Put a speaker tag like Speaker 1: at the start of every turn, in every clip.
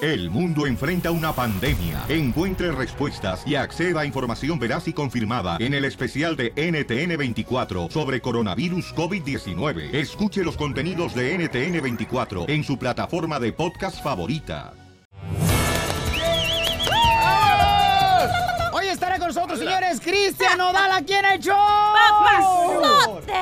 Speaker 1: El mundo enfrenta una pandemia. Encuentre respuestas y acceda a información veraz y confirmada en el especial de NTN24 sobre coronavirus COVID-19. Escuche los contenidos de NTN24 en su plataforma de podcast favorita.
Speaker 2: Hoy estará con nosotros, señores, Cristian Odala, quien ha hecho.
Speaker 3: ¡Papazote!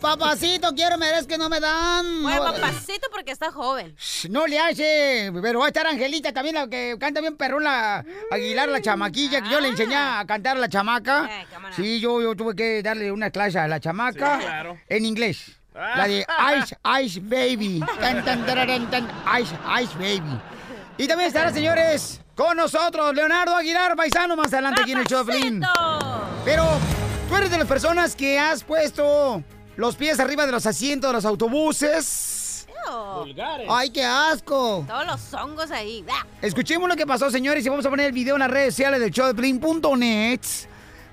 Speaker 2: Papacito, quiero, merezco, no me dan.
Speaker 3: Oye, papacito, porque está joven.
Speaker 2: Shh, No le hace, pero va a estar Angelita también, la que canta bien perrón, la Aguilar, la chamaquilla, que yo le enseñé
Speaker 4: Ah.
Speaker 2: a cantar a la chamaca.
Speaker 3: Eh, cámara.
Speaker 2: Sí, yo, yo tuve que darle una clase a la chamaca
Speaker 4: Sí, claro.
Speaker 2: en inglés.
Speaker 4: Ah.
Speaker 2: La de Ice, Ice Baby. Tan, tan, tararán, tan, Ice, Ice Baby. Y también estará, señores, con nosotros Leonardo Aguilar, paisano, más adelante aquí en el show de Piolín.
Speaker 3: ¡Papacito!
Speaker 2: Pero tú eres de las personas que has puesto los pies arriba de los asientos de los autobuses.
Speaker 3: Ew,
Speaker 2: ¡Ay, qué asco!
Speaker 3: Todos los hongos ahí. ¡Bah!
Speaker 2: Escuchemos lo que pasó, señores, y vamos a poner el video en las redes sociales del show de Piolín.net.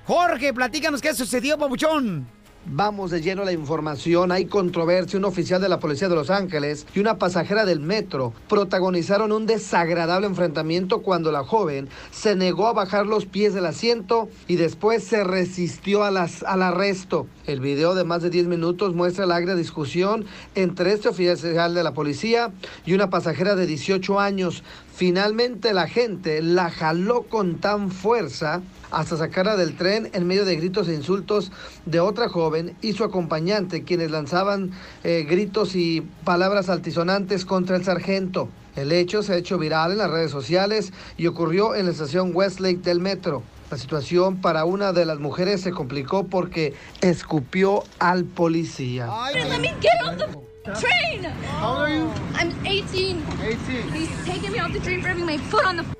Speaker 2: Jorge, platícanos qué sucedió, papuchón.
Speaker 5: Vamos de lleno a la información. Hay controversia. Un oficial de la policía de Los Ángeles y una pasajera del metro protagonizaron un desagradable enfrentamiento cuando la joven se negó a bajar los pies del asiento y después se resistió a las- al arresto. El video de más de 10 minutos muestra la agria discusión entre este oficial de la policía y una pasajera de 18 años. Finalmente la gente la jaló con tan fuerza hasta sacarla del tren en medio de gritos e insultos de otra joven y su acompañante, quienes lanzaban eh, gritos y palabras altisonantes contra el sargento. El hecho se ha hecho viral en las redes sociales y ocurrió en la estación Westlake del metro. La situación para una de las mujeres se complicó porque escupió al policía.
Speaker 6: Let me get off the train. How old are you? I'm 18. 18. He's taking me off the train for having my foot on the seat.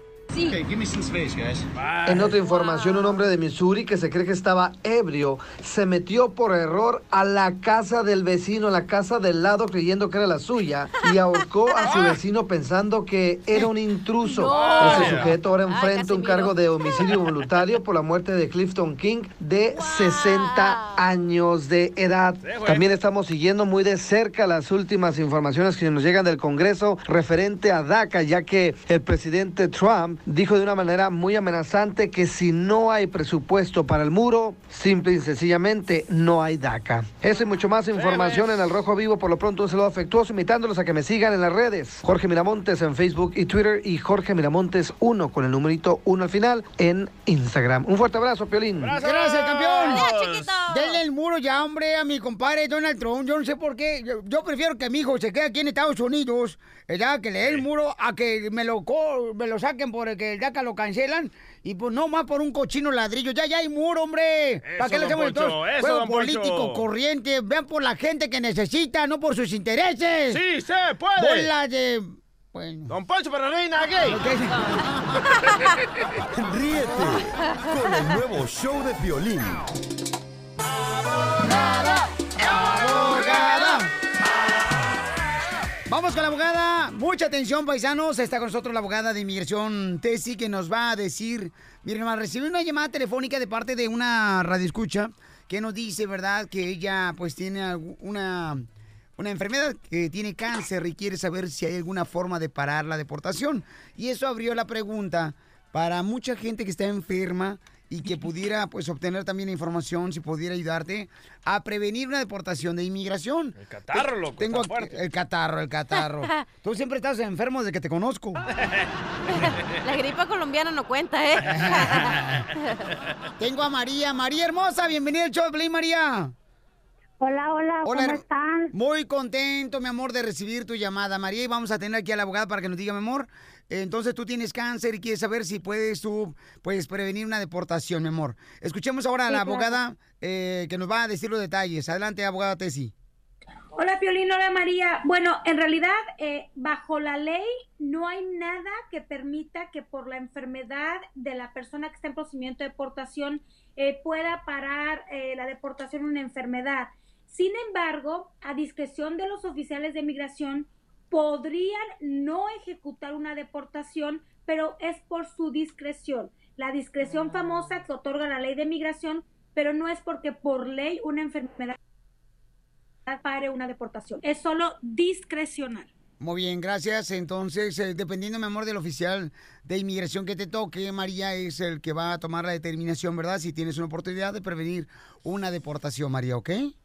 Speaker 5: En otra información, un hombre de Missouri que se cree que estaba ebrio se metió por error a la casa del vecino, a la casa del lado, creyendo que era la suya, y ahorcó a su vecino pensando que era un intruso.
Speaker 3: No.
Speaker 5: Ese sujeto ahora
Speaker 3: Ay,
Speaker 5: enfrenta un
Speaker 3: Casimiro.
Speaker 5: cargo de homicidio voluntario por la muerte de Clifton King de 60 años de edad.
Speaker 4: güey.
Speaker 5: También estamos siguiendo muy de cerca las últimas informaciones que nos llegan del Congreso referente a DACA, ya que el presidente Trump dijo de una manera muy amenazante que si no hay presupuesto para el muro, simple y sencillamente no hay DACA. Eso y mucho más información en El Rojo Vivo. Por lo pronto, un saludo afectuoso, invitándolos a que me sigan en las redes. Jorge Miramontes en Facebook y Twitter y Jorge Miramontes 1 con el numerito 1 al final en Instagram. Un fuerte abrazo, Piolín.
Speaker 2: Gracias, campeón.
Speaker 3: ¡Hola, chiquito!
Speaker 2: Denle el muro ya, hombre, a mi compadre Donald Trump. Yo no sé por qué. Yo, yo prefiero que mi hijo se quede aquí en Estados Unidos, ¿verdad? Que le dé el muro a que me lo, co- me lo saquen porque el DACA lo cancelan. Y pues no más por un cochino ladrillo. Ya, ya hay muro, hombre. ¿Para
Speaker 4: Eso,
Speaker 2: qué le
Speaker 4: don
Speaker 2: hacemos
Speaker 4: Poncho,
Speaker 2: todo?
Speaker 4: eso,
Speaker 2: Juego
Speaker 4: don Poncho.
Speaker 2: político, corriente. Vean por la gente que necesita, no por sus intereses.
Speaker 4: ¡Sí se puede!
Speaker 2: Bola de... Ah, Bueno.
Speaker 4: ¡Don Poncho para Reina Gay!
Speaker 7: Ríete con el nuevo show de violín.
Speaker 2: abogada. Vamos con la abogada. Mucha atención, paisanos. Está con nosotros la abogada de inmigración, Tessy, que nos va a decir. Miren, nomás, recibí una llamada telefónica de parte de una radioescucha que nos dice, ¿verdad?, que ella pues tiene algu- una, una enfermedad que tiene cáncer y quiere saber si hay alguna forma de parar la deportación. Y eso abrió la pregunta para mucha gente que está enferma y que pudiera pues obtener también información si pudiera ayudarte a prevenir una deportación de inmigración.
Speaker 4: El catarro, loco,
Speaker 2: Tengo
Speaker 4: está fuerte.
Speaker 2: el catarro, el catarro. Tú siempre estás enfermo desde que te conozco.
Speaker 3: La gripa colombiana no cuenta, ¿eh?
Speaker 2: Tengo a María, María hermosa, bienvenida al show de Play María.
Speaker 8: Hola, hola, ¿cómo
Speaker 2: her-
Speaker 8: están?
Speaker 2: Muy contento, mi amor, de recibir tu llamada, María. Y vamos a tener aquí a la abogada para que nos diga, mi amor. eh, Entonces tú tienes cáncer y quieres saber si puedes tú puedes prevenir una deportación, mi amor. Escuchemos ahora a la
Speaker 8: Sí, claro.
Speaker 2: abogada eh, que nos va a decir los detalles. Adelante, abogada Tessy.
Speaker 8: Hola, Piolín, hola, María. Bueno, en realidad, eh, bajo la ley no hay nada que permita que por la enfermedad de la persona que está en procedimiento de deportación eh, pueda parar eh, la deportación una enfermedad. Sin embargo, a discreción de los oficiales de migración, podrían no ejecutar una deportación, pero es por su discreción. La discreción famosa que otorga la ley de migración, pero no es porque por ley una enfermedad pare una deportación. Es solo discrecional.
Speaker 2: Muy bien, gracias. Entonces, eh, dependiendo, mi amor, del oficial de inmigración que te toque, María es el que va a tomar la determinación, ¿verdad? Si tienes una oportunidad de prevenir una deportación, María, ¿ok?
Speaker 9: Sí,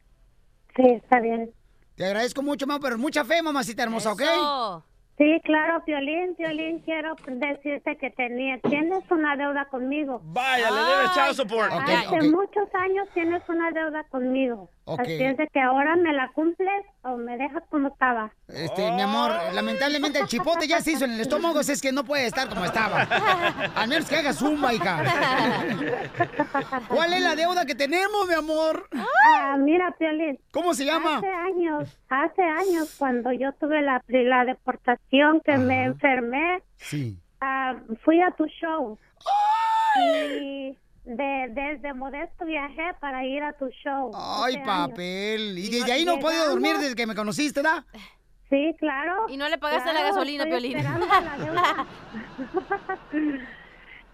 Speaker 9: está bien.
Speaker 2: Te agradezco mucho, mamá, pero mucha fe, mamacita hermosa, ¿ok?
Speaker 9: Sí, claro, Piolín, Piolín, quiero decirte que tenía, tienes una deuda conmigo. Ah,
Speaker 10: Vaya, le debes child support. Ok,
Speaker 9: Hace
Speaker 10: ok.
Speaker 9: muchos años tienes una deuda conmigo.
Speaker 2: Ok.
Speaker 9: Así es de que ahora me la cumples o me dejas como estaba.
Speaker 2: Este, mi amor, lamentablemente el chipote ya se hizo en el estómago, así es que no puede estar como estaba. Al menos que haga zumba, hija. ¿Cuál es la deuda que tenemos, mi amor?
Speaker 9: Ah, mira, Piolín.
Speaker 2: ¿Cómo se llama?
Speaker 9: Hace años, hace años cuando yo tuve la, la deportación que me enfermé,
Speaker 2: Sí.
Speaker 9: ah, fui a tu show. Y de- desde Modesto viajé para ir a tu show.
Speaker 2: Ay,
Speaker 9: hace años.
Speaker 2: papel. Y desde ahí no he podido
Speaker 9: Llegamos.
Speaker 2: dormir desde que me conociste, ¿da?
Speaker 9: Sí, claro.
Speaker 3: Y no le pagaste la gasolina,
Speaker 9: estoy
Speaker 3: Piolín.
Speaker 9: esperando la deuda.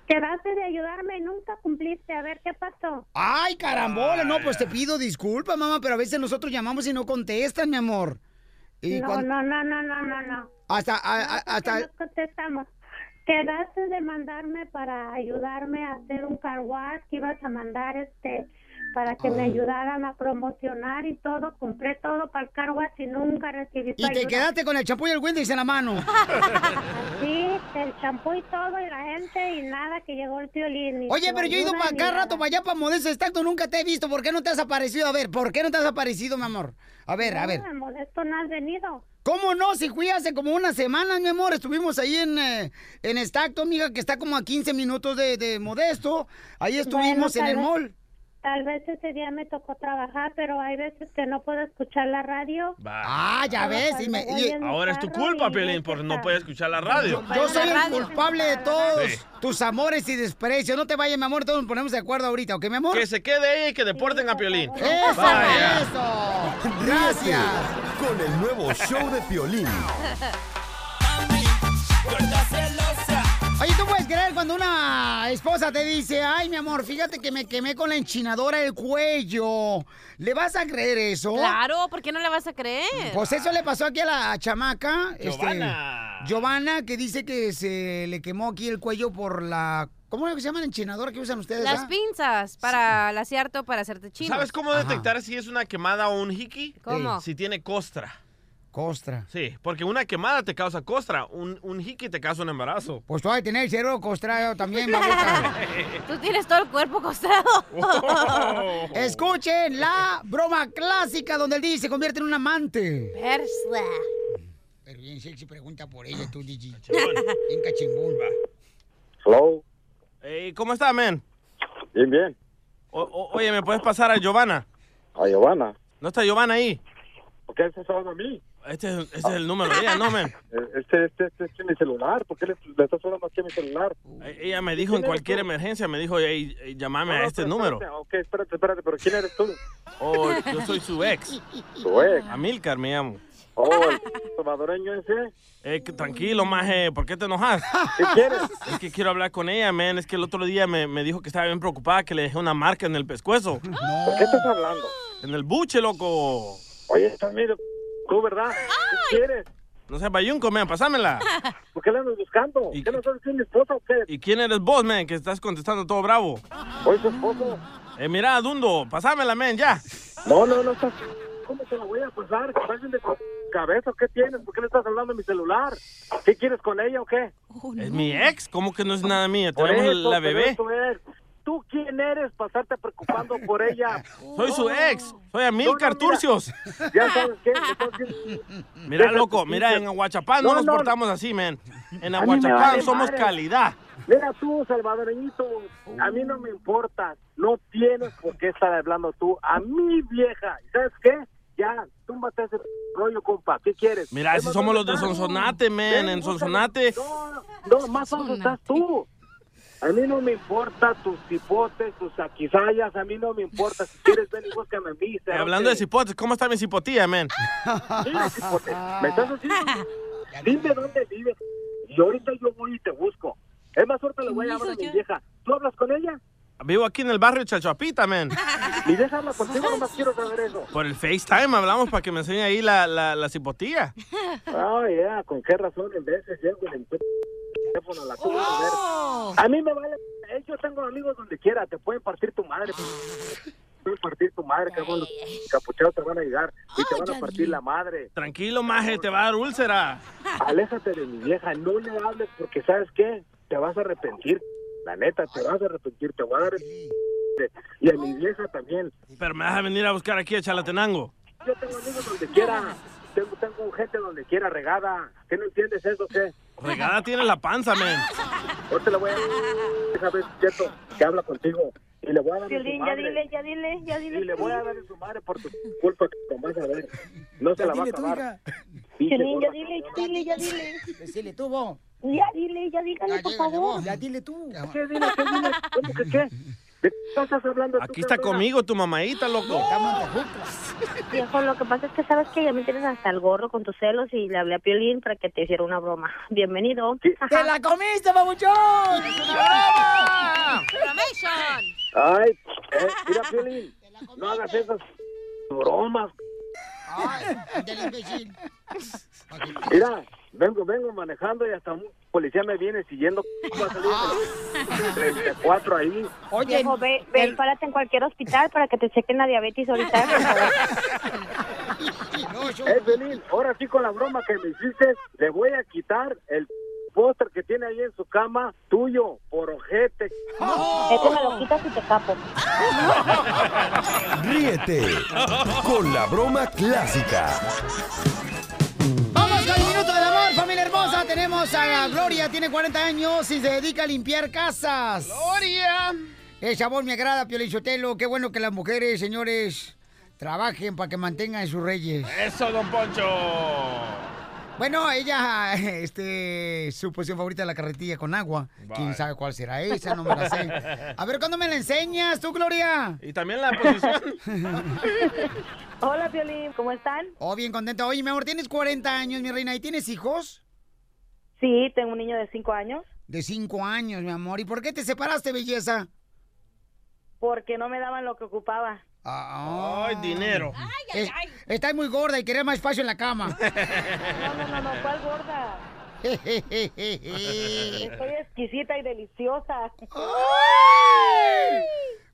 Speaker 9: Quedaste de ayudarme y nunca cumpliste. A ver, ¿qué pasó?
Speaker 2: Ay, carambola. No, pues te pido disculpas, mamá, pero a veces nosotros llamamos y no contestan, mi amor. Y
Speaker 9: no,
Speaker 2: cuan-
Speaker 9: no, no, no, no, no, no.
Speaker 2: Hasta, a- a- hasta,
Speaker 9: No contestamos. Quedaste de mandarme para ayudarme a hacer un car wash que ibas a mandar este para que
Speaker 2: Ah.
Speaker 9: me ayudaran a promocionar y todo. Compré todo para el car wash y nunca recibí tu
Speaker 2: y te
Speaker 9: ayuda.
Speaker 2: quedaste con el champú y el Windex en la mano.
Speaker 9: Sí, el champú y todo y la gente y nada que llegó el violín. ni
Speaker 2: Oye,
Speaker 9: tu
Speaker 2: pero yo he ido
Speaker 9: ayuda
Speaker 2: para
Speaker 9: ni
Speaker 2: acá
Speaker 9: nada.
Speaker 2: rato, para allá, para Modesto Exacto, nunca te he visto. ¿Por qué no te has aparecido? A ver, ¿por qué no te has aparecido, mi amor? A ver, a ver.
Speaker 9: No, Modesto no has venido.
Speaker 2: ¿Cómo no? Si fui hace como una semana, mi amor. Estuvimos ahí en, eh, en Stacto, amiga, que está como a 15 minutos de, de Modesto. Ahí estuvimos en
Speaker 9: Bueno,
Speaker 2: el
Speaker 9: tal
Speaker 2: mall.
Speaker 9: vez- Tal vez ese día me tocó trabajar, pero hay veces que no puedo escuchar la radio.
Speaker 2: Ah, ya ves. y me- y-
Speaker 10: Ahora es tu culpa, Piolín, por no puedes escuchar la radio.
Speaker 2: yo soy el culpable de todos
Speaker 10: Sí.
Speaker 2: tus amores y desprecios. No te vayas, mi amor. Todos nos ponemos de acuerdo ahorita, ¿ok, mi amor?
Speaker 10: Que se quede ahí y que deporten a Piolín.
Speaker 2: Eso,
Speaker 10: Vaya.
Speaker 2: eso.
Speaker 7: Ríete
Speaker 2: Gracias.
Speaker 7: Con el nuevo show de Piolín.
Speaker 2: Oye, ¿tú puedes creer cuando una esposa te dice, ay, mi amor, fíjate que me quemé con la enchinadora el cuello? ¿Le vas a creer eso?
Speaker 3: Claro, ¿por qué no le vas a creer?
Speaker 2: Pues eso le pasó aquí a la chamaca. este,
Speaker 10: Giovanna.
Speaker 2: Giovanna, que dice que se le quemó aquí el cuello por la... ¿Cómo es que se llama la enchinadora que usan ustedes?
Speaker 3: Las
Speaker 2: ah?
Speaker 3: pinzas para el acierto, para hacerte chino.
Speaker 10: ¿Sabes cómo
Speaker 2: Ajá.
Speaker 10: detectar si es una quemada o un hiki?
Speaker 3: ¿Cómo?
Speaker 10: Si tiene costra.
Speaker 2: Costra.
Speaker 10: Sí, porque una quemada te causa costra, un, un hiki te causa un embarazo.
Speaker 2: Pues tú vas a tener el cerebro costrado también, babota.
Speaker 3: Tú tienes todo el cuerpo costrado.
Speaker 2: Escuchen la broma clásica donde el DJ se convierte en un amante.
Speaker 3: Persla.
Speaker 2: Pero bien sexy pregunta por ella, tú, DJ. Bien cachimbón.
Speaker 11: Hello.
Speaker 10: Ey, ¿Cómo está, men?
Speaker 11: Bien, bien.
Speaker 10: O- o- oye, ¿me puedes pasar a Giovanna?
Speaker 11: A Giovanna.
Speaker 10: ¿No está Giovanna ahí?
Speaker 11: ¿Por qué se suena a mí?
Speaker 10: Este es, este es el número de ella, ¿no, men?
Speaker 11: Eh, Este, este, este es mi celular. ¿Por qué le, le estás sonando aquí a mi celular?
Speaker 10: E- Ella me dijo en cualquier emergencia, me dijo, "Ey, ey, llámame
Speaker 11: No,
Speaker 10: a
Speaker 11: no,
Speaker 10: este
Speaker 11: pero
Speaker 10: número.
Speaker 11: espérate, Ah, Ok, espérate, espérate. ¿Pero quién eres tú?
Speaker 10: Oh, yo soy su ex.
Speaker 11: Tu ex.
Speaker 10: Amilcar me llamo.
Speaker 11: Oh, el salvadoreño ese.
Speaker 10: Eh, que- tranquilo, maje, ¿por qué te enojas?
Speaker 11: ¿Qué quieres?
Speaker 10: Es que quiero hablar con ella, men. Es que el otro día me, me dijo que estaba bien preocupada, que le dejé una marca en el pescuezo.
Speaker 11: ¿Por qué estás hablando?
Speaker 10: En el buche, loco.
Speaker 11: Oye, estás medio... Tú, ¿verdad? ¿Qué quieres?
Speaker 10: No sé, Bayunco, men, pasámela.
Speaker 11: ¿Por qué la andas buscando?
Speaker 10: ¿Y
Speaker 11: ¿Qué no sabes si es mi esposa o qué?
Speaker 10: ¿Y quién eres vos, men, que estás contestando todo bravo?
Speaker 11: ¿Oye, su esposo?
Speaker 10: Eh, mira, Dundo, pasámela, men, ya.
Speaker 11: No, no, no estás... ¿Cómo te la voy a pasar? ¿Qué pasen de cabeza? ¿Qué tienes? ¿Por qué le estás hablando a mi celular? ¿Qué quieres con ella o qué?
Speaker 10: ¿Es mi ex? ¿Cómo que no es nada mía?
Speaker 11: Por
Speaker 10: Tenemos
Speaker 11: eso,
Speaker 10: la
Speaker 11: pero
Speaker 10: bebé.
Speaker 11: eso es. ¿Tú quién eres para estarte preocupando por ella?
Speaker 10: Soy su ex. Soy Amilcar
Speaker 11: No, no, mira.
Speaker 10: Turcios.
Speaker 11: Ya sabes qué. entonces,
Speaker 10: Mira,
Speaker 11: Deja
Speaker 10: loco,
Speaker 11: tus
Speaker 10: mira,
Speaker 11: pinches-
Speaker 10: en Aguachapán no,
Speaker 11: No,
Speaker 10: nos
Speaker 11: no.
Speaker 10: portamos así, men. En
Speaker 11: A mí me
Speaker 10: Aguachapán
Speaker 11: vale
Speaker 10: somos
Speaker 11: madre.
Speaker 10: calidad.
Speaker 11: Mira tú, salvadoreñito, a mí no me importa. No tienes por qué estar hablando tú a mi vieja. ¿Y ¿Sabes qué? Ya, túmbate ese rollo, compa. ¿Qué quieres?
Speaker 10: Mira,
Speaker 11: Es
Speaker 10: si
Speaker 11: más,
Speaker 10: somos los
Speaker 11: ¿dónde
Speaker 10: de
Speaker 11: estás?
Speaker 10: Sonsonate, men.
Speaker 11: Ven,
Speaker 10: En
Speaker 11: búscame.
Speaker 10: Sonsonate.
Speaker 11: No, no, más dónde estás tú. A mí no me importa tus cipotes, tus aquizayas. A mí no me importa. Si quieres, ven y búscame a mí.
Speaker 10: Eh, Hablando de
Speaker 11: cerote.
Speaker 10: cipotes, ¿cómo está mi cipotía, men?
Speaker 11: Mira, cipote, ¿me estás haciendo? Dime dónde vives. Y ahorita yo voy y te busco. Es más, ahorita le voy a llamar a mi vieja. ¿Tú hablas con ella?
Speaker 10: Vivo aquí en el barrio Chachapita, man.
Speaker 11: Y déjala contigo, pues nomás quiero saber eso.
Speaker 10: Por el FaceTime hablamos para que me enseñe ahí la, la, la cipotilla.
Speaker 11: Ah, ya, con qué razón en veces llego y le encuentro el teléfono a la tuya.
Speaker 2: ¡Oh!
Speaker 4: Oh.
Speaker 11: A ver. A mí me vale. eh, Yo tengo amigos donde quiera, te pueden partir tu madre. p- Pueden partir tu madre, cabrón. Los capuchados te van a llegar y te van a partir la madre.
Speaker 10: Tranquilo, maje, te va a dar úlcera.
Speaker 11: Aléjate de mi vieja, no le hables porque ¿sabes qué? Te vas a arrepentir. La neta, te vas a arrepentir, te voy a dar el- Y a mi vieja también.
Speaker 10: Pero me vas a venir a buscar aquí a Chalatenango.
Speaker 11: Yo tengo amigos donde quiera. Tengo, tengo gente donde quiera regada. ¿Qué no entiendes eso, qué?
Speaker 10: Regada tiene la panza,
Speaker 11: Ah,
Speaker 10: man.
Speaker 11: pues Yo te la voy a esa vez, Cheto, que habla contigo. Y le voy a dar en su
Speaker 12: Piolín, ya
Speaker 11: madre.
Speaker 12: dile, ya dile, ya dile.
Speaker 11: Y le voy a dar en su madre por tu culpa, que vas a ver. No se la va a acabar. Pinche
Speaker 12: Piolín, ya
Speaker 11: gorda.
Speaker 12: dile, ya dile, ya dile.
Speaker 2: Decile tú, vos.
Speaker 12: Ya dile, ya dígale, por favor.
Speaker 2: Ya dile tú.
Speaker 11: ¿Qué dile, qué dile? ¿Cómo que qué? ¿De qué estás hablando
Speaker 10: Aquí está conmigo tu mamadita, loco.
Speaker 12: Viejo, lo que pasa es que sabes que ya me tienes hasta el gorro con tus celos y le hablé a Piolín para que te hiciera una broma. Bienvenido.
Speaker 2: ¡Te la comiste, babuchón!
Speaker 11: Ay, eh, mira, Piolín, no hagas esas bromas. Mira, vengo, vengo manejando y hasta un policía me viene siguiendo. Va a
Speaker 12: Ah.
Speaker 11: salir de 34 ahí.
Speaker 2: Oye,
Speaker 12: Viejo, ve, ve y párate en cualquier hospital para que te chequen la diabetes ahorita, por favor.
Speaker 11: Eh, Piolín, ahora sí con la broma que me hiciste, le voy a quitar el póster que tiene ahí en su cama, tuyo, por ojete.
Speaker 12: Este me lo quitas y te capo.
Speaker 7: Ríete con la broma clásica.
Speaker 2: Vamos con el minuto del amor, familia hermosa. Tenemos a Gloria, tiene 40 años y se dedica a limpiar casas. ¡Gloria! El sabor me agrada, Piolichotelo. Qué bueno que las mujeres, señores, trabajen para que mantengan sus reyes.
Speaker 10: Eso, don Poncho.
Speaker 2: Bueno, ella, este, su posición favorita es la carretilla con agua. ¿Quién sabe cuál será esa? No me la sé. A ver, ¿cuándo me la enseñas tú, Gloria?
Speaker 10: Y también la posición.
Speaker 12: Hola, Piolín, ¿cómo están?
Speaker 2: Oh, bien contenta. Oye, mi amor, tienes 40 años, mi reina, ¿y tienes hijos?
Speaker 12: Sí, tengo un niño de cinco años.
Speaker 2: De 5 años, mi amor. ¿Y por qué te separaste, belleza?
Speaker 12: Porque no me daban lo que ocupaba.
Speaker 2: Ay,
Speaker 10: dinero.
Speaker 2: Ah, Es- estás muy gorda y querés más espacio en la cama.
Speaker 12: No, no, no, no, ¿cuál gorda? Estoy exquisita y deliciosa.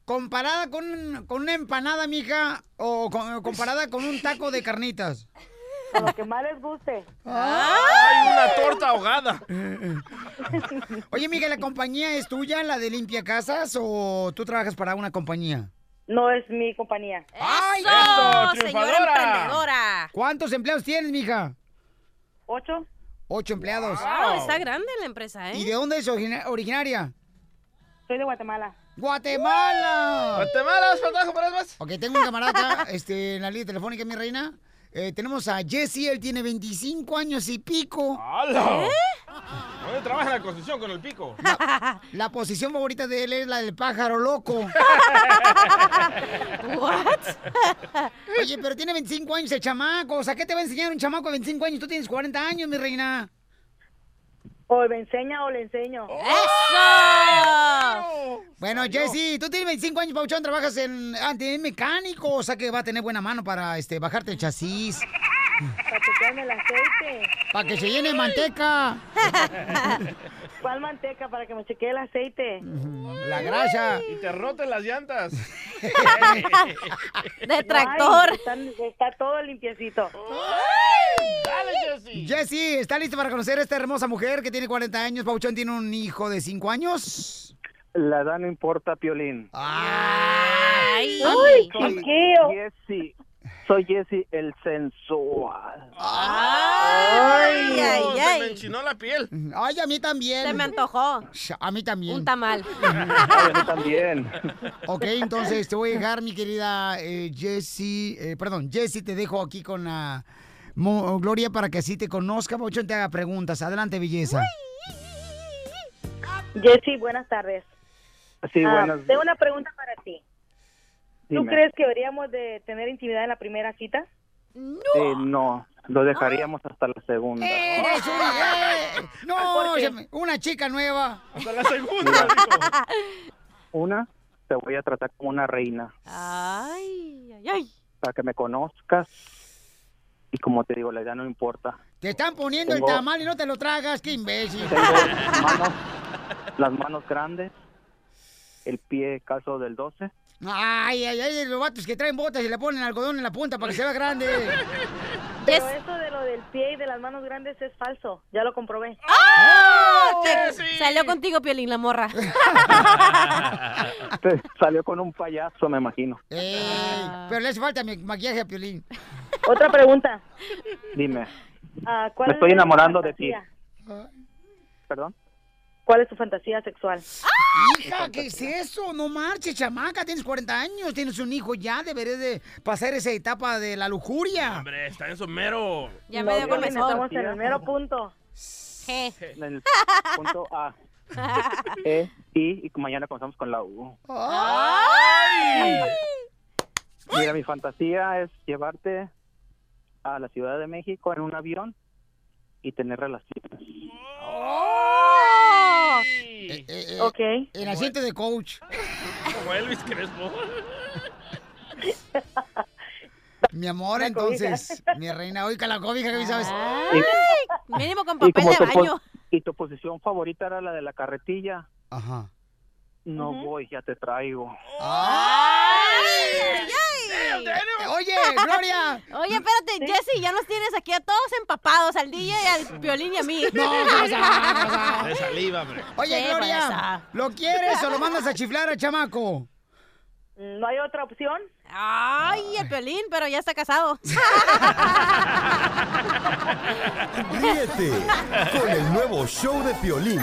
Speaker 2: comparada con, con una empanada, mija, o con- comparada con un taco de carnitas.
Speaker 12: Con lo que más les guste.
Speaker 10: Hay una torta ahogada.
Speaker 2: Oye, mija, ¿la compañía es tuya, la de limpia casas, o tú trabajas para una compañía?
Speaker 12: No es mi compañía.
Speaker 2: ¡Ay,
Speaker 3: ¡Eso, señora emprendedora!
Speaker 2: ¿Cuántos empleados tienes, mija?
Speaker 12: ¿Ocho?
Speaker 2: Ocho empleados.
Speaker 3: Wow, está grande la empresa, ¿eh?
Speaker 2: ¿Y de dónde es origina- originaria?
Speaker 12: Soy de Guatemala.
Speaker 2: ¡Guatemala!
Speaker 10: ¡Uh! ¡Guatemala, espantajo, para más!
Speaker 2: Ok, tengo un camarada acá, este, en la línea telefónica, mi reina. Eh, tenemos a Jesse, él tiene 25 años y pico.
Speaker 10: ¡Hala! ¿Dónde trabaja en la construcción con el pico?
Speaker 2: La posición favorita de él es la del pájaro loco. Oye, pero tiene 25 años el chamaco. O sea, ¿qué te va a enseñar un chamaco de 25 años? Tú tienes 40 años, mi reina.
Speaker 12: O me enseña o le enseño.
Speaker 2: ¡Eso! Bueno, Jesse, tú tienes 25 años, Pauchón, trabajas en... Ah, tienes mecánico, o sea que va a tener buena mano para este, bajarte el chasis,
Speaker 12: Para chequearme el aceite.
Speaker 2: para que se llene de manteca.
Speaker 12: ¿Cuál manteca para que me chequee el aceite?
Speaker 2: La grasa.
Speaker 10: Y te roten las llantas.
Speaker 12: Ay, está, está todo limpiecito.
Speaker 10: ¡Dale, Jessy!
Speaker 2: Jesse, ¿está listo para conocer a esta hermosa mujer que tiene 40 años? Pauchón tiene un hijo de 5 años.
Speaker 13: La edad no importa, Piolín.
Speaker 3: ¡Ay!
Speaker 13: Soy
Speaker 12: chiquillo.
Speaker 13: Jessy. Soy Jessy el sensual.
Speaker 10: ¡Ay,
Speaker 2: Ay, ay,
Speaker 10: se
Speaker 2: ay.
Speaker 10: me enchinó la piel.
Speaker 2: Ay, a mí también.
Speaker 3: Se me antojó.
Speaker 2: A mí también.
Speaker 3: Un tamal.
Speaker 13: también.
Speaker 2: Ok, entonces te voy a dejar, mi querida eh, Jessie. eh, perdón, Jessie, te dejo aquí con la mo- Gloria para que así te conozca, Pauchón, te haga preguntas. Adelante, belleza.
Speaker 12: Jessy, buenas tardes.
Speaker 13: Sí,
Speaker 12: Ah,
Speaker 13: buenas.
Speaker 12: Tengo una pregunta para ti. ¿Tú
Speaker 13: dime.
Speaker 12: crees que deberíamos de tener intimidad en la primera cita?
Speaker 13: Eh, no, lo dejaríamos hasta la segunda.
Speaker 2: Eres un- eh, No,
Speaker 12: ¿Por qué?
Speaker 2: se me- una chica nueva.
Speaker 10: Hasta la segunda.
Speaker 13: Una,
Speaker 14: te voy a tratar como una reina.
Speaker 3: Ay, ay, ay.
Speaker 14: Para que me conozcas. Y como te digo, la edad no importa.
Speaker 2: Te están poniendo
Speaker 14: Tengo-
Speaker 2: el tamal y no te lo tragas, qué imbécil.
Speaker 14: Las manos grandes. El pie calzo del 12.
Speaker 2: Ay, ay, ay, los vatos que traen botas y le ponen algodón en la punta para que se vea grande.
Speaker 15: Pero eso de lo del pie y de las manos grandes es falso. Ya lo comprobé.
Speaker 3: ¡Ah! Te- Salió contigo, Piolín, la morra.
Speaker 14: Te salió con un payaso, me imagino.
Speaker 2: Eh. Ey,
Speaker 3: Ah.
Speaker 2: pero le hace falta mi maquillaje a Piolín.
Speaker 15: Otra pregunta.
Speaker 14: Dime,
Speaker 15: Ah, ¿cuál
Speaker 14: me
Speaker 15: es
Speaker 14: estoy
Speaker 15: tu
Speaker 14: enamorando de ti.
Speaker 15: fantasía?
Speaker 14: ¿Perdón?
Speaker 15: ¿Cuál es tu fantasía sexual?
Speaker 2: ¡Ah! Hija, ¿qué es eso? No marches, chamaca, tienes 40 años, tienes un hijo ya, deberías de pasar esa etapa de la lujuria.
Speaker 10: Hombre, está en su mero.
Speaker 2: Ya me dio
Speaker 15: Piolín,
Speaker 2: comezón.
Speaker 15: Estamos en el mero punto.
Speaker 14: En el punto A. E, I, y mañana comenzamos con la U.
Speaker 2: ¡Oh! ¡Ay!
Speaker 14: Mira, mi fantasía es llevarte a la Ciudad de México en un avión y tener relaciones.
Speaker 15: ok.
Speaker 2: Eh, El asiento de coach.
Speaker 10: Como Elvis Crespo.
Speaker 2: Mi amor,
Speaker 10: La cobija.
Speaker 2: entonces, mi reina, hoy calacobija, ¿qué sabes?
Speaker 3: Mínimo con
Speaker 14: Y
Speaker 3: papel
Speaker 14: como
Speaker 3: de
Speaker 14: tu pos-
Speaker 3: baño.
Speaker 14: y tu posición favorita era la de la carretilla.
Speaker 2: Ajá.
Speaker 14: No voy, ya te traigo.
Speaker 3: Ah.
Speaker 2: Oye, Gloria.
Speaker 3: Oye, espérate, Jesse, ya nos tienes aquí a todos empapados, al DJ, al Piolín y a mí.
Speaker 2: No, no, no, no.
Speaker 10: De saliva, hombre.
Speaker 2: Oye,
Speaker 3: Qué
Speaker 2: Gloria,
Speaker 3: payasada.
Speaker 2: ¿lo quieres o lo mandas a chiflar al chamaco?
Speaker 15: ¿No hay otra opción?
Speaker 3: Ay, el Piolín, pero ya está casado.
Speaker 7: Ríete con el nuevo show de Piolín.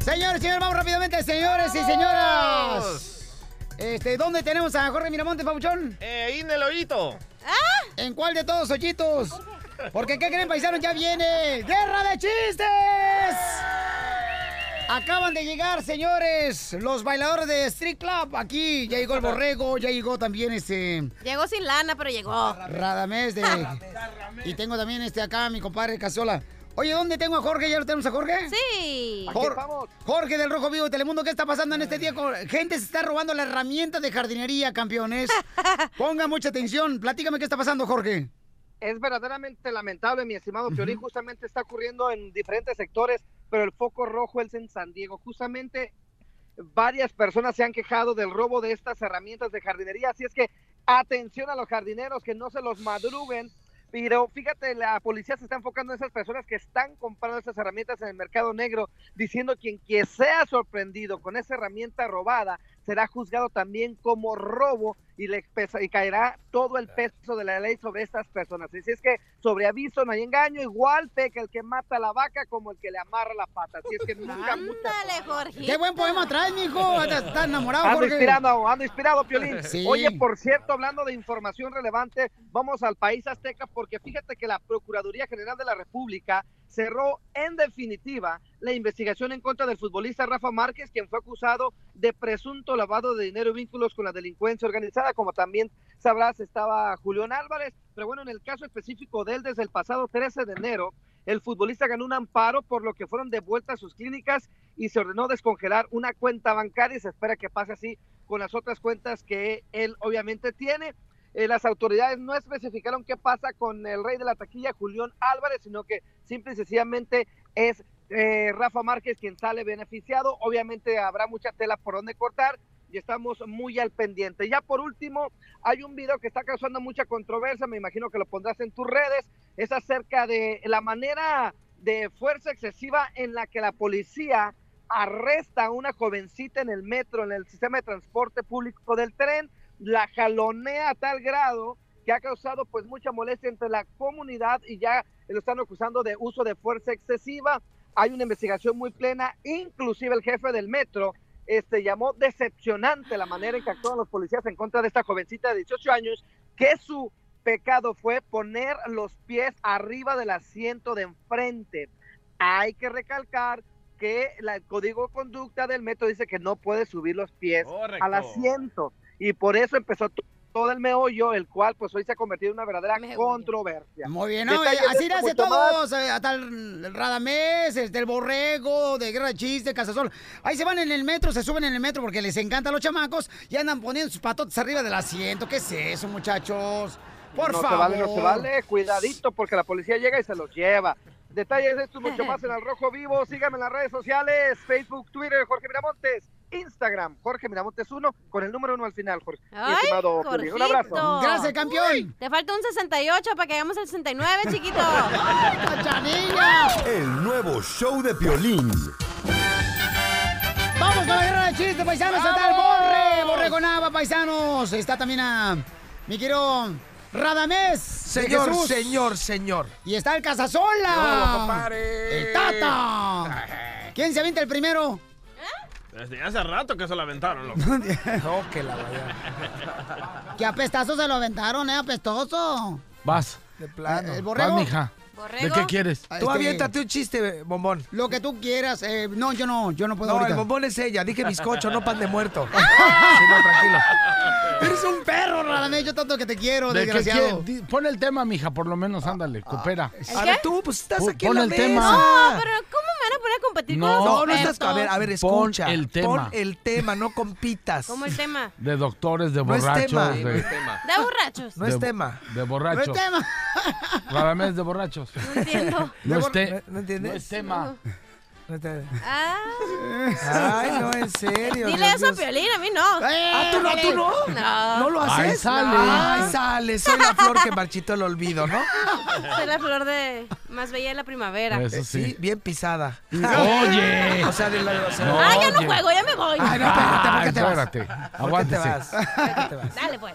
Speaker 2: Señores, señores, vamos rápidamente, señores y señoras. Este, ¿dónde tenemos a Jorge Miramontes, Pabuchón?
Speaker 16: Eh, en el hoyito.
Speaker 10: ¿Ah?
Speaker 2: ¿En cuál de todos hoyitos? Porque ¿qué creen, paisanos? Ya viene Guerra de Chistes. Acaban de llegar, señores, los bailadores de Street Club. Aquí ya llegó el borrego, ya llegó también este
Speaker 3: Llegó sin lana, pero llegó.
Speaker 2: Radamés de... Y tengo también este acá mi compadre Casola. Oye, ¿dónde tengo a Jorge? ¿Ya lo tenemos a Jorge?
Speaker 3: Sí.
Speaker 2: Jor- Jorge del Rojo Vivo de Telemundo, ¿qué está pasando en este día? Co- Gente se está robando la herramienta de jardinería, campeones. Ponga mucha atención. Platícame qué está pasando, Jorge.
Speaker 16: Es verdaderamente lamentable, mi estimado Piolín. Justamente está ocurriendo en diferentes sectores, pero el foco rojo es en San Diego. Justamente varias personas se han quejado del robo de estas herramientas de jardinería. Así es que atención a los jardineros que no se los madruguen. Pero fíjate, la policía se está enfocando en esas personas que están comprando esas herramientas en el mercado negro, diciendo quien que sea sorprendido con esa herramienta robada será juzgado también como robo y le pesa- y caerá todo el peso de la ley sobre estas personas. Así es que sobre aviso no hay engaño, igual peca el que mata a la vaca como el que le amarra la pata. Así es que nunca
Speaker 3: Ándale, Jorge.
Speaker 2: Qué buen poema traes, mijo. Estás estás enamorado,
Speaker 16: Ando
Speaker 2: Jorge.
Speaker 16: inspirado, ando inspirado, Piolín.
Speaker 2: Sí.
Speaker 16: Oye, por cierto, hablando de información relevante, vamos al país azteca porque fíjate que la Procuraduría General de la República cerró en definitiva la investigación en contra del futbolista Rafa Márquez, quien fue acusado de presunto lavado de dinero y vínculos con la delincuencia organizada, como también sabrás estaba Julián Álvarez, pero bueno, en el caso específico de él, desde el pasado 13 de enero, el futbolista ganó un amparo por lo que fueron devueltas sus clínicas y se ordenó descongelar una cuenta bancaria y se espera que pase así con las otras cuentas que él obviamente tiene. Eh, las autoridades no especificaron qué pasa con el rey de la taquilla, Julián Álvarez, sino que simple y sencillamente es eh, Rafa Márquez quien sale beneficiado. Obviamente habrá mucha tela por donde cortar y estamos muy al pendiente. Ya por último, hay un video que está causando mucha controversia, me imagino que lo pondrás en tus redes, es acerca de la manera de fuerza excesiva en la que la policía arresta a una jovencita en el metro, en el sistema de transporte público del tren, la jalonea a tal grado que ha causado pues mucha molestia entre la comunidad y ya lo están acusando de uso de fuerza excesiva. Hay una investigación muy plena, inclusive el jefe del metro este, llamó decepcionante la manera en que actúan los policías en contra de esta jovencita de 18 años, que su pecado fue poner los pies arriba del asiento de enfrente. Hay que recalcar que la- el código de conducta del metro dice que no puede subir los pies al
Speaker 5: Correcto.
Speaker 16: asiento y por eso empezó to-
Speaker 17: todo el meollo, el cual pues hoy se ha convertido en una verdadera controversia.
Speaker 2: Muy bien, ¿no? eh,
Speaker 17: Detalles de
Speaker 2: así
Speaker 17: esto
Speaker 2: le hace
Speaker 17: mucho más.
Speaker 2: todos, eh, hasta el Radamés, este, el Borrego, de Guerra de Chiste, Casasol. Ahí se van en el metro, se suben en el metro porque les encantan los chamacos y andan poniendo sus patotes arriba del asiento. ¿Qué es eso, muchachos? Por
Speaker 17: no
Speaker 2: favor.
Speaker 17: se vale, no se vale. Cuidadito, porque la policía llega y se los lleva. Detalles de esto y mucho más en Al Rojo Vivo. Síganme en las redes sociales: Facebook, Twitter, Jorge Miramontes, Instagram, Jorge Miramontes 1, con el número 1 al final, Jorge. Mi
Speaker 3: Ay,
Speaker 17: estimado Piolín, Un abrazo.
Speaker 3: Jorgito. Uh,
Speaker 2: campeón.
Speaker 3: Te falta un 68 para que hagamos el 69, chiquito.
Speaker 7: El nuevo show de Piolín.
Speaker 2: Vamos con la guerra de chistes, paisanos. Está el Borre, Borrego Nava, paisanos. Está también a mi querido Radamés. de
Speaker 18: Señor,
Speaker 2: Jesús.
Speaker 18: señor, señor.
Speaker 2: Y está el
Speaker 18: Hola,
Speaker 2: Casasola.
Speaker 18: compadre.
Speaker 2: El Tata. ¿Quién se avienta el primero?
Speaker 10: Desde hace rato que se la aventaron, loco.
Speaker 18: no, que la
Speaker 10: vaya.
Speaker 2: Que apestazo se lo aventaron, ¿eh? Apestoso.
Speaker 18: Vas.
Speaker 2: De
Speaker 18: plano.
Speaker 2: El borrego.
Speaker 18: Vas, mija. ¿De qué quieres? Tú aviéntate
Speaker 2: un chiste, bombón. Lo que tú quieras. eh, no, yo no, yo no puedo
Speaker 18: No,
Speaker 2: ahorita.
Speaker 18: el bombón es ella. Dije bizcocho, no pan de muerto. sí, no, tranquilo.
Speaker 2: Eres un perro, Radamés. Yo tanto que te quiero,
Speaker 18: ¿De qué
Speaker 2: desgraciado.
Speaker 18: quiere? Di- Pon el tema, mija, por lo menos, ándale, coopera.
Speaker 2: ¿El A ver, qué? tú, pues, estás
Speaker 18: Pon-
Speaker 2: aquí en
Speaker 18: Pon
Speaker 2: la
Speaker 18: el
Speaker 2: mesa.
Speaker 18: tema.
Speaker 3: Ah, No, pero ¿cómo me van a poner a competir con
Speaker 18: No,
Speaker 3: los
Speaker 18: no, no estás.
Speaker 3: expertos?
Speaker 18: A ver, a ver,
Speaker 3: Pon
Speaker 18: escucha.
Speaker 3: el
Speaker 18: Pon
Speaker 3: tema.
Speaker 18: el tema, no compitas.
Speaker 3: ¿Cómo el tema?
Speaker 18: De doctores, de
Speaker 3: No es
Speaker 18: borrachos.
Speaker 3: tema.
Speaker 18: De,
Speaker 3: Sí, no es De borrachos.
Speaker 18: No es tema. De borrachos.
Speaker 3: No es tema.
Speaker 18: Radamés de borrachos. No
Speaker 3: entiendo.
Speaker 18: No,
Speaker 3: De
Speaker 18: es
Speaker 3: bor-
Speaker 18: te-
Speaker 3: ¿No entiendes?
Speaker 18: No es tema.
Speaker 3: Ah.
Speaker 18: Ay, no, en serio.
Speaker 3: Dile
Speaker 18: Dios
Speaker 3: eso a
Speaker 18: mío.
Speaker 3: Piolín, a mí no.
Speaker 18: Ah, tú no, tú no.
Speaker 3: No.
Speaker 18: No lo haces.
Speaker 3: Ahí
Speaker 18: Ay, sale. Soy la flor que marchitó el olvido, ¿no?
Speaker 3: Soy la flor de más bella de la primavera.
Speaker 18: Eh, bien pisada.
Speaker 3: Oye.
Speaker 18: O sea, de la. o sea-
Speaker 3: ah, ya no juego, ya me voy.
Speaker 18: Ay, no, Ah, espérate, ¿por qué te vas?
Speaker 7: espérate.
Speaker 18: ¿Por qué te vas?
Speaker 7: Aguántese.
Speaker 3: Dale, pues.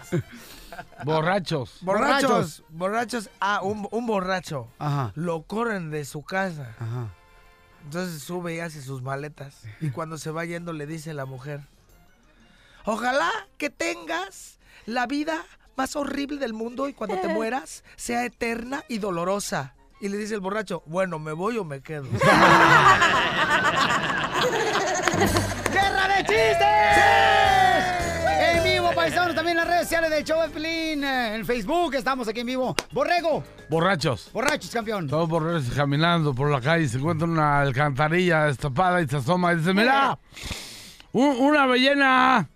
Speaker 18: Borrachos. Borrachos.
Speaker 7: Borrachos.
Speaker 18: Borrachos. Ah, un, un borracho. Lo corren de su casa. Entonces sube y hace sus maletas. Y cuando se va yendo le dice la mujer, ojalá que tengas la vida más horrible del mundo y cuando te mueras sea eterna y dolorosa. Y le dice el borracho, bueno, ¿me voy o me quedo?
Speaker 2: ¡Guerra de chistes! En vivo, paisanos, también en las redes sociales del show de Pelín. En Facebook estamos aquí en vivo. Borrego,
Speaker 18: Borrachos.
Speaker 2: Borrachos, campeón.
Speaker 18: Todos borrachos caminando por la calle, se encuentra una alcantarilla destapada y se asoma y dice, mira, un- una ballena,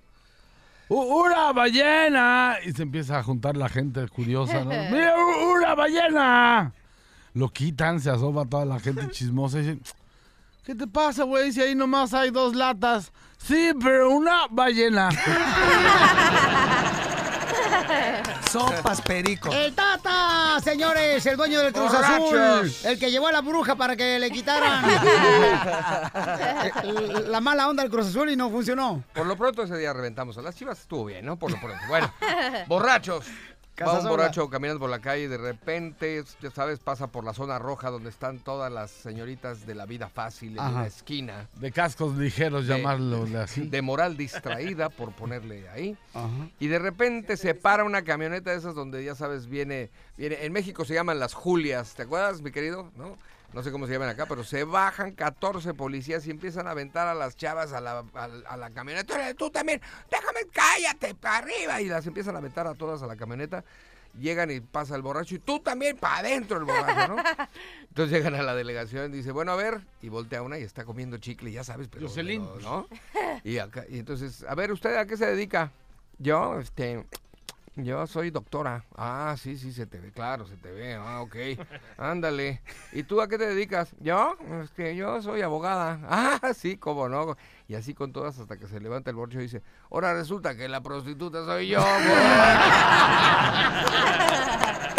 Speaker 18: u- una ballena. Y se empieza a juntar la gente curiosa, ¿no? Mira, u- una ballena. Lo quitan, se asoma toda la gente chismosa y dice, ¿qué te pasa, güey? Si ahí nomás hay dos latas. Sí, pero una ballena. Sopas perico.
Speaker 2: El Tata, señores, el dueño del Cruz Azul.
Speaker 18: Borrachos.
Speaker 2: El que llevó a la bruja para que le quitaran la mala onda del Cruz Azul y no funcionó.
Speaker 19: Por lo pronto ese día reventamos a las chivas. Estuvo bien, ¿no? Por lo pronto. Bueno, borrachos. Va un
Speaker 2: Casasola.
Speaker 19: borracho caminando por la calle y de repente, ya sabes, pasa por la zona roja donde están todas las señoritas de la vida fácil en
Speaker 18: Ajá.
Speaker 19: una esquina.
Speaker 18: De cascos ligeros,
Speaker 19: De-
Speaker 18: llamarlo así.
Speaker 19: De moral distraída, por ponerle ahí. Y de repente se para una camioneta de esas donde ya sabes, viene, viene, en México se llaman las Julias, ¿te acuerdas, mi querido? ¿No? No sé cómo se llaman acá, pero se bajan 14 policías y empiezan a aventar a las chavas a la, a- a la camioneta. "Órale, Tú también, déjame, cállate, para arriba. Y las empiezan a aventar a todas a la camioneta. Llegan y pasa el borracho y tú también para adentro el borracho, ¿no? Entonces llegan a la delegación y dice, bueno, a ver, y voltea una y está comiendo chicle, ya sabes, pero, pero, ¿no? Y acá, y entonces, a ver, ¿usted a qué se dedica? Yo, este, yo soy doctora. Ah, sí, sí, se te ve, claro, se te ve. Ah, ok. Ándale. ¿Y tú a qué te dedicas? Yo, este, yo soy abogada. Ah, sí, cómo no. Y así con todas hasta que se levanta el borcho y dice, ahora resulta que la prostituta soy yo.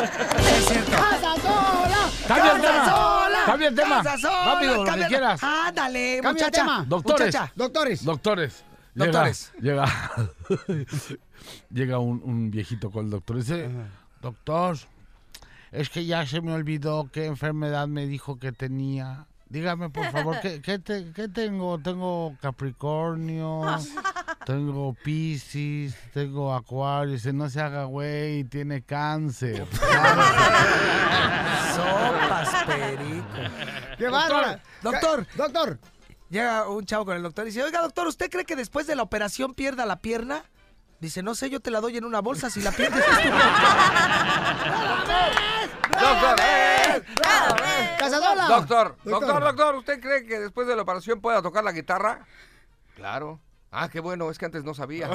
Speaker 2: ¡Casa sola!
Speaker 18: ¡Cambia el
Speaker 2: ¡Casa
Speaker 18: tema!
Speaker 2: sola!
Speaker 18: ¡Cambia el tema!
Speaker 2: ¡Casa sola!
Speaker 18: Rápido, lo que
Speaker 2: ¡Cambia-
Speaker 18: quieras.
Speaker 2: ¡Ándale,
Speaker 18: Cambia
Speaker 2: muchacha!
Speaker 18: el tema. Doctores.
Speaker 2: Muchacha. Doctores.
Speaker 18: Doctores. Llega-
Speaker 2: Doctores.
Speaker 18: Llega, llega un, un viejito con el doctor y dice, doctor, es que ya se me olvidó qué enfermedad me dijo que tenía. Dígame, por favor, ¿qué, qué te- qué tengo? Tengo Capricornio, tengo Piscis, tengo Acuario. Dice, no se haga güey, tiene cáncer.
Speaker 2: Sopas, ¡Qué bárbara!
Speaker 18: Doctor,
Speaker 2: doctor.
Speaker 18: Llega un chavo con el doctor y dice, oiga, doctor, ¿usted cree que después de la operación pierda la pierna?
Speaker 20: Dice, no sé, yo te la doy en una bolsa si la pierdes.
Speaker 19: Doctor,
Speaker 2: eh. ¡Cazadora!
Speaker 19: doctor, doctor, doctor, ¿usted cree que después de la operación pueda tocar la guitarra? Claro. Ah, qué bueno, es que antes no sabía.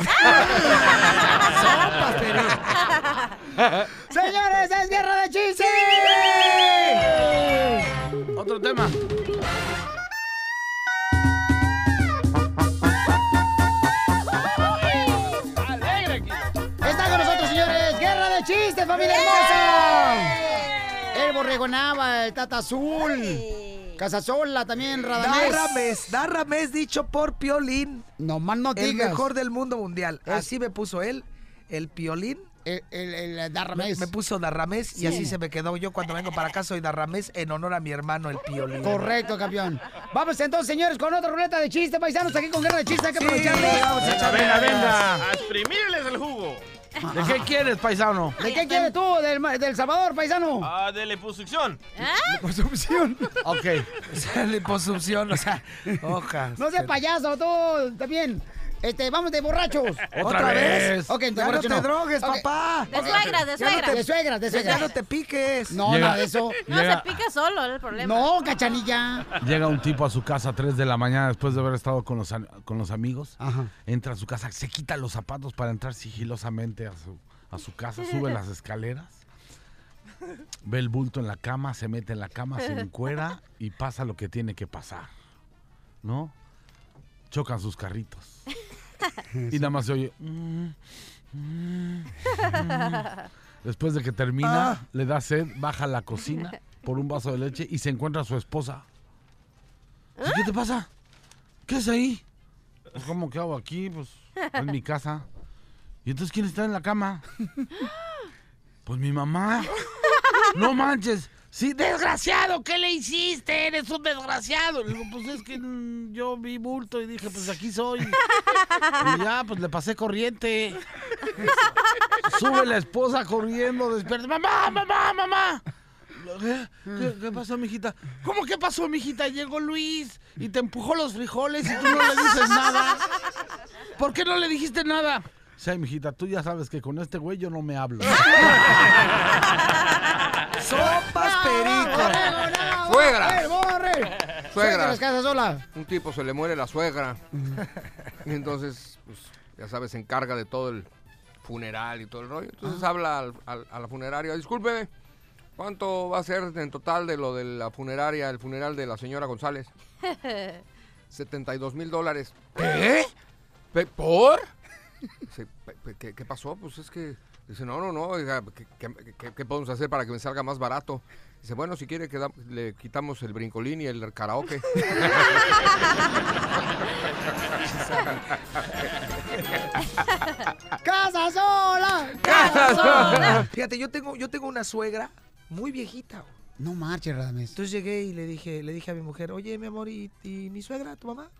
Speaker 2: ¡Señores, es guerra de chistes!
Speaker 18: Otro tema.
Speaker 2: Está con nosotros, señores, guerra de chistes, familia hermosa. El borrego Nava, el tata azul. Casasola también, Radamés.
Speaker 20: Darramés, Darramés dicho por Piolín.
Speaker 2: No más no
Speaker 20: El
Speaker 2: digas.
Speaker 20: mejor del mundo mundial. Así me puso él, el Piolín.
Speaker 2: El, Darramés.
Speaker 20: Me, me puso Darramés
Speaker 2: Sí.
Speaker 20: y así se me quedó. Yo cuando vengo para acá soy Darramés en honor a mi hermano el Piolín.
Speaker 2: Correcto, campeón. Vamos entonces, señores, con otra ruleta de chistes, paisanos, aquí con guerra de chistes, hay que
Speaker 20: Sí,
Speaker 2: aprovecharlo.
Speaker 20: vamos a echarle
Speaker 18: Venga, venga.
Speaker 10: A exprimirles el jugo.
Speaker 18: ¿De qué quieres, paisano?
Speaker 2: ¿De qué quieres tú, del, Ma- del Salvador, paisano?
Speaker 10: Ah, de liposucción.
Speaker 2: ¿Ah? Liposucción.
Speaker 20: Ok. O sea, liposucción, o sea, hojas.
Speaker 2: No seas payaso, tú también. Este, vamos de borrachos.
Speaker 20: ¿Otra ¿Otra vez? vez?
Speaker 2: Ok, de
Speaker 20: Ya no
Speaker 2: borracho
Speaker 20: te drogues,
Speaker 2: Ok.
Speaker 20: papá. De
Speaker 2: Ok.
Speaker 20: suegras, de
Speaker 2: Ya no te-
Speaker 20: suegras.
Speaker 2: De suegras, de
Speaker 20: Ya
Speaker 2: suegras.
Speaker 20: no te piques.
Speaker 2: No,
Speaker 18: Llega-
Speaker 2: nada de eso.
Speaker 3: No,
Speaker 18: Llega-
Speaker 3: se pica solo, es el problema.
Speaker 2: No, cachanilla.
Speaker 18: Llega un tipo a su casa a 3 de la mañana después de haber estado con los, an- con los amigos. Entra a su casa, se quita los zapatos para entrar sigilosamente a su, a su casa, sube las escaleras, ve el bulto en la cama, se mete en la cama, se encuera y pasa lo que tiene que pasar. ¿No? Chocan sus carritos. Y nada más se oye. "Mm, mm, mm". Después de que termina,
Speaker 20: Ah.
Speaker 18: le da sed, baja a la cocina por un vaso de leche y se encuentra a su esposa. Dice, ¿Qué te pasa? ¿Qué es ahí? Pues, ¿Cómo que hago aquí? Pues en mi casa. ¿Y entonces quién está en la cama? Pues mi mamá. No manches. Sí, desgraciado, ¿qué le hiciste? Eres un desgraciado. Le digo, pues es que mm, yo vi bulto y dije, pues aquí soy. Y ya, pues le pasé corriente. Sube la esposa corriendo, despierta. ¡Mamá, mamá, mamá! ¿Qué, ¿Qué- qué pasó, mijita? ¿Cómo que pasó, mijita? Llegó Luis y te empujó los frijoles y tú no le dices nada. ¿Por qué no le dijiste nada? Sí, mijita, tú ya sabes que con este güey yo no me hablo.
Speaker 20: ¡Sopas, perico!
Speaker 19: Suegra.
Speaker 2: ¡El borre!
Speaker 19: Suegra.
Speaker 2: las casas sola.
Speaker 19: Un tipo se le muere la suegra. y entonces, pues, ya sabes, se encarga de todo el funeral y todo el rollo. Entonces habla al- al- a la funeraria, disculpe, ¿cuánto va a ser en total de lo de la funeraria, el funeral de la señora González? 72 mil dólares. ¿Qué? Pe- ¿Por? Dice, "Pe- pe- ¿qué, qué pasó? Pues es que... Dice, no, no, no, oiga, ¿qué, qué- qué- qué podemos hacer para que me salga más barato? Dice, bueno, si quiere que le quitamos el brincolín y el karaoke.
Speaker 2: ¡Casa sola!
Speaker 20: Fíjate, yo tengo, yo tengo una suegra muy viejita. güey.
Speaker 2: No marches, Radamés.
Speaker 20: Entonces llegué y le dije, le dije a mi mujer, oye, mi amor, ¿y, y mi suegra, tu mamá?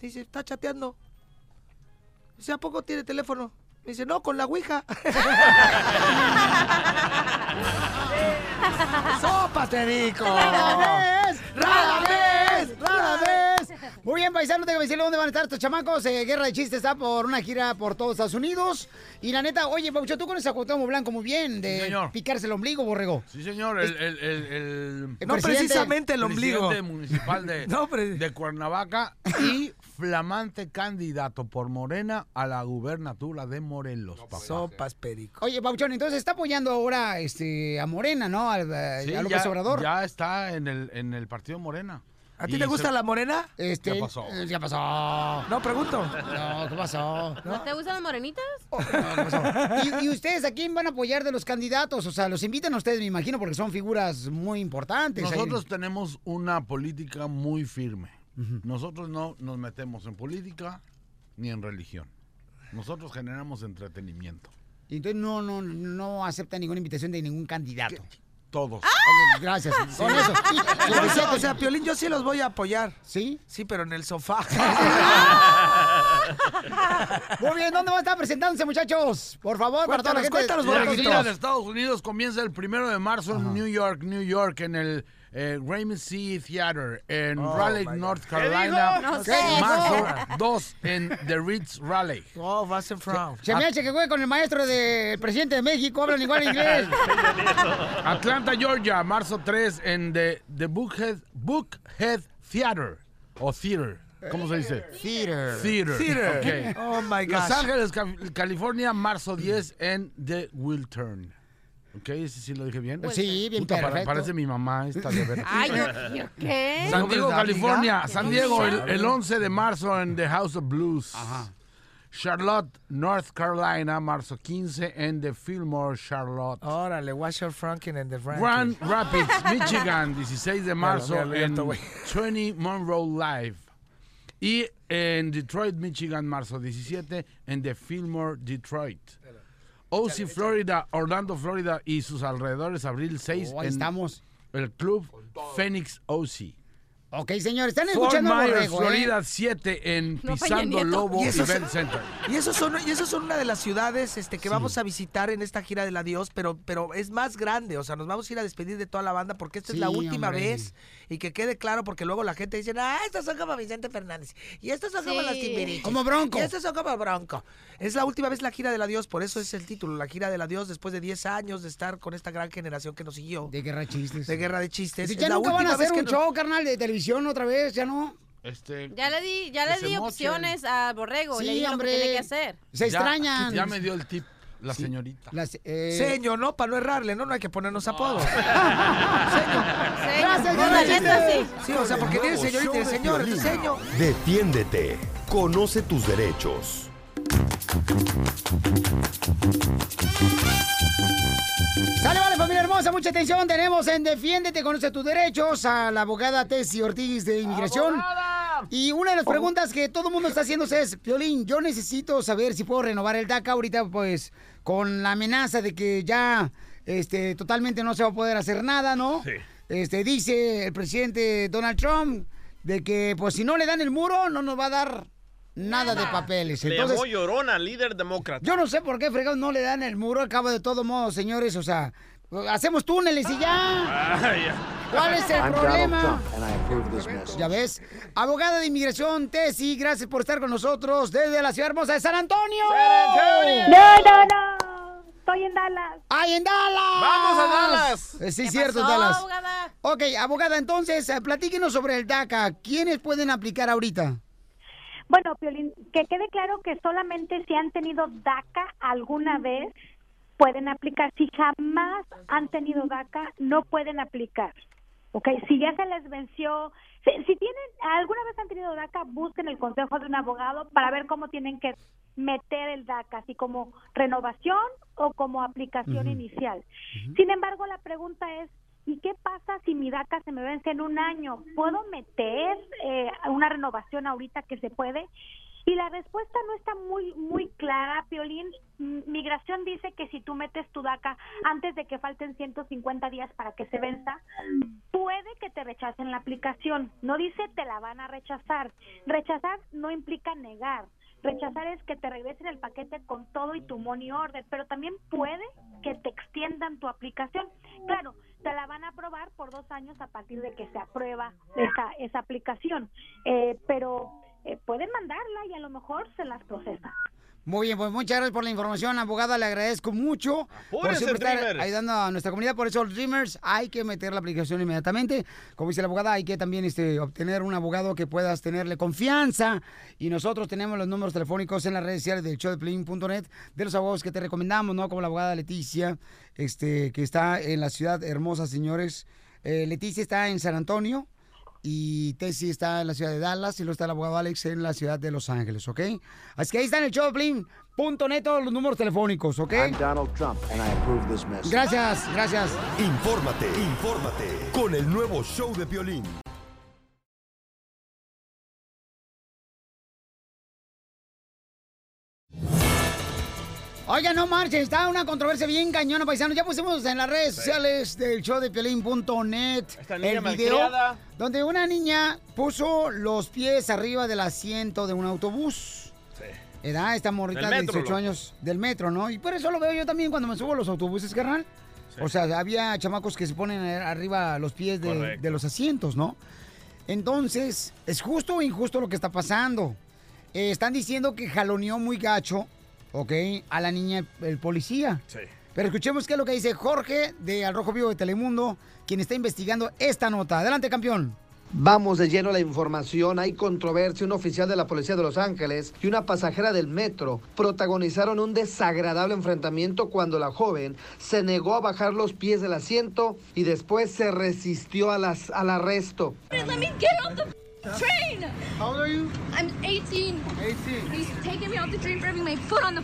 Speaker 20: Dice, está chateando. Dice, ¿a poco tiene teléfono? Me dice, no, con la ouija. ¡Sopas, te digo!
Speaker 2: ¡Radamés! ¡Radamés! ¡Radamés! Muy bien, paisano, tengo que decirle dónde van a estar estos chamacos. Eh, Guerra de Chistes está por una gira por todos Estados Unidos. Y la neta, oye, Paucho, tú conoces a Cuauhtémoc Blanco muy bien de
Speaker 18: Sí, señor.
Speaker 2: picarse el ombligo, borrego.
Speaker 18: Sí, señor, el... el- el- el-
Speaker 2: El No presidente- precisamente el ombligo.
Speaker 18: Presidente municipal de, de Cuernavaca y flamante candidato por Morena a la gubernatura de Morelos. papá.
Speaker 20: Sopas, perico.
Speaker 2: Oye, Pauchón, entonces está apoyando ahora este, a Morena, ¿no? Al- A,
Speaker 18: Sí,
Speaker 2: a López
Speaker 18: ya,
Speaker 2: Obrador.
Speaker 18: ya está en el, en el partido Morena.
Speaker 20: ¿A ti te gusta la morena?
Speaker 2: Este,
Speaker 18: ¿Qué pasó?
Speaker 2: eh, ¿Qué pasó?
Speaker 20: No, pregunto.
Speaker 2: No, ¿qué pasó?
Speaker 3: ¿No te gustan las morenitas?
Speaker 2: ¿Y, y ustedes a quién van a apoyar de los candidatos? O sea, los invitan a ustedes, me imagino, porque son figuras muy importantes. ¿eh? ahí.
Speaker 18: Nosotros tenemos una política muy firme. Nosotros no nos metemos en política ni en religión. Nosotros generamos entretenimiento.
Speaker 2: Y entonces no, no, no aceptan ninguna invitación de ningún candidato. ¡Ah!
Speaker 18: Todos.
Speaker 2: Ok, gracias. Con
Speaker 20: Sí.
Speaker 2: eso.
Speaker 20: O sea, o sea, Piolín, yo sí los voy a apoyar.
Speaker 2: ¿Sí?
Speaker 20: Sí, pero en el sofá.
Speaker 18: Ah,
Speaker 2: Muy bien, ¿dónde va a estar presentándose, muchachos? Por favor, para toda la gente.
Speaker 18: Cuéntanos,
Speaker 2: de la
Speaker 18: la gira
Speaker 2: cocina
Speaker 18: de Estados Unidos comienza el primero de marzo en New York, New York, en el eh, Gramercy Theater en
Speaker 20: Oh,
Speaker 18: Raleigh,
Speaker 20: my God.
Speaker 18: North
Speaker 20: ¿Qué
Speaker 18: Carolina.
Speaker 20: dijo? No sé. ¿Qué
Speaker 18: Marzo
Speaker 20: dijo?
Speaker 18: 2 en The Ritz Raleigh.
Speaker 20: Oh, vas en front.
Speaker 2: Se me hace que juegue con el maestro del presidente de México, hablan igual inglés.
Speaker 18: Atlanta, Georgia, marzo 3 en The, the Bookhead, Bookhead Theater. O Theater. ¿Cómo se dice?
Speaker 20: Theater.
Speaker 18: Theater.
Speaker 20: Theater.
Speaker 18: ok.
Speaker 20: Oh, my gosh.
Speaker 18: Los Ángeles, Ca- California, marzo 10 en The Wiltern. ¿Ok? ¿Ese sí lo dije bien?
Speaker 2: Sí, bien
Speaker 18: Puta, para-
Speaker 2: perfecto.
Speaker 18: Parece mi mamá esta de verdad.
Speaker 3: Ay, yo, yo qué.
Speaker 18: San Diego, California. San Diego, el,
Speaker 3: sabe.
Speaker 18: el 11 de marzo en The House of Blues. Charlotte, North Carolina, marzo 15 en The Fillmore, Charlotte.
Speaker 20: Órale, watch your Franklin and the Franklin.
Speaker 18: Grand Rapids, Michigan, 16 de marzo
Speaker 20: míralo, ya
Speaker 18: en
Speaker 20: está, güey.
Speaker 18: 20 Monroe Live. Y en Detroit, Michigan, marzo 17 en The Fillmore, Detroit. OC, Florida, Orlando, Florida y sus alrededores, abril 6
Speaker 2: Oh, ahí
Speaker 18: en
Speaker 2: estamos.
Speaker 18: el club Phoenix OC.
Speaker 2: Ok, señores, están
Speaker 18: Fort
Speaker 2: escuchando a
Speaker 18: Myers,
Speaker 2: Borrego, ¿eh?
Speaker 18: Florida 7 en
Speaker 2: No, Peña
Speaker 18: Pisando
Speaker 2: Nieto.
Speaker 18: Lobo
Speaker 20: Y
Speaker 18: y
Speaker 20: eso es-
Speaker 18: Event Center.
Speaker 20: Y eso son, y eso son una de las ciudades este, que vamos a visitar en esta gira del adiós, pero, pero es más grande, o sea, nos vamos a ir a despedir de toda la banda porque esta es la
Speaker 2: Sí,
Speaker 20: última
Speaker 2: hombre.
Speaker 20: vez y que quede claro porque luego la gente dice, ah, estos son como Vicente Fernández y estos son como
Speaker 2: Sí.
Speaker 20: las Timbiriches.
Speaker 2: Como Bronco.
Speaker 20: Y estos son como Bronco. Es la última vez la gira del adiós, por eso es el título, la gira del adiós después de 10 años de estar con esta gran generación que nos siguió.
Speaker 2: De guerra de chistes.
Speaker 20: De guerra de chistes.
Speaker 2: Si
Speaker 20: Es
Speaker 2: ya
Speaker 20: la
Speaker 2: nunca van a
Speaker 20: última vez
Speaker 2: hacer
Speaker 20: que
Speaker 2: un
Speaker 20: nos-
Speaker 2: show, carnal, de televisión otra vez, ya no.
Speaker 18: Este,
Speaker 3: Ya le di, ya le
Speaker 18: Que se
Speaker 3: di
Speaker 18: mochen.
Speaker 3: opciones a Borrego.
Speaker 2: Sí,
Speaker 3: le dije
Speaker 2: hombre.
Speaker 3: lo que tiene que hacer.
Speaker 2: Se extrañan.
Speaker 18: Ya me dio el tip la señorita.
Speaker 2: eh,
Speaker 20: Seño, no, para no errarle, no, no hay que ponernos apodos.
Speaker 2: Gracias,
Speaker 20: No,
Speaker 2: la
Speaker 20: no,
Speaker 2: neta, sí.
Speaker 20: Sí, o sea, porque tiene señor y tiene señor, entonces señor.
Speaker 7: Defiéndete. Conoce tus derechos.
Speaker 2: Sale, vale, familia hermosa, mucha atención. Tenemos en Defiéndete, conoce tus derechos a la abogada Tessie Ortiz de Inmigración. Y una de las preguntas que todo el mundo está haciéndose es, Piolín, yo necesito saber si puedo renovar el DACA ahorita, pues, con la amenaza de que ya, este, totalmente no se va a poder hacer nada, ¿no?
Speaker 21: Sí.
Speaker 2: Este, dice el presidente Donald Trump de que, pues, si no le dan el muro, no nos va a dar nada, de papeles.
Speaker 10: Le
Speaker 2: Entonces,
Speaker 10: llamó llorona, líder demócrata.
Speaker 2: yo no sé por qué fregados no le dan el muro al cabo de todo modo, señores. O sea, hacemos túneles y ya.
Speaker 10: Ay,
Speaker 2: ¿Cuál es el
Speaker 6: I'm
Speaker 2: problema?
Speaker 6: Donald Trump, and I approve this message.
Speaker 2: Ya ves. Abogada de inmigración, Tessy, gracias por estar con nosotros desde la ciudad hermosa de San Antonio.
Speaker 12: No, no, no. Estoy en Dallas.
Speaker 2: ¡Ay, en Dallas!
Speaker 12: ¡Vamos a Dallas!
Speaker 2: Eh, Sí,
Speaker 12: ¿Qué
Speaker 2: cierto,
Speaker 12: pasó,
Speaker 2: Dallas.
Speaker 12: abogada?
Speaker 2: Ok, abogada, entonces, eh, platíquenos sobre el DACA. ¿Quiénes pueden aplicar ahorita?
Speaker 12: Bueno, Piolín, que quede claro que solamente si han tenido DACA alguna vez pueden aplicar. Si jamás han tenido DACA, no pueden aplicar. ¿Ok? Si ya se les venció, si, si tienen, alguna vez han tenido DACA, busquen el consejo de un abogado para ver cómo tienen que meter el DACA, así como renovación o como aplicación
Speaker 15: Ujú.
Speaker 12: inicial. Sin embargo, la pregunta es, ¿y qué pasa si mi DACA se me vence en un año? ¿Puedo meter eh, una renovación ahorita que se puede? Y la respuesta no está muy muy clara, Piolín. M- Migración dice que si tú metes tu DACA antes de que falten 150 días para que se venza, puede que te rechacen la aplicación. No dice te la van a rechazar. Rechazar no implica negar. Rechazar es que te regresen el paquete con todo y tu money order, pero también puede que te extiendan tu aplicación. Claro, te la van a aprobar por dos años a partir de que se aprueba esa, esa aplicación, Eh, pero eh, pueden mandarla y a lo mejor se las procesa.
Speaker 2: Muy bien, pues muchas gracias por la información, abogada. Le agradezco mucho por
Speaker 10: Apúrense,
Speaker 2: siempre estar
Speaker 10: Dreamers.
Speaker 2: ayudando a nuestra comunidad. Por eso, Dreamers, hay que meter la aplicación inmediatamente. Como dice la abogada, hay que también este, obtener un abogado que puedas tenerle confianza. Y nosotros tenemos los números telefónicos en las redes sociales del show de Piolín.net de los abogados que te recomendamos, ¿no? Como la abogada Leticia, este, que está en la ciudad hermosa, señores. Eh, Leticia está en San Antonio. Y Tessie está en la ciudad de Dallas y lo está el abogado Alex en la ciudad de Los Ángeles, ¿ok? Así que ahí están el show de Piolín punto net, todos los números telefónicos, ¿ok?
Speaker 6: I'm Donald Trump, and I approve this message.
Speaker 2: Gracias, gracias.
Speaker 7: Infórmate, infórmate con el nuevo show de violín.
Speaker 2: Oiga, no marchen, está una controversia bien cañona, paisano. Ya pusimos en las redes sociales del show de Piolín.net
Speaker 10: Esta niña
Speaker 2: el video
Speaker 10: malcriada.
Speaker 2: donde una niña puso los pies arriba del asiento de un autobús. Edad, esta morrita
Speaker 21: Del
Speaker 2: de
Speaker 21: metro,
Speaker 2: 18
Speaker 21: loco.
Speaker 2: años del metro, ¿no? Y por eso lo veo yo también cuando me subo a los autobuses, carnal. O sea, había chamacos que se ponen a- arriba los pies de,
Speaker 21: Correcto.
Speaker 2: de los asientos, ¿no? Entonces, ¿es justo o injusto lo que está pasando? Eh, están diciendo que jaloneó muy gacho, ¿ok? A la niña el policía.
Speaker 21: Sí.
Speaker 2: Pero escuchemos qué es lo que dice Jorge de Al Rojo Vivo de Telemundo, quien está investigando esta nota. Adelante, campeón.
Speaker 5: Vamos de lleno a la información. Hay controversia. Un oficial de la policía de Los Ángeles y una pasajera del metro protagonizaron un desagradable enfrentamiento cuando la joven se negó a bajar los pies del asiento y después se resistió a las- al arresto.
Speaker 4: Let me get off the train. How old are you? I'm 18. 18. He's taking me off the train for having my foot on the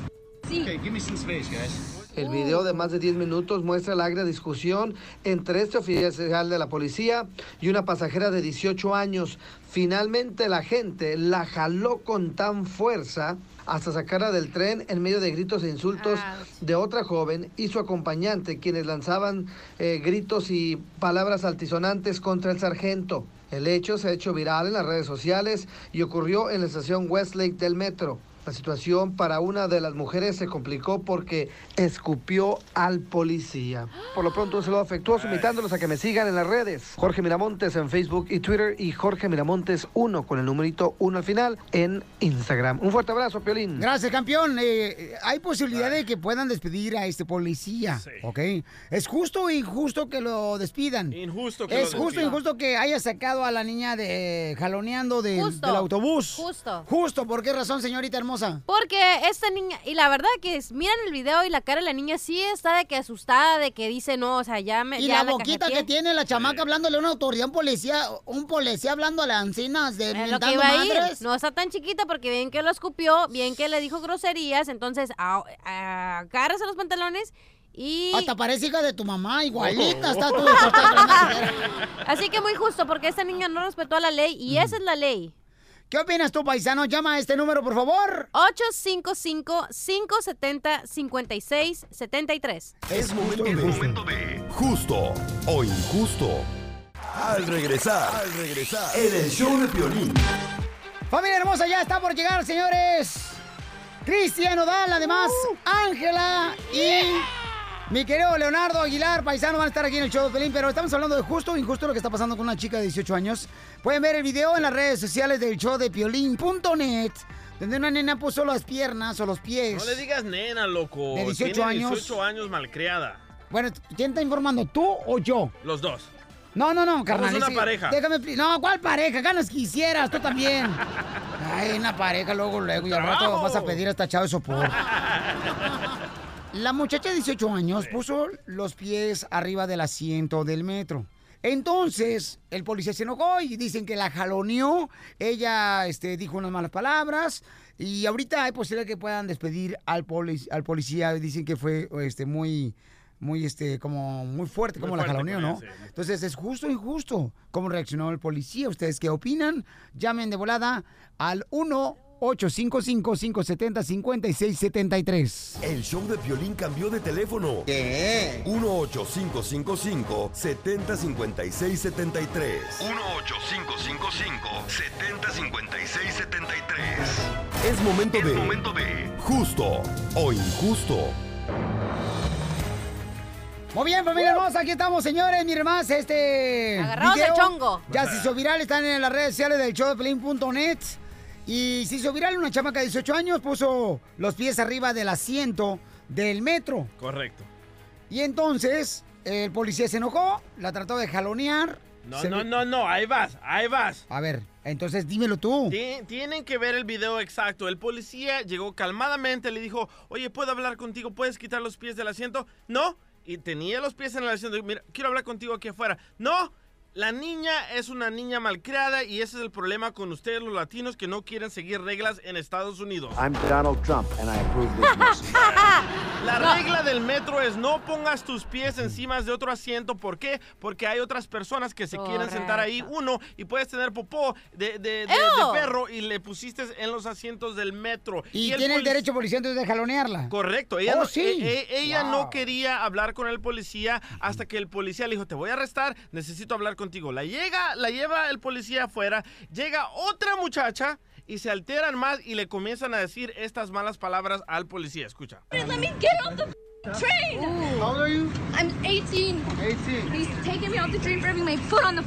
Speaker 4: seat. Okay, give me some space, guys.
Speaker 5: El video de más de 10 minutos muestra la agria discusión entre este oficial de la policía y una pasajera de 18 años. Finalmente la gente la jaló con tan fuerza hasta sacarla del tren en medio de gritos e insultos de otra joven y su acompañante, quienes lanzaban eh, gritos y palabras altisonantes contra el sargento. El hecho se ha hecho viral en las redes sociales y ocurrió en la estación Westlake del metro. La situación para una de las mujeres se complicó porque escupió al policía. Por lo pronto, un saludo afectuoso, invitándolos a que me sigan en las redes. Jorge Miramontes en Facebook y Twitter y Jorge Miramontes 1 con el numerito 1 al final en Instagram. Un fuerte abrazo, Piolín.
Speaker 2: Gracias, campeón. Eh, eh, hay posibilidad de que puedan despedir a este policía, ¿ok? ¿Es justo o injusto que lo despidan?
Speaker 10: Injusto que
Speaker 2: Es
Speaker 10: lo
Speaker 2: justo o
Speaker 10: despidan.
Speaker 2: injusto que haya sacado a la niña de jaloneando de-
Speaker 3: Justo.
Speaker 2: del autobús.
Speaker 3: Justo.
Speaker 2: Justo, ¿por qué razón, señorita hermosa?
Speaker 3: Porque esta niña, y la verdad que es- miran el video y la cara de la niña sí está de que asustada, de que dice no, o sea, ya me.
Speaker 2: Y
Speaker 3: ya
Speaker 2: la boquita que
Speaker 3: cajeteé".
Speaker 2: tiene la chamaca hablándole a una autoridad, un policía, un policía hablándole a encinas de
Speaker 3: Es Eh, lo que
Speaker 2: mentando
Speaker 3: iba a ir.
Speaker 2: madres.
Speaker 3: No está tan chiquita porque bien que lo escupió, bien que le dijo groserías, entonces a- a- agárrase los pantalones y.
Speaker 2: Hasta parece hija de tu mamá, igualita
Speaker 3: Oh.
Speaker 2: está tu está tu-
Speaker 3: Así que muy justo porque esta niña no respetó a la ley y esa es la ley.
Speaker 2: Mm. ¿Qué opinas tú, paisano? Llama a este número, por favor.
Speaker 3: 855-570-5673.
Speaker 7: Es momento de, justo o injusto. Al regresar, al regresar, en el show de Piolín.
Speaker 2: Familia hermosa, ya está por llegar, señores. Cristian Odal, además, Ángela y mi querido Leonardo Aguilar, paisano, van a estar aquí en el show de Pelín, pero estamos hablando de justo o injusto lo que está pasando con una chica de 18 años. Pueden ver el video en las redes sociales del show de piolín.net, donde una nena puso las piernas o los pies.
Speaker 10: No le digas nena, loco.
Speaker 2: De 18
Speaker 10: Tiene
Speaker 2: años.
Speaker 10: 18 años malcriada.
Speaker 2: Bueno, ¿quién está informando, tú o yo?
Speaker 10: Los dos.
Speaker 2: No, no, no, carnal.
Speaker 10: una
Speaker 2: es que-
Speaker 10: pareja.
Speaker 2: Déjame. expli- No, ¿cuál pareja? Ganas quisieras, tú también. Ay, una pareja, luego, luego, y al rato
Speaker 21: Trabajo.
Speaker 2: vas a pedir hasta chavo de soporte. La muchacha de 18 años puso los pies arriba del asiento del metro. Entonces, el policía se enojó y dicen que la jaloneó. Ella este, dijo unas malas palabras. Y ahorita hay posibilidad que puedan despedir al, polic- al policía. Dicen que fue este, muy, muy, este, como muy fuerte,
Speaker 21: Muy
Speaker 2: como la
Speaker 21: fuerte
Speaker 2: jaloneó,
Speaker 21: con
Speaker 2: ¿no?
Speaker 21: ella, sí.
Speaker 2: Entonces, ¿es justo o injusto cómo reaccionó el policía? ¿Ustedes qué opinan? Llamen de volada al 1-855-570-5673.
Speaker 7: El show de Piolín cambió de teléfono. ¿Qué?
Speaker 22: 1-855-705673.
Speaker 7: 1-855-705673. Es momento de, justo o injusto.
Speaker 2: Muy bien, familia hermosa, aquí estamos, señores, miren más, este...
Speaker 3: Agarrados
Speaker 2: video
Speaker 3: de chongo.
Speaker 2: Ya se hizo viral, están en las redes sociales del show de Pelín.net. Y se hizo viral una chamaca de 18 años, puso los pies arriba del asiento del metro.
Speaker 10: Correcto.
Speaker 2: Y entonces, el policía se enojó, la trató de jalonear.
Speaker 10: No,
Speaker 2: se-
Speaker 10: no, no, no, ahí vas, ahí vas.
Speaker 2: A ver, entonces dímelo tú.
Speaker 10: Ti- Tienen que ver el video exacto. El policía llegó calmadamente, le dijo, oye, ¿puedo hablar contigo? ¿Puedes quitar los pies del asiento? No. Y tenía los pies en el asiento. Mira, quiero hablar contigo aquí afuera. No. La niña es una niña malcriada y ese es el problema con ustedes los latinos que no quieren seguir reglas en Estados Unidos.
Speaker 6: I'm Donald Trump, and I approve this message.
Speaker 10: La regla del metro es no pongas tus pies encima de otro asiento. ¿Por qué? Porque hay otras personas que se quieren sentar ahí, uno, y puedes tener popó de, de- de- de
Speaker 2: ¡Ew!
Speaker 10: perro y le pusiste en los asientos del metro.
Speaker 2: Y,
Speaker 10: el
Speaker 2: tiene el
Speaker 10: polic-
Speaker 2: derecho policía entonces de jalonearla.
Speaker 10: Correcto, ella,
Speaker 2: Oh,
Speaker 10: no,
Speaker 2: sí.
Speaker 10: e- e- ella
Speaker 2: Wow.
Speaker 10: no quería hablar con el policía hasta que el policía le dijo, te voy a arrestar, necesito hablar contigo. La, llega, la lleva el policía afuera, llega otra muchacha y se alteran más y le comienzan a decir estas malas palabras al policía. Escucha.
Speaker 4: Let me get off the train. How old are you? I'm 18. 18. He's taking me off the train for having my foot on the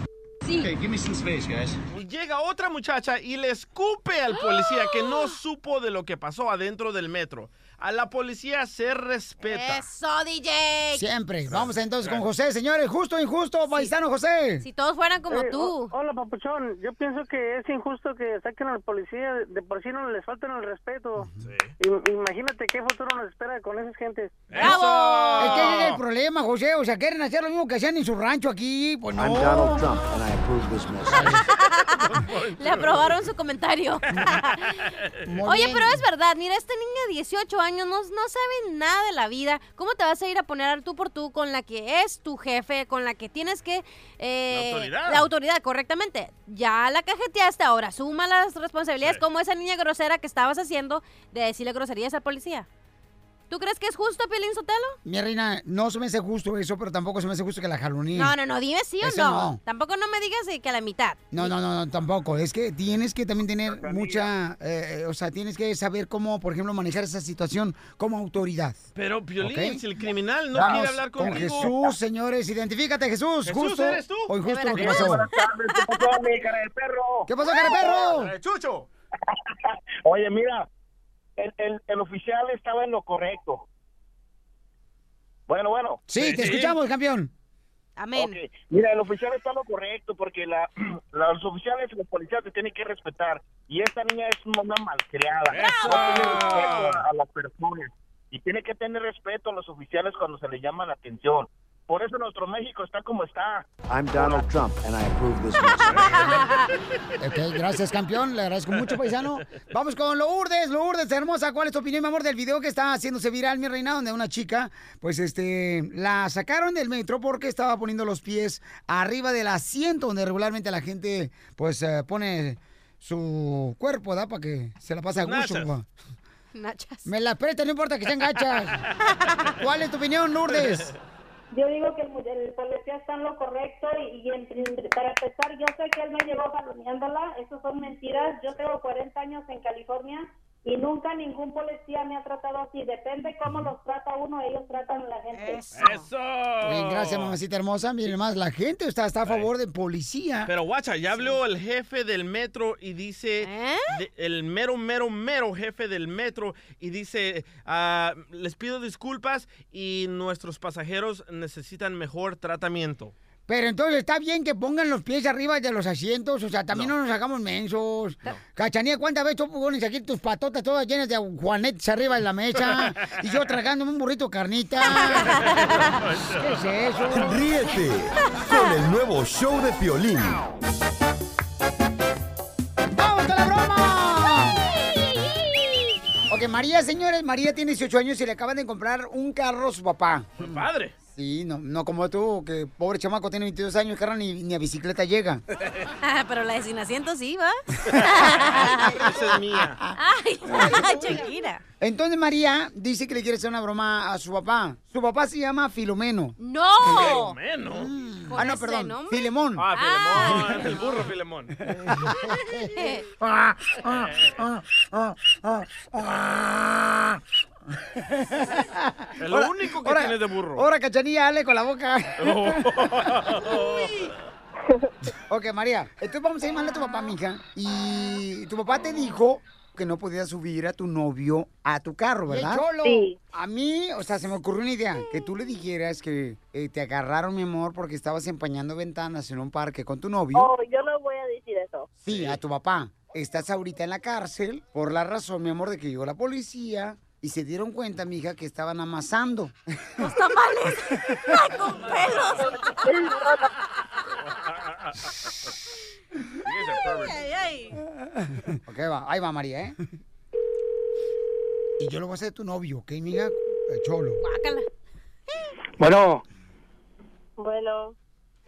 Speaker 4: seat. Okay, give me some space, guys.
Speaker 10: Y llega otra muchacha y le escupe al policía que no supo de lo que pasó adentro del metro. A la policía se respeta.
Speaker 3: Eso, DJ.
Speaker 2: Siempre. Vamos entonces con José, señores. Justo o injusto, paisano José.
Speaker 3: Si todos fueran como
Speaker 14: Eh,
Speaker 3: tú.
Speaker 11: oh,
Speaker 14: o- hola, papuchón. Yo pienso que es injusto que saquen al policía. De por sí no les faltan el respeto. Im- imagínate qué futuro nos espera con esas gentes.
Speaker 2: Es que ese es el problema, José. O sea, quieren hacer lo mismo que hacían en su rancho aquí. Pues
Speaker 6: I'm Donald
Speaker 2: no.
Speaker 6: Trump, and I approve this message.
Speaker 3: Le aprobaron su comentario.
Speaker 6: Muy
Speaker 3: Oye,
Speaker 6: bien.
Speaker 3: pero es verdad, mira, esta niña de 18 años no, no sabe nada de la vida. ¿Cómo te vas a ir a poner al tú por tú con la que es tu jefe, con la que tienes que... eh,
Speaker 14: La autoridad.
Speaker 3: La autoridad, correctamente. Ya la cajeteaste, ahora suma las responsabilidades
Speaker 14: Sí.
Speaker 3: como esa niña grosera que estabas haciendo de decirle groserías al policía. ¿Tú crees que es justo, Piolín Sotelo?
Speaker 2: Mi reina, no se me hace justo eso, pero tampoco se me hace justo que la jaloneen.
Speaker 3: No, no, no, dime sí o
Speaker 2: Eso
Speaker 3: no.
Speaker 2: no.
Speaker 3: Tampoco no me digas eh, que a la mitad.
Speaker 2: No, no, no, no, tampoco. Es que tienes que también tener mucha, eh, eh, o sea, tienes que saber cómo, por ejemplo, manejar esa situación como autoridad.
Speaker 10: Pero Piolín,
Speaker 2: Ok.
Speaker 10: si el criminal no
Speaker 2: Vamos
Speaker 10: quiere hablar
Speaker 2: con
Speaker 10: contigo.
Speaker 2: Jesús, señores, identifícate, Jesús.
Speaker 10: Jesús,
Speaker 2: justo
Speaker 10: ¿eres tú?
Speaker 2: O injusto
Speaker 10: De
Speaker 2: lo que
Speaker 10: Veracruz.
Speaker 2: pasó.
Speaker 10: Buenas
Speaker 11: ¿Qué pasó, mi cara de perro? Ah,
Speaker 2: ¿Qué pasó, cara de perro?
Speaker 11: Cara de ¡Chucho! Oye, mira, el, el, el oficial estaba en lo correcto. Bueno, bueno.
Speaker 2: Sí, te escuchamos, campeón.
Speaker 3: Amén.
Speaker 11: Mira, el oficial está en lo correcto porque la, la- los oficiales y los policías se tienen que respetar. Y esta niña es una malcriada.
Speaker 10: ¡Eso!
Speaker 11: No tiene respeto a, a las personas. Y tiene que tener respeto a los oficiales cuando se les llama la atención. Por eso nuestro México está como está.
Speaker 6: I'm Donald Trump, and I approve this message.
Speaker 2: Ok, gracias, campeón. Le agradezco mucho, paisano. Vamos con Lourdes, Lourdes, hermosa. ¿Cuál es tu opinión, mi amor, del video que está haciéndose viral, mi reina, donde una chica, pues, este, la sacaron del metro porque estaba poniendo los pies arriba del asiento donde regularmente la gente, pues, eh, pone su cuerpo, ¿da? Para que se la pase a gusto.
Speaker 3: Nachas.
Speaker 2: compa.
Speaker 3: Nachas.
Speaker 2: Me la aprieta, no importa que sean gachas. ¿Cuál es tu opinión, Lourdes?
Speaker 12: Yo digo que el, el policía está en lo correcto y, y en- en- para empezar, yo sé que él me llevó jaloneándola, eso son mentiras. Yo tengo 40 años en California y nunca ningún policía me ha tratado así. Depende cómo los trata uno, ellos tratan a la gente.
Speaker 10: ¡Eso!
Speaker 2: Bien, gracias, mamacita hermosa. Miren más, la gente está, está a favor del policía.
Speaker 10: Pero guacha, ya habló el jefe del metro y dice, de- el mero, mero, mero jefe del metro y dice, ah, les pido disculpas y nuestros pasajeros necesitan mejor tratamiento.
Speaker 2: Pero entonces está bien que pongan los pies arriba de los asientos, o sea, también no, nos hagamos mensos. Cachanía, ¿cuántas veces tú pones aquí tus patotas todas llenas de juanetes arriba de la mesa? y yo tragándome un burrito de carnita. ¿Qué es eso?
Speaker 7: Ríete con el nuevo show de Piolín.
Speaker 2: ¡Vamos con la broma! Ok, María, señores, María tiene 18 años y le acaban de comprar un carro a su papá.
Speaker 10: padre!
Speaker 2: Sí, no, no como tú, que pobre chamaco tiene 22 años, carro ni, ni a bicicleta llega.
Speaker 3: Ah, pero la de sin asiento sí, ¿va?
Speaker 10: Esa es mía.
Speaker 3: Ay, Shakira.
Speaker 2: Entonces María dice que le quiere hacer una broma a su papá. Su papá se llama Filomeno.
Speaker 3: ¡No!
Speaker 2: Ah, no, perdón. Filemón.
Speaker 10: Ah, Filemón, el burro Filemón.
Speaker 2: Es
Speaker 10: Es lo único que tiene de burro.
Speaker 2: Ahora, cachanilla, dale con la boca. ok, María, entonces vamos a ir mal a tu papá, mija. Y tu papá te dijo que no podías subir a tu novio a tu carro, ¿verdad?
Speaker 12: Bien cholo. Sí.
Speaker 2: A mí, o sea, se me ocurrió una idea. Que tú le dijeras que eh, te agarraron, mi amor, porque estabas empañando ventanas en un parque con tu novio.
Speaker 12: Oh, yo no voy a decir eso.
Speaker 2: Sí, a tu papá. Estás ahorita en la cárcel por la razón, mi amor, de que llegó la policía y se dieron cuenta, mija, que estaban amasando.
Speaker 3: Los tamales. Con
Speaker 10: pelos.
Speaker 3: Ay, ay,
Speaker 2: ok, va. Ahí va María, ¿eh? Y yo lo voy a hacer tu novio, ¿ok, mija? El cholo.
Speaker 3: Guácala.
Speaker 11: Bueno,
Speaker 12: Bueno,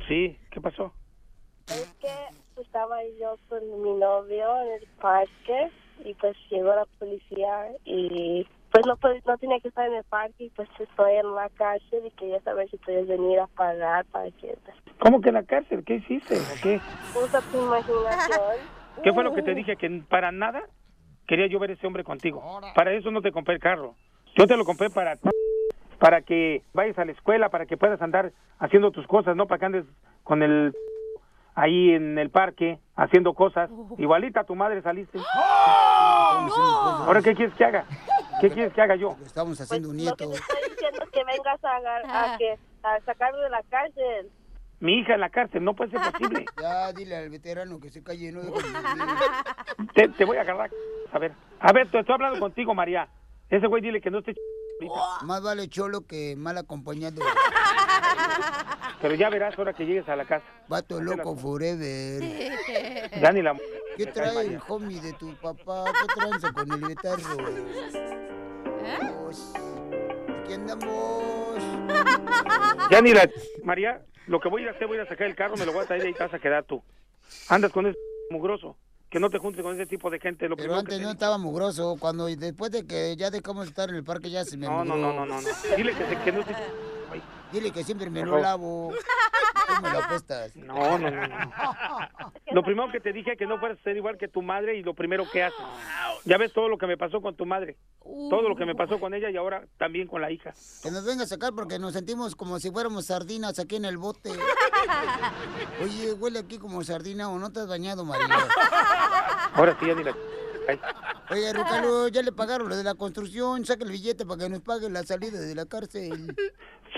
Speaker 11: sí, ¿qué pasó?
Speaker 12: es que estaba yo con mi novio en el parque y pues llegó la policía
Speaker 21: Eh,
Speaker 12: y pues no, pod- no tenía que estar en el parque y pues estoy en la cárcel y quería saber si puedes venir a pagar para que pues,
Speaker 11: ¿Cómo que en la cárcel? ¿Qué hiciste? ¿O qué?
Speaker 12: usa tu imaginación.
Speaker 21: ¿Qué fue lo
Speaker 2: Oh.
Speaker 21: que te dije? Que para nada quería yo ver ese hombre contigo. Para eso no te compré el carro. Yo te lo compré para ti, para que vayas a la escuela, para que puedas andar haciendo tus cosas, no para que andes con el ahí en el parque haciendo cosas.
Speaker 2: Oh.
Speaker 21: Igualita a tu madre saliste. Ahora qué quieres que haga? ¿Qué quieres que haga yo? Pues,
Speaker 2: Estamos haciendo un nieto.
Speaker 15: estoy diciendo que vengas a, agar- a, que, a sacarlo de la cárcel.
Speaker 21: Mi hija en la cárcel, no puede ser posible.
Speaker 2: Ya, dile al veterano que se calle. No
Speaker 21: Te, te voy a agarrar. A ver, a ver, te estoy hablando contigo, María. Ese güey dile que no esté
Speaker 2: Más vale cholo que mal acompañado.
Speaker 21: Pero ya verás ahora que llegues a la casa.
Speaker 2: Vato loco forever.
Speaker 21: Ya ni Eh. la...
Speaker 2: ¿Qué
Speaker 21: Me cae
Speaker 2: trae el
Speaker 21: María.
Speaker 2: homie de tu papá? ¿Qué tranza con el guitarro? Pues, Aquí andamos.
Speaker 21: Ya ni la... María, lo que voy a ir a hacer, voy a ir a sacar el carro, me lo voy a traer y ahí te vas a quedar tú. Andas con ese mugroso. Que no te juntes con ese tipo de gente. Lo
Speaker 2: Pero
Speaker 21: primero que
Speaker 2: antes
Speaker 21: te
Speaker 2: no
Speaker 21: digo.
Speaker 2: estaba mugroso. Cuando después de que ya dejamos de estar en el parque ya se me
Speaker 21: No, no,
Speaker 2: mugró.
Speaker 21: no, no, no, no. Dile que, se- que no esté-
Speaker 2: Dile que siempre me
Speaker 21: Por
Speaker 2: lo
Speaker 21: favor.
Speaker 2: lavo. Tú me lo apestas.
Speaker 21: No, no, no, no. Lo primero que te dije que no fueras a ser igual que tu madre y lo primero que haces. Ya ves todo lo que me pasó con tu madre. Todo lo
Speaker 2: Uh.
Speaker 21: que me pasó con ella y ahora también con la hija.
Speaker 2: Que nos venga a sacar porque nos sentimos como si fuéramos sardinas aquí en el bote. Oye, huele aquí como sardina o no te has bañado, María.
Speaker 21: Ahora sí, ya ni la... Ay.
Speaker 2: Oye, Rucalo, ya le pagaron lo de la construcción. Saca el billete para que nos pague la salida de la cárcel.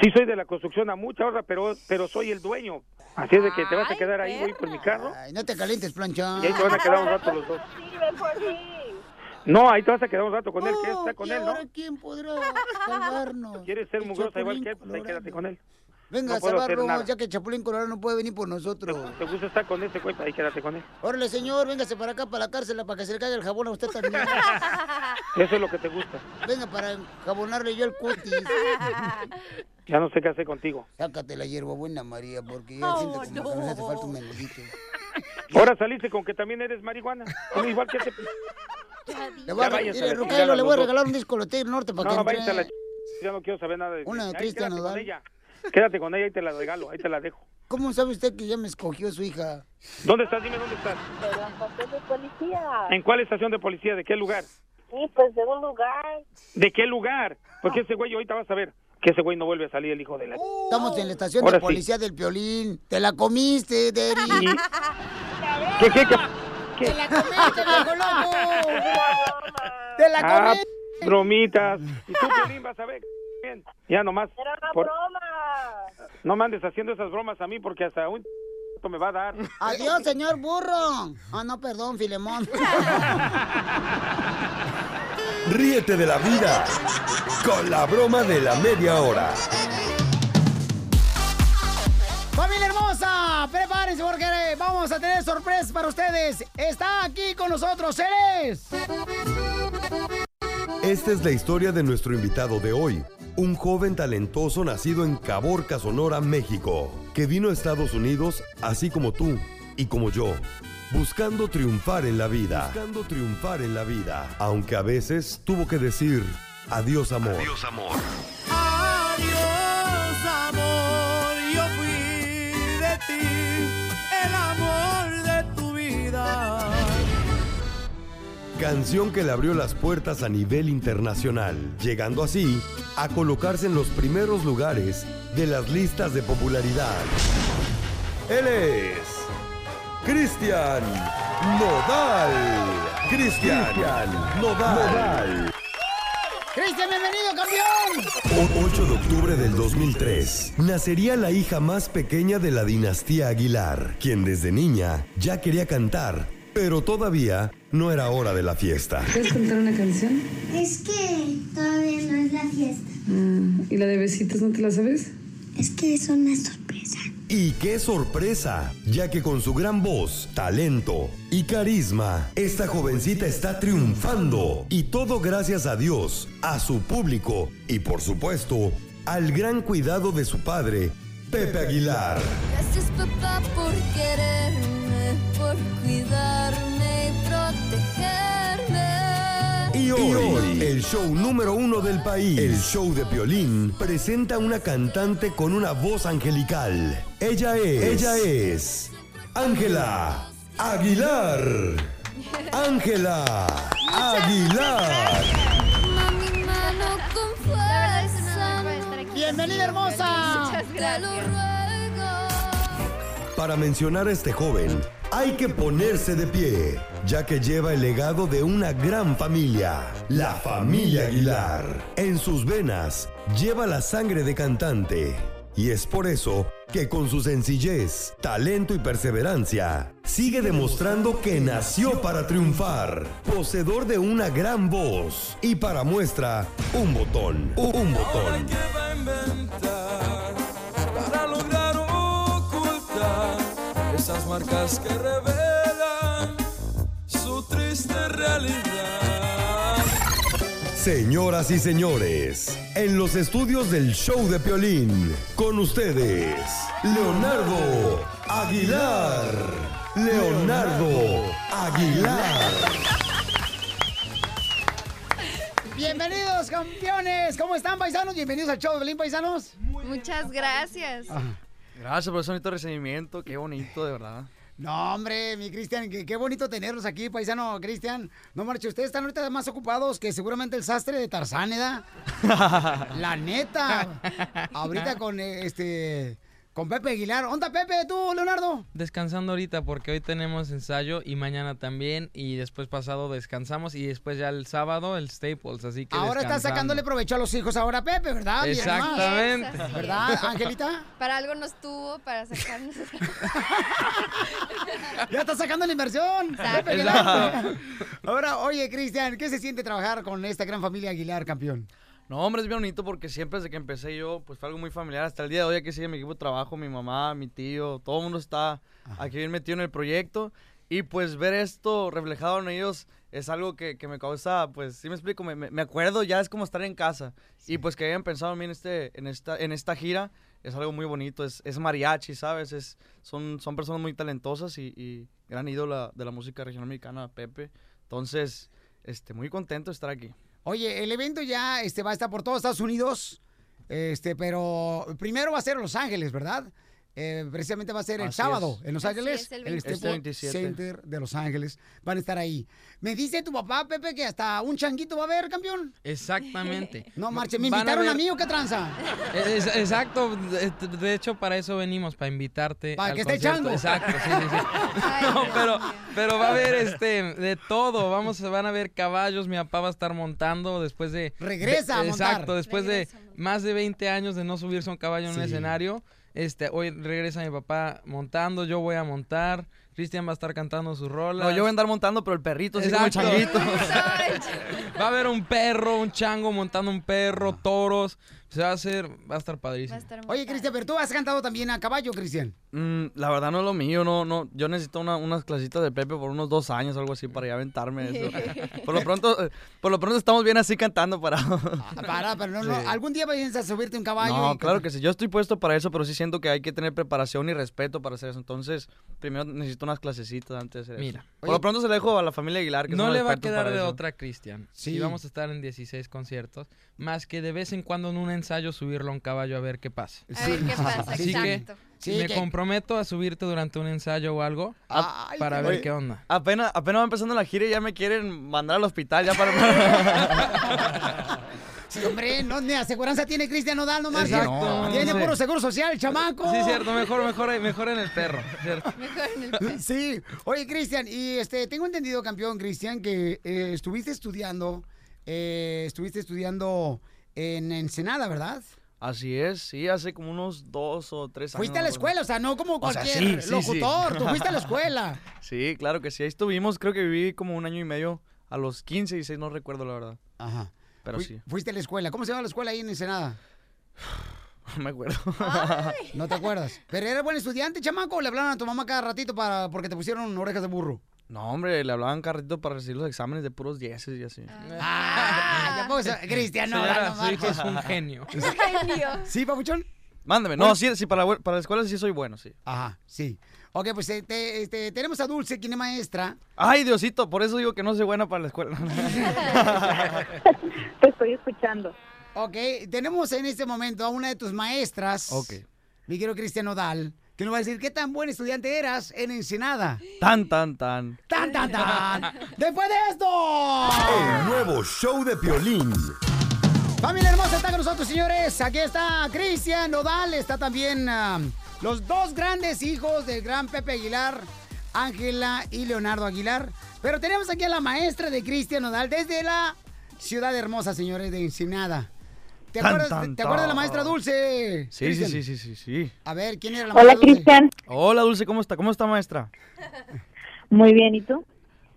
Speaker 21: Sí soy de la construcción a mucha hora, pero, pero soy el dueño. Así es de que te vas a quedar ahí, güey, con mi carro.
Speaker 2: Ay, no te calientes, plancha.
Speaker 21: Y ahí te van a quedar un rato los dos.
Speaker 15: Sí, ven por mí.
Speaker 21: No, ahí te vas a quedar un rato con él, que está con
Speaker 2: ¿Y
Speaker 21: él, ¿no?
Speaker 2: Oh, ahora quién podrá salvarnos?
Speaker 21: ¿Quieres ser mugrosa igual que él? Pues ahí
Speaker 2: Colorado.
Speaker 21: quédate con él.
Speaker 2: Venga,
Speaker 21: no
Speaker 2: a
Speaker 21: puedo hacer
Speaker 2: salvarnos,
Speaker 21: nada.
Speaker 2: ya que Chapulín Colorado no puede venir por nosotros.
Speaker 21: ¿Te gusta estar con ese güey? Pues ahí quédate con él.
Speaker 2: Órale, señor, véngase para acá, para la cárcel, para que se le caiga el jabón a usted también.
Speaker 21: Eso es lo que te gusta.
Speaker 2: Venga, para jabonarle yo el cutis.
Speaker 21: Ya no sé qué hacer contigo.
Speaker 2: Sácate la hierba buena, María, porque yo siento
Speaker 21: Oh,
Speaker 2: como que
Speaker 21: no.
Speaker 2: nos hace falta un menudito.
Speaker 21: Ahora saliste con que también eres marihuana. Bueno, Igual que ese...
Speaker 2: Le voy a,
Speaker 21: Ya váyanse
Speaker 2: mire,
Speaker 21: a la
Speaker 2: Rucaelo,
Speaker 21: chingada
Speaker 2: le
Speaker 21: los
Speaker 2: voy a
Speaker 21: dos.
Speaker 2: regalar un disco del Hotel Norte para
Speaker 21: No, no,
Speaker 2: que
Speaker 21: váyanse a la...
Speaker 2: entre.
Speaker 21: ch- Ya no quiero saber nada de ti.
Speaker 2: Una de
Speaker 21: Ahí
Speaker 2: Cristian
Speaker 21: quédate
Speaker 2: Nodal.
Speaker 21: con ella. Quédate con ella y te la regalo, ahí te la dejo.
Speaker 2: ¿Cómo sabe usted que ya me escogió su hija?
Speaker 21: ¿Dónde estás? Dime dónde estás.
Speaker 15: Pero encontré de policía.
Speaker 21: ¿En cuál estación de policía? ¿De qué lugar?
Speaker 15: Sí, pues de un lugar.
Speaker 21: ¿De qué lugar? Porque ese güey ahorita vas a ver que ese güey no vuelve a salir el hijo de la...
Speaker 2: Estamos en la estación
Speaker 21: Ahora
Speaker 2: de
Speaker 21: sí.
Speaker 2: policía del Piolín. Te la comiste, Deri.
Speaker 21: ¿Qué, qué, qué?
Speaker 2: Te la comiste, viejo loco. Te la
Speaker 21: Ah,
Speaker 2: comiste.
Speaker 21: bromitas. Y tú, Piolín, vas a ver. Bien. Ya nomás.
Speaker 15: Era una
Speaker 21: por-
Speaker 15: broma.
Speaker 21: No me andes haciendo esas bromas a mí porque hasta un... me va a dar.
Speaker 2: Adiós, señor burro. Ah, no, perdón, Filemón.
Speaker 7: Ríete de la vida con la broma de la media hora.
Speaker 2: Familia hermosa, prepárense porque eh, vamos a tener sorpresas para ustedes. Está aquí con nosotros, eres.
Speaker 7: Esta es la historia de nuestro invitado de hoy, un joven talentoso nacido en Caborca, Sonora, México, que vino a Estados Unidos, así como tú y como yo, buscando triunfar en la vida. Buscando triunfar en la vida. Aunque a veces tuvo que decir adiós amor. Adiós amor.
Speaker 23: Adiós, amor, yo fui de ti, el amor de tu vida.
Speaker 7: Canción que le abrió las puertas a nivel internacional, llegando así a colocarse en los primeros lugares de las listas de popularidad. Él es Cristian Nodal. Cristian Nodal.
Speaker 2: Cristian, bienvenido, campeón.
Speaker 7: O- 8 de octubre del 2003 nacería la hija más pequeña de la dinastía Aguilar, quien desde niña ya quería cantar, pero todavía no era hora de la fiesta.
Speaker 24: ¿Puedes cantar una canción?
Speaker 25: Es que todavía no es la fiesta.
Speaker 24: Ah, ¿Y la de besitos no te la sabes?
Speaker 25: Es que es una sorpresa.
Speaker 7: Y qué sorpresa, ya que con su gran voz, talento y carisma, esta jovencita está triunfando. Y todo gracias a Dios, a su público y por supuesto, al gran cuidado de su padre, Pepe Aguilar.
Speaker 26: Gracias papá por quererme, por cuidarme y protegerme.
Speaker 7: Y hoy, el show número uno del país, el show de Piolín, presenta una cantante con una voz angelical. Ella es, ella es, Ángela Aguilar. Ángela Aguilar.
Speaker 26: Mi mano con fuerza.
Speaker 2: Bienvenida, hermosa.
Speaker 26: Muchas gracias.
Speaker 7: Para mencionar a este joven, hay que ponerse de pie, ya que lleva el legado de una gran familia, la familia Aguilar. En sus venas lleva la sangre de cantante. Y es por eso que con su sencillez, talento y perseverancia, sigue demostrando que nació para triunfar, poseedor de una gran voz y para muestra, un botón, un botón.
Speaker 23: para lograr ocultar esas marcas que revelan su triste realidad.
Speaker 7: Señoras y señores, en los estudios del show de Piolín, con ustedes, Leonardo Aguilar. Leonardo Aguilar.
Speaker 2: Bienvenidos, campeones. ¿Cómo están, paisanos? Bienvenidos al show de Belín, paisanos.
Speaker 27: Muchas gracias.
Speaker 13: Gracias por ese bonito recibimiento, qué bonito, de verdad.
Speaker 2: No, hombre, mi Cristian, qué, qué bonito tenerlos aquí, paisano Cristian. No marche, ustedes están ahorita más ocupados que seguramente el sastre de Tarzáneda. La neta. Ahorita con eh, este con Pepe Aguilar. ¿Onda Pepe tú, Leonardo?
Speaker 17: Descansando ahorita porque hoy tenemos ensayo y mañana también y después pasado descansamos y después ya el sábado el Staples, así que
Speaker 2: Ahora está
Speaker 17: descansando.
Speaker 2: sacándole provecho a los hijos ahora Pepe, ¿verdad? Mira nomás.
Speaker 17: Exactamente. Así es.
Speaker 2: ¿Verdad, Angelita?
Speaker 27: Para algo nos tuvo, para sacarnos.
Speaker 2: Ya está sacando la inversión.
Speaker 27: Exacto.
Speaker 2: Pepe Aguilar. Ahora, oye, Cristian, ¿qué se siente trabajar con esta gran familia Aguilar, campeón?
Speaker 13: No, hombre, es bien bonito porque siempre desde que empecé yo, pues fue algo muy familiar. Hasta el día de hoy aquí sigue mi equipo de trabajo, mi mamá, mi tío, todo el mundo está aquí bien metido en el proyecto. Y pues ver esto reflejado en ellos es algo que, que me causa, pues sí me explico, me, me- me acuerdo, ya es como estar en casa. Y pues que hayan pensado en mí en, este, en, esta, en esta gira es algo muy bonito, es, es mariachi, ¿sabes? Es, son, son personas muy talentosas y, y gran ídola de la música regional mexicana, Pepe. Entonces, este, muy contento de estar aquí.
Speaker 2: Oye, el evento ya este, va a estar por todos Estados Unidos, este, pero primero va a ser en Los Ángeles, ¿verdad? Eh, precisamente va a ser el
Speaker 13: Así
Speaker 2: sábado
Speaker 13: es.
Speaker 2: en Los
Speaker 13: Así
Speaker 2: Ángeles,
Speaker 13: es, el
Speaker 2: en el
Speaker 13: 27.
Speaker 2: Staples
Speaker 13: Este 27.
Speaker 2: Center de Los Ángeles. Van a estar ahí. Me dice tu papá, Pepe, que hasta un changuito va a haber, campeón.
Speaker 17: Exactamente.
Speaker 2: No, marche, me
Speaker 17: Van
Speaker 2: invitaron a,
Speaker 17: ver-
Speaker 2: mí o qué tranza.
Speaker 17: Es- es- exacto, de, de hecho para eso venimos, para invitarte.
Speaker 2: Para
Speaker 17: al
Speaker 2: que esté
Speaker 17: concierto.
Speaker 2: chango.
Speaker 17: Exacto, sí, sí, sí. No, pero, pero va a haber este, de todo. Vamos, van a ver caballos, mi papá va a estar montando después de...
Speaker 2: Regresa a
Speaker 17: de-
Speaker 2: montar.
Speaker 17: Exacto, después de más de 20 años de no subirse a un caballo en un
Speaker 2: Sí.
Speaker 17: escenario. Este, hoy regresa mi papá montando, yo voy a montar, Cristian va a estar cantando su rola.
Speaker 13: No, yo voy a andar montando, pero el perrito sí como el changuito.
Speaker 17: Exacto. Va a haber un perro, un chango montando un
Speaker 13: Ah.
Speaker 17: perro, toros. Se va a hacer, va a estar padrísimo.
Speaker 2: Oye, Cristian, pero tú has cantado también a caballo, Cristian.
Speaker 13: Mm, la verdad no es lo mío, no, no. Yo necesito una- unas clasitas de Pepe por unos dos años, algo así, para ya aventarme eso. por lo pronto, eh, por lo pronto estamos bien así cantando
Speaker 2: Ah,
Speaker 13: para.
Speaker 2: Para, pero no, no,
Speaker 13: Ah, Sí.
Speaker 2: algún día piensas subirte un caballo.
Speaker 13: no,
Speaker 2: y-
Speaker 13: claro que sí. Yo estoy puesto para eso, pero sí siento que hay que tener preparación y respeto para hacer eso. Entonces, primero necesito unas clasecitas antes de hacer eso.
Speaker 17: Mira.
Speaker 13: Por lo pronto se lo dejo a la familia Aguilar, que
Speaker 17: No
Speaker 13: son
Speaker 17: le va a
Speaker 13: expertos
Speaker 17: quedar
Speaker 13: para
Speaker 17: de
Speaker 13: eso.
Speaker 17: otra, Cristian.
Speaker 13: Sí.
Speaker 17: Y vamos a estar en 16 conciertos. Más que de vez en cuando en un ensayo subirlo a un caballo a ver qué pasa.
Speaker 27: A ver qué pasa,
Speaker 17: Así que
Speaker 27: exacto.
Speaker 17: si me comprometo a subirte durante un ensayo o algo
Speaker 13: Ah,
Speaker 17: para
Speaker 13: ay,
Speaker 17: ver
Speaker 13: oye,
Speaker 17: qué onda.
Speaker 13: Apenas, apenas va empezando la gira y ya me quieren mandar al hospital ya para...
Speaker 2: Sí, hombre, no, ni aseguranza tiene Cristian Nodal, no marches.
Speaker 17: Exacto, no
Speaker 2: tiene
Speaker 17: sé.
Speaker 2: puro seguro social, chamaco.
Speaker 17: Sí, cierto, mejor, mejor, mejor en el perro. cierto.
Speaker 2: Sí. Oye, Cristian, y este, tengo entendido, campeón, Cristian, que eh, estuviste estudiando, eh, estuviste estudiando en Ensenada, ¿verdad?
Speaker 13: Así es, sí, hace como unos dos o tres años.
Speaker 2: Fuiste a la
Speaker 13: no recuerdo.
Speaker 2: escuela, o sea, no como
Speaker 13: O sea,
Speaker 2: cualquier
Speaker 13: sí, sí, sí.
Speaker 2: locutor, tú fuiste a la escuela.
Speaker 13: Sí, claro que sí, ahí estuvimos, creo que viví como un año y medio, a los 15 y 16, no recuerdo la verdad.
Speaker 2: Ajá.
Speaker 13: Pero
Speaker 2: Fui-
Speaker 13: sí,
Speaker 2: Fuiste a la escuela. ¿Cómo se llama la escuela ahí en Ensenada?
Speaker 13: no me acuerdo.
Speaker 2: No te acuerdas. Pero era buen estudiante, chamaco, o le hablaron a tu mamá cada ratito para porque te pusieron orejas de burro.
Speaker 13: No, hombre, le hablaban carrito para recibir los exámenes de puros dieces y así.
Speaker 2: Ah, ya puedo ser- Cristian, no,
Speaker 13: Señora,
Speaker 2: no
Speaker 13: su hijo
Speaker 2: marches.
Speaker 13: es un genio.
Speaker 27: Genio.
Speaker 2: ¿Sí, papuchón?
Speaker 13: Mándame, no, sí, sí, para, la bu- para la escuela sí soy bueno, sí.
Speaker 2: Ajá, sí. Ok, pues eh, te- este, tenemos a Dulce, quien es maestra.
Speaker 13: Ay, Diosito, por eso digo que no soy buena para la escuela.
Speaker 2: Te estoy escuchando. Ok, tenemos en este momento a una de tus maestras.
Speaker 13: Ok.
Speaker 2: Mi quiero Cristian Odal, que nos va a decir qué tan buen estudiante eras en Ensenada.
Speaker 13: tan, tan, tan.
Speaker 2: Tan, tan, tan, tan. Después de esto.
Speaker 7: El nuevo show de Piolín.
Speaker 2: Familia hermosa, está con nosotros, señores. Aquí está Cristian Nodal, está también ah, los dos grandes hijos del gran Pepe Aguilar, Ángela y Leonardo Aguilar. Pero tenemos aquí a la maestra de Cristian Nodal desde la ciudad hermosa, señores, de Ensenada. ¿Te
Speaker 13: Tan,
Speaker 2: acuerdas,
Speaker 13: tan,
Speaker 2: ¿te acuerdas de la
Speaker 13: tan.
Speaker 2: maestra Dulce?
Speaker 13: Sí, sí,
Speaker 2: Cristian?
Speaker 13: sí, sí, sí, sí.
Speaker 2: A ver, ¿quién era la maestra Dulce?
Speaker 13: Hola, Dulce, ¿cómo está? ¿Cómo está, maestra?
Speaker 15: Muy bien, ¿y tú?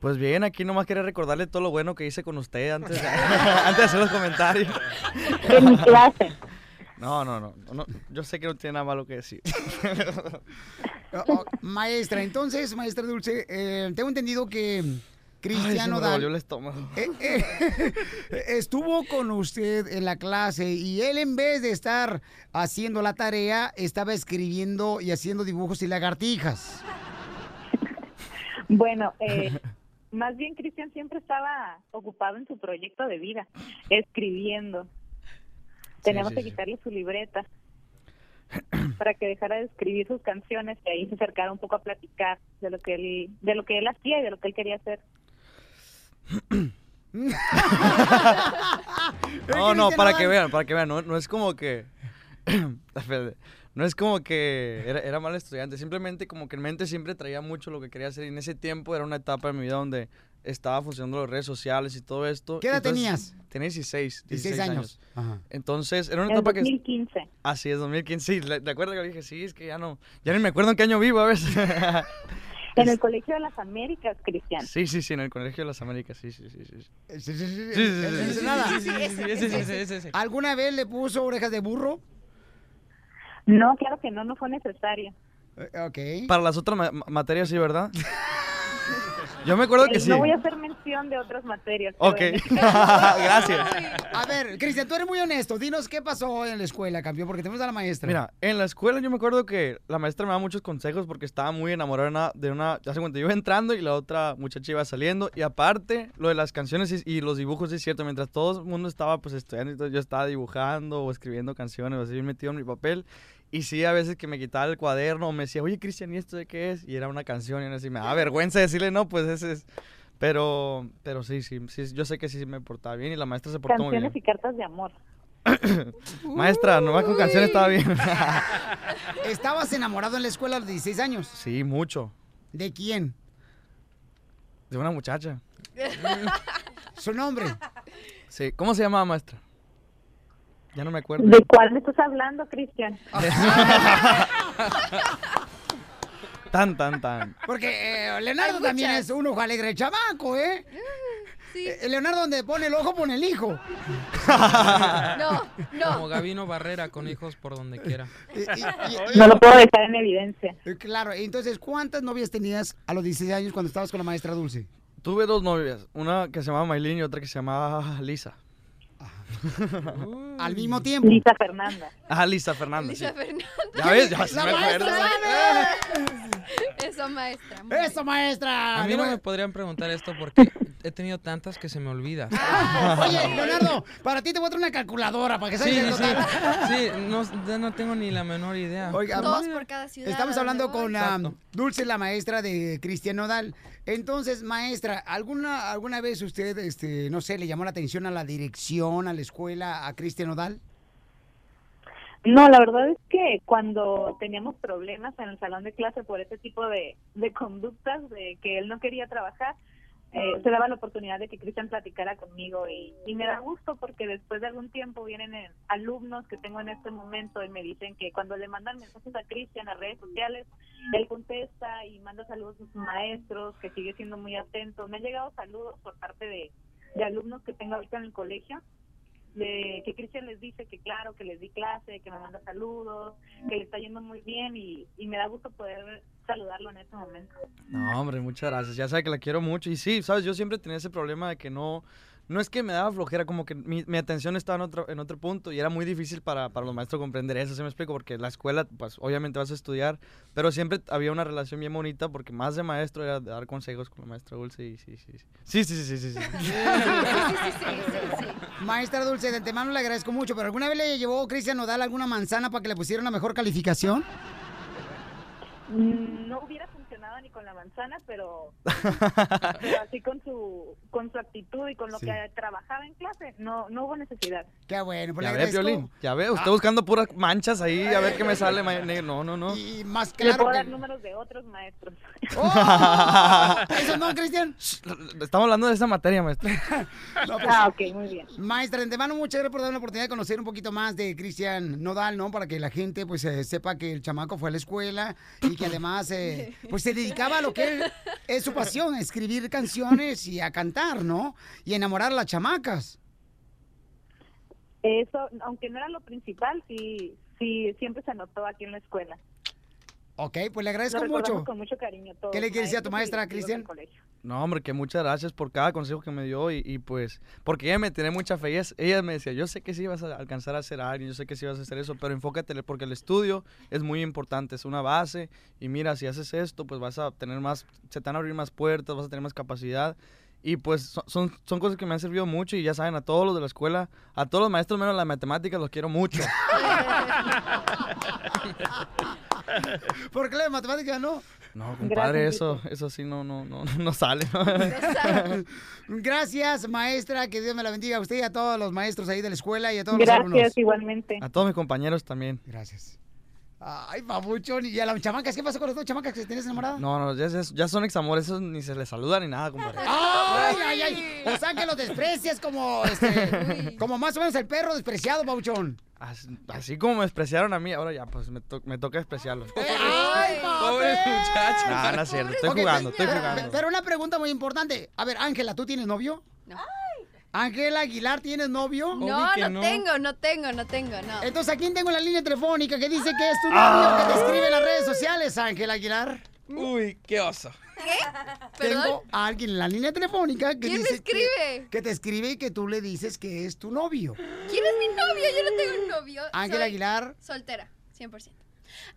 Speaker 13: Pues bien, aquí nomás quería recordarle todo lo bueno que hice con usted antes de, antes de hacer los comentarios.
Speaker 15: En mi clase.
Speaker 13: No, no, no, no, Yo sé que no tiene nada malo que decir.
Speaker 2: Oh, oh, maestra, entonces, maestra Dulce, eh, tengo entendido que
Speaker 13: Ay, se
Speaker 2: Cristian
Speaker 13: me
Speaker 2: Nodal...
Speaker 13: revolvió el estómago.
Speaker 2: Eh, eh, estuvo con usted en la clase y él en vez de estar haciendo la tarea, estaba escribiendo y haciendo dibujos y lagartijas.
Speaker 15: Bueno, eh, más bien Cristian siempre estaba ocupado en su proyecto de vida, escribiendo. Tenemos
Speaker 12: sí,
Speaker 15: que
Speaker 12: sí.
Speaker 15: quitarle su libreta para que dejara de escribir sus canciones y ahí se acercara un poco a platicar de lo que él, de lo que él hacía y de lo que él quería hacer.
Speaker 13: No, no,
Speaker 15: Cristian
Speaker 13: para
Speaker 15: Nodal.
Speaker 13: que vean, para que vean, no, no es como que... Espérate, no es como que era, era mal estudiante, simplemente como que en mente siempre traía mucho lo que quería hacer y en ese tiempo era una etapa de mi vida donde estaba funcionando las redes sociales y todo esto.
Speaker 2: ¿Qué edad
Speaker 13: Entonces,
Speaker 2: tenías?
Speaker 13: Tenía 16, 16,
Speaker 2: 16
Speaker 13: años.
Speaker 2: años.
Speaker 13: Entonces, era
Speaker 15: En
Speaker 13: una etapa que...
Speaker 15: 2015.
Speaker 13: Así es, 2015, sí, le- ¿te acuerdas que le dije? Sí, es que ya no, ya ni me acuerdo en qué año vivo a veces.
Speaker 15: En el Colegio de las Américas, Cristian.
Speaker 13: sí, sí, sí, en el Colegio de las Américas, sí, sí, sí. sí.
Speaker 2: Eh, Sí, sí, sí.
Speaker 13: Sí, sí, sí,
Speaker 2: en
Speaker 13: sí,
Speaker 2: Ensenada.
Speaker 13: sí, sí, sí, sí, ese, ese, ese, ese, ese.
Speaker 2: ¿Alguna vez le puso orejas de burro?
Speaker 15: No, claro que no, no fue necesario.
Speaker 2: Ok.
Speaker 13: Para las otras ma- ma- materias, sí, ¿verdad? Yo me acuerdo
Speaker 15: Eh,
Speaker 13: que sí.
Speaker 15: No voy a hacer mención de otras materias. pero
Speaker 13: Ok,
Speaker 15: en este caso-
Speaker 13: gracias.
Speaker 2: A ver, Cristian, tú eres muy honesto. Dinos qué pasó en la escuela, campeón, porque tenemos a la maestra.
Speaker 13: Mira, en la escuela yo me acuerdo que la maestra me daba muchos consejos porque estaba muy enamorada de una- de una... Ya se cuenta, yo iba entrando y la otra muchacha iba saliendo. Y aparte, lo de las canciones y, y los dibujos, sí es cierto. Mientras todo el mundo estaba pues estudiando, y todo, yo estaba dibujando o escribiendo canciones o así metido en mi papel. Y sí, a veces que me quitaba el cuaderno o me decía, oye, Cristian, ¿y esto de qué es? Y era una canción y así me daba vergüenza decirle, no, pues ese es... Pero, pero sí, sí, sí, yo sé que sí me portaba bien y la maestra se portó muy bien.
Speaker 15: Canciones y cartas de amor.
Speaker 13: Maestra, nomás con canciones estaba bien.
Speaker 2: ¿Estabas enamorado en la escuela a los 16 años?
Speaker 13: sí, mucho.
Speaker 2: ¿De quién?
Speaker 13: De una muchacha.
Speaker 2: ¿Su nombre?
Speaker 13: Sí, ¿cómo se llamaba, maestra? Ya no me acuerdo.
Speaker 15: ¿De cuál me estás hablando, Cristian?
Speaker 13: Tan, tan, tan.
Speaker 2: Porque eh, Leonardo también es un ojo alegre, el chamaco, ¿eh?
Speaker 4: Mm,
Speaker 2: Eh, Leonardo, donde pone el ojo, pone el hijo.
Speaker 4: No, no.
Speaker 17: Como Gabino Barrera, con hijos por donde quiera.
Speaker 15: No lo puedo dejar en evidencia.
Speaker 2: Eh, Claro, entonces, ¿cuántas novias tenías a los 16 años cuando estabas con la maestra Dulce?
Speaker 13: Tuve dos novias, una que se llamaba Maylin y otra que se llamaba Lisa.
Speaker 2: Al mismo tiempo.
Speaker 15: Lisa Fernanda.
Speaker 13: Ah, Lisa Fernández. sí.
Speaker 4: Lisa Fernández.
Speaker 13: Ya ves, ya sí me acuerdo.
Speaker 4: Eso, maestra. muy bien.
Speaker 2: ¡Eso, maestra!
Speaker 17: A mí no me podrían preguntar esto porque he tenido tantas que se me olvida.
Speaker 2: Ah, Oye, Leonardo, para ti te voy a traer una calculadora para que
Speaker 17: Sí,
Speaker 2: salga el
Speaker 17: sí, sí.
Speaker 2: total.
Speaker 17: Sí, no, ya no tengo ni la menor
Speaker 13: Ah.
Speaker 17: idea.
Speaker 2: Oiga,
Speaker 4: Dos
Speaker 2: ma-
Speaker 4: por cada ciudad.
Speaker 2: Estamos
Speaker 4: ¿a
Speaker 2: hablando
Speaker 4: dónde voy?
Speaker 2: con la Dulce, la maestra de Cristian Nodal. Entonces, maestra, ¿alguna, alguna vez usted, este, no sé, le llamó la atención a la dirección, a la escuela, a Cristian Nodal?
Speaker 15: No, la verdad es que cuando teníamos problemas en el salón de clase por ese tipo de, de conductas, de que él no quería trabajar, eh, se daba la oportunidad de que Cristian platicara conmigo y, y me da gusto porque después de algún tiempo vienen eh, alumnos que tengo en este momento y me dicen que cuando le mandan mensajes a Cristian a redes sociales, él contesta y manda saludos a sus maestros, que sigue siendo muy atento. Me han llegado saludos por parte de, de alumnos que tengo ahorita en el colegio de que Cristian les dice que claro, que les di clase, que me manda saludos, que le está yendo muy bien y, y me da gusto poder saludarlo en este momento.
Speaker 13: No, hombre, muchas gracias. Ya sabe que la quiero mucho. Y sí, sabes, yo siempre tenía ese problema de que no. No es que me daba flojera, como que mi, mi atención estaba en otro, en otro punto y era muy difícil para, para los maestros comprender eso, se me explico, porque la escuela, pues obviamente vas a estudiar, pero siempre había una relación bien bonita porque más de maestro era de dar consejos con la maestra Dulce y sí, sí, sí. Sí, sí, sí, sí, sí. sí.
Speaker 2: Maestra Dulce, de antemano le agradezco mucho, pero ¿alguna vez le llevó Cristian Nodal alguna manzana para que le pusieran la mejor calificación?
Speaker 15: Mm, No hubiera funcionado
Speaker 18: ganado ni con la manzana, pero, pero así con su, con su actitud y con lo
Speaker 13: Sí.
Speaker 18: que trabajaba en clase, no, no hubo necesidad.
Speaker 2: Qué bueno, pues
Speaker 13: Ya
Speaker 2: le
Speaker 13: ve,
Speaker 2: agradezco.
Speaker 13: Piolín. Ya ve,
Speaker 2: Ah.
Speaker 13: usted buscando puras manchas ahí, a ver qué me sale. ma- ne- No, no, no.
Speaker 2: Y más
Speaker 18: Le
Speaker 2: claro
Speaker 18: puedo
Speaker 2: que-
Speaker 18: dar números de otros maestros.
Speaker 2: ¿Eso no, Cristian?
Speaker 13: Estamos hablando de esa materia, maestro.
Speaker 2: ah,
Speaker 18: ok, muy bien.
Speaker 2: Maestra, de antemano, muchas gracias por darme la oportunidad de conocer un poquito más de Cristian Nodal, ¿no? Para que la gente, pues, eh, sepa que el chamaco fue a la escuela y que además, eh, pues, se dedicaba a lo que él- es su pasión, a escribir canciones y a cantar, ¿no? Y enamorar a las chamacas.
Speaker 18: Eso, aunque no era lo principal, sí, sí siempre se anotó aquí en la escuela.
Speaker 2: Ok, pues le agradezco
Speaker 18: Lo recordamos
Speaker 2: mucho.
Speaker 18: Con mucho cariño a todos,
Speaker 2: ¿Qué le quieres decir a tu
Speaker 18: maestros y
Speaker 2: maestra,
Speaker 18: directivos
Speaker 2: Cristian?
Speaker 18: del colegio.
Speaker 13: No, hombre, que muchas gracias por cada consejo que me dio y, y, pues, porque ella me tenía mucha fe. Ella, ella me decía, yo sé que sí vas a alcanzar a ser alguien, yo sé que sí vas a hacer eso, pero enfócate porque el estudio es muy importante, es una base y mira, si haces esto, pues vas a tener más, se te van a abrir más puertas, vas a tener más capacidad. Y pues son, son, son cosas que me han servido mucho y ya saben, a todos los de la escuela, a todos los maestros menos la matemática, los quiero mucho.
Speaker 2: ¿Por qué la de matemática no?
Speaker 13: No, compadre,
Speaker 2: Gracias,
Speaker 13: eso, eso sí no, no, no, no sale. ¿no?
Speaker 2: Gracias, maestra, que Dios me la bendiga a usted y a todos los maestros ahí de la escuela y a todos los alumnos.
Speaker 18: Gracias, igualmente.
Speaker 13: A todos mis compañeros también.
Speaker 2: Gracias. Ay, babuchón, y a las chamacas, ¿qué pasó con las dos chamacas que tenías enamoradas?
Speaker 13: No, no, ya, es- ya son examores, esos ni se les saluda ni nada, compadre.
Speaker 2: ¡Ay, ay, ay! O sea que los desprecias como, este, como más o menos el perro despreciado, babuchón.
Speaker 13: Así, así como me despreciaron a mí, ahora ya, pues me, to- me toca despreciarlo.
Speaker 2: ¡Ay,
Speaker 17: Pobres muchachos.
Speaker 13: No, no es cierto, estoy
Speaker 2: Ok,
Speaker 13: jugando, estoy
Speaker 2: pero-
Speaker 13: jugando.
Speaker 2: Pero una pregunta muy importante. A ver, Ángela, ¿tú tienes novio? No. Ángela Aguilar, ¿tienes novio?
Speaker 27: No, no tengo, no tengo, no tengo, no.
Speaker 2: Entonces, ¿a quién tengo en la línea telefónica que dice que es tu novio
Speaker 13: Ah.
Speaker 2: que te escribe en las redes sociales, Ángela Aguilar?
Speaker 17: Uy, qué oso.
Speaker 2: Tengo a alguien en la línea telefónica que
Speaker 27: ¿Quién me
Speaker 2: dice que-
Speaker 27: escribe?
Speaker 2: Que, te escribe y que tú le dices que es tu novio.
Speaker 27: ¿Quién es mi novio? Yo no tengo un novio.
Speaker 2: Ángel
Speaker 27: Soy
Speaker 2: Aguilar.
Speaker 27: Soltera, 100%.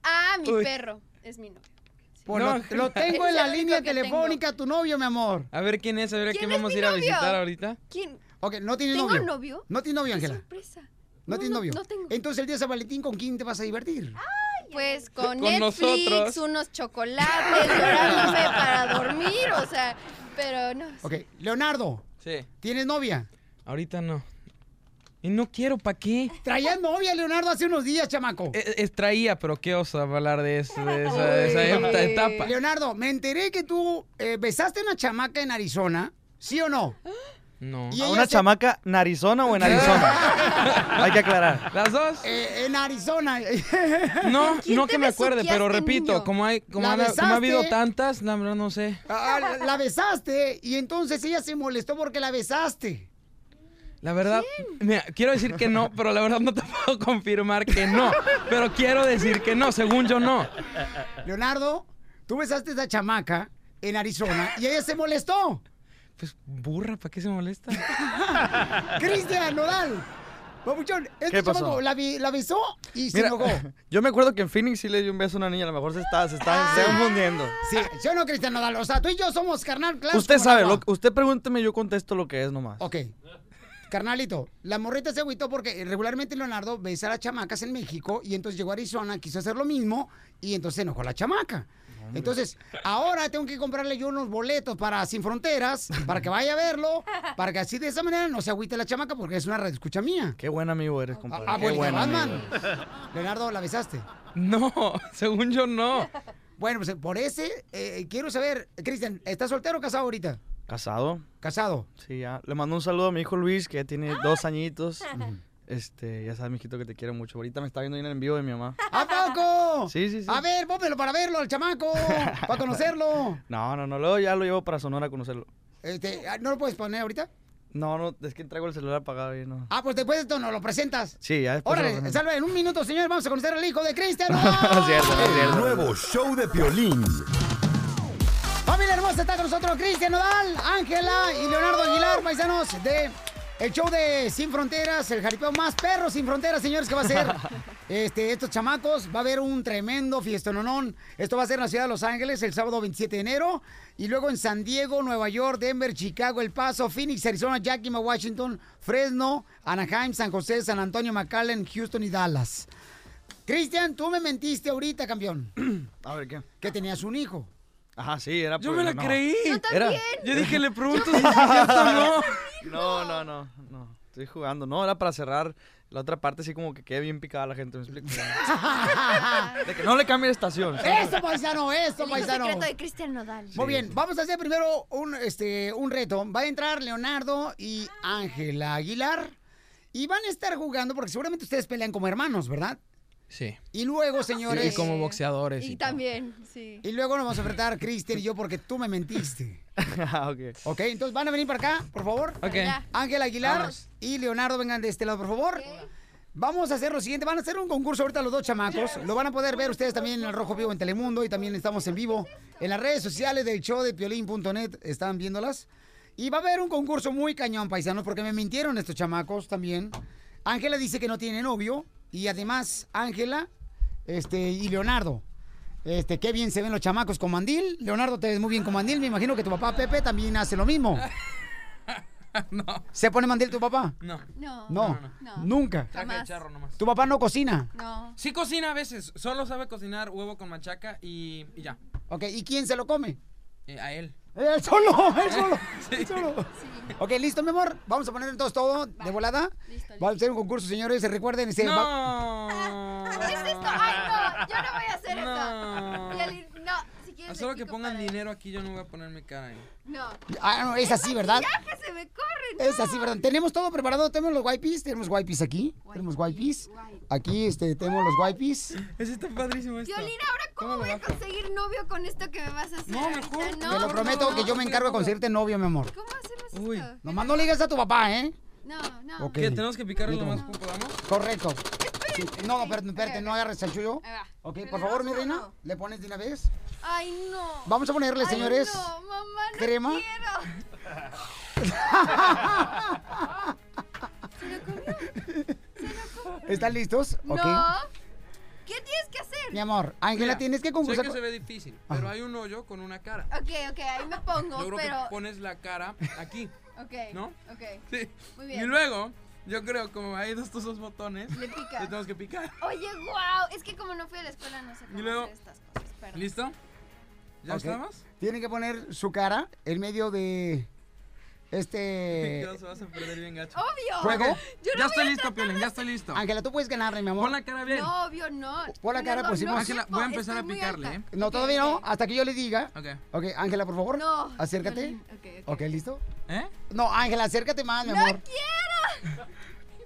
Speaker 27: Ah, mi
Speaker 2: Uy.
Speaker 27: perro es mi novio.
Speaker 2: Pues
Speaker 17: No,
Speaker 2: lo- lo, tengo en
Speaker 27: Es
Speaker 2: la
Speaker 27: el único
Speaker 2: línea
Speaker 27: que tengo.
Speaker 2: telefónica, tu novio, mi amor.
Speaker 17: A ver quién es, a ver a
Speaker 27: ¿Quién
Speaker 17: quién
Speaker 27: es
Speaker 17: vamos a
Speaker 27: mi
Speaker 17: ir a
Speaker 27: novio?
Speaker 17: visitar ahorita.
Speaker 27: ¿Quién?
Speaker 2: Ok, no tienes
Speaker 27: ¿Tengo
Speaker 2: novio.
Speaker 27: novio?
Speaker 2: No tienes novio, Ángela.
Speaker 27: Presa.
Speaker 2: No,
Speaker 27: No,
Speaker 2: tienes
Speaker 27: no,
Speaker 2: novio.
Speaker 27: no tengo.
Speaker 2: Entonces el día de San Valentín, ¿con quién te vas a divertir?
Speaker 27: Pues con,
Speaker 2: Con
Speaker 27: Netflix,
Speaker 2: nosotros.
Speaker 27: unos chocolates, llorándome para dormir, o sea, pero no.
Speaker 2: Ok, Leonardo.
Speaker 17: Sí.
Speaker 2: ¿Tienes novia?
Speaker 17: Ahorita no. Y no quiero, ¿para qué?
Speaker 2: Traía novia, Leonardo, hace unos días, chamaco.
Speaker 17: Eh, eh, Extraía, pero qué oso hablar de, es- de esa, de esa eta- etapa.
Speaker 2: Leonardo, me enteré que tú eh, besaste a una chamaca en Arizona, ¿sí o no?
Speaker 17: No.
Speaker 2: Y
Speaker 13: ¿A
Speaker 2: ella
Speaker 13: una
Speaker 2: se-
Speaker 13: chamaca en Arizona o en Arizona? Hay que aclarar.
Speaker 17: ¿Las dos?
Speaker 2: Eh, en Arizona.
Speaker 17: No, no que me acuerde, pero repito, como hay, como,
Speaker 2: ¿La
Speaker 17: han- como ha habido
Speaker 2: besaste?
Speaker 17: tantas, la verdad no sé.
Speaker 2: Ah, la- la besaste y entonces ella se molestó porque la besaste.
Speaker 17: La verdad, mira, quiero decir que no, pero la verdad no te puedo confirmar que no. Pero quiero decir que no, según yo no.
Speaker 2: Leonardo, tú besaste a esa chamaca en Arizona y ella se molestó.
Speaker 17: Pues, Burra, ¿para qué se molesta?
Speaker 2: Cristian Nodal. Papuchón, este
Speaker 13: ¿Qué pasó?
Speaker 2: chamaco la, vi- la besó y se
Speaker 13: Mira,
Speaker 2: enojó.
Speaker 13: Yo me acuerdo que en Phoenix sí le di un beso a una niña, a lo mejor se está, se está, se está confundiendo.
Speaker 2: Sí, yo no, Cristian Nodal. O sea, tú y yo somos carnal, claro.
Speaker 13: usted
Speaker 2: como el
Speaker 13: sabe,
Speaker 2: agua.
Speaker 13: lo- usted pregúnteme, yo contesto lo que es nomás.
Speaker 2: Ok. Carnalito, la morrita se agüitó porque regularmente Leonardo besa a las chamacas en México y entonces llegó a Arizona, quiso hacer lo mismo y entonces se enojó la chamaca. Entonces, ahora tengo que comprarle yo unos boletos para Sin Fronteras, para que vaya a verlo, para que así de esa manera no se agüite la chamaca porque es una red escucha mía.
Speaker 13: Qué buen amigo eres, compadre.
Speaker 2: Ah,
Speaker 13: Qué
Speaker 2: bueno,
Speaker 13: buen amigo
Speaker 2: Batman.
Speaker 13: eres.
Speaker 2: Leonardo, ¿la besaste?
Speaker 17: No, según yo no.
Speaker 2: Bueno, pues eh, por ese, eh, quiero saber, Cristian, ¿estás soltero o casado ahorita?
Speaker 13: ¿Casado?
Speaker 2: ¿Casado? Ah.
Speaker 13: Sí, ya. Le mando un saludo a mi hijo Luis, que tiene dos añitos. Este, ya sabes, mijito, que te quiero mucho. Ahorita me está viendo en el envío de mi mamá.
Speaker 2: ¿A poco?
Speaker 13: Sí, sí, sí.
Speaker 2: A ver, pónmelo para verlo al chamaco, para conocerlo.
Speaker 13: No, no, no. Luego ya lo llevo para Sonora a conocerlo.
Speaker 2: Este, ah, ¿No lo puedes poner ahorita?
Speaker 13: No, no, es que traigo el celular apagado y no.
Speaker 2: Ah, pues después de esto nos lo presentas.
Speaker 13: Sí, ya después.
Speaker 2: Órale, salva, en un minuto, señor, vamos a conocer al hijo de Cristian.
Speaker 7: El nuevo show de Piolín.
Speaker 2: Familia hermosa, está con nosotros Cristian Nodal, Ángela y Leonardo Aguilar, paisanos de el show de Sin Fronteras, el jaripeo más perro sin fronteras, señores, que va a ser este, estos chamacos. Va a haber un tremendo fiestononón. Esto va a ser en la ciudad de Los Ángeles el sábado 27 de enero. Y luego en San Diego, Nueva York, Denver, Chicago, El Paso, Phoenix, Arizona, Yakima, Washington, Fresno, Anaheim, San José, San Antonio, McAllen, Houston y Dallas. Cristian, tú me mentiste ahorita, campeón,
Speaker 13: A ver, ¿qué?
Speaker 2: que tenías un hijo.
Speaker 13: Ajá, sí, era
Speaker 17: Yo me la
Speaker 13: no.
Speaker 17: creí. Yo
Speaker 13: Era-
Speaker 17: también. Yo dije, le pregunto si es cierto o no.
Speaker 13: No, no, no, no. Estoy jugando. No, era para cerrar la otra parte así como que quede bien picada la gente, ¿me explico? De que no le cambie de estación. ¿sí?
Speaker 2: Eso, paisano, eso,
Speaker 27: El hijo
Speaker 2: paisano.
Speaker 27: secreto de Cristian Nodal.
Speaker 2: Muy bien, vamos a hacer primero un, este, un reto. Va a entrar Leonardo y Ángela Aguilar y van a estar jugando porque seguramente ustedes pelean como hermanos, ¿verdad?
Speaker 17: Sí.
Speaker 2: Y luego,
Speaker 17: Y,
Speaker 2: señores...
Speaker 17: y como boxeadores.
Speaker 27: Y
Speaker 17: y-
Speaker 27: también, sí.
Speaker 2: Y luego nos vamos a enfrentar Cristian y yo porque tú me mentiste.
Speaker 13: Ah,
Speaker 2: Ok, entonces van a venir para acá, por favor.
Speaker 17: Ok. Ya.
Speaker 2: Ángel Aguilar
Speaker 17: Vamos.
Speaker 2: y Leonardo, vengan de este lado, por favor. Vamos a hacer lo siguiente, van a hacer un concurso ahorita los dos chamacos. Lo van a poder ver ustedes también en el Rojo Vivo en Telemundo y también estamos en vivo en las redes sociales del show de piolín.net. Están viéndolas. Y va a haber un concurso muy cañón, paisanos, porque me mintieron estos chamacos también. Ángela dice que no tiene novio y además Ángela este, y Leonardo. Este, qué bien se ven los chamacos con mandil. Leonardo, te ves muy bien con mandil. Me imagino que tu papá Pepe también hace lo mismo. ¿Se pone mandil tu papá?
Speaker 17: No.
Speaker 2: No.
Speaker 17: No.
Speaker 2: Nunca.
Speaker 17: Traje de charro nomás.
Speaker 2: ¿Tu papá no cocina?
Speaker 27: No.
Speaker 17: Sí cocina a veces. Solo sabe cocinar huevo con machaca y, y ya.
Speaker 2: Ok, ¿y quién se lo come?
Speaker 17: Eh, a él.
Speaker 2: Él solo, él solo, él solo. Ok, listo, mi amor. Vamos a poner entonces todo de volada. Va a ser un concurso, señores. Recuerden, se va-
Speaker 17: No.
Speaker 27: ¿Qué es esto? Ay, no, yo no voy a hacer eso. Y el- no, si
Speaker 17: Ah,
Speaker 27: quieres.
Speaker 17: Solo que pongan dinero aquí, yo no voy a poner mi cara ahí.
Speaker 27: No.
Speaker 2: Ah, no, es así, ¿verdad?
Speaker 27: Ya se me corren.
Speaker 2: Es así, ¿verdad? Tenemos todo preparado. Tenemos los wipes. Tenemos wipes aquí. Tenemos wipes. Aquí este, tenemos los wipes.
Speaker 17: Ese está padrísimo este. esto.
Speaker 27: Violina, ¿ahora cómo, voy a conseguir novio con esto que me vas a hacer? No, mejor. No,
Speaker 2: Te lo prometo
Speaker 27: no,
Speaker 2: que yo me encargo de conseguirte novio, mi amor.
Speaker 27: ¿Cómo hacemos
Speaker 2: Uy.
Speaker 27: esto?
Speaker 2: Nomás no le digas a tu papá, ¿eh?
Speaker 27: No, no.
Speaker 2: Ok.
Speaker 17: ¿Qué? Tenemos que picarlo lo
Speaker 2: Mira.
Speaker 17: más poco, ¿vamos?
Speaker 2: Correcto. Sí. No, espérate, espérate, no agarres el chuyo. Ok, por favor, mi reina, ¿le pones de una vez?
Speaker 27: Ay, no.
Speaker 2: Vamos a ponerle,
Speaker 27: Ay,
Speaker 2: señores,
Speaker 27: No, mamá, no
Speaker 2: crema. ¿Están listos?
Speaker 27: quiero.
Speaker 2: Ok.
Speaker 27: No. ¿Qué tienes que hacer?
Speaker 2: Mi amor, Ángela,
Speaker 17: Mira,
Speaker 2: tienes que
Speaker 17: Sé
Speaker 2: concursar.
Speaker 17: que
Speaker 2: con- Ah.
Speaker 17: se ve difícil, pero
Speaker 2: Ajá.
Speaker 17: hay un hoyo con una cara.
Speaker 27: Ok, ok, ahí me pongo,
Speaker 17: Yo creo
Speaker 27: pero.
Speaker 17: que pones la cara aquí.
Speaker 27: Ok.
Speaker 17: ¿No?
Speaker 27: Ok.
Speaker 17: Sí.
Speaker 27: Muy bien.
Speaker 17: Y luego, yo creo como hay dos, estos dos botones,
Speaker 27: Le pica.
Speaker 17: tenemos que picar.
Speaker 27: Oye, wow. Es que como no fui a la escuela, no sé cómo
Speaker 17: luego-
Speaker 27: hacer estas cosas. Perdón.
Speaker 17: ¿Listo? ¿Ya
Speaker 2: Ok.
Speaker 17: estamos?
Speaker 2: Tienen que poner su cara en medio de este
Speaker 17: Ya se vas a perder bien gacho.
Speaker 27: Obvio.
Speaker 2: ¿Juego?
Speaker 27: Yo no
Speaker 17: ya
Speaker 27: voy
Speaker 17: estoy
Speaker 27: a
Speaker 17: listo,
Speaker 27: tratar
Speaker 17: Piolín, ya estoy listo.
Speaker 2: Ángela, tú puedes ganarle, mi amor.
Speaker 17: Pon la cara bien.
Speaker 27: No, obvio, no.
Speaker 2: Pon la cara
Speaker 27: No,
Speaker 2: por si
Speaker 27: no,
Speaker 2: no-
Speaker 17: Ángela, voy a empezar a
Speaker 27: estoy muy
Speaker 17: picarle, ¿eh?
Speaker 2: No,
Speaker 27: Ok,
Speaker 2: todavía
Speaker 27: ok.
Speaker 2: no, hasta que yo le diga.
Speaker 17: Ok.
Speaker 2: Ok, Ángela, por favor.
Speaker 27: No,
Speaker 2: Acércate.
Speaker 27: Piolín, ok,
Speaker 2: Ok, ¿listo?
Speaker 17: ¿Eh?
Speaker 2: No, Ángela, acércate más, mi
Speaker 27: ¡No
Speaker 2: amor.
Speaker 27: quiero!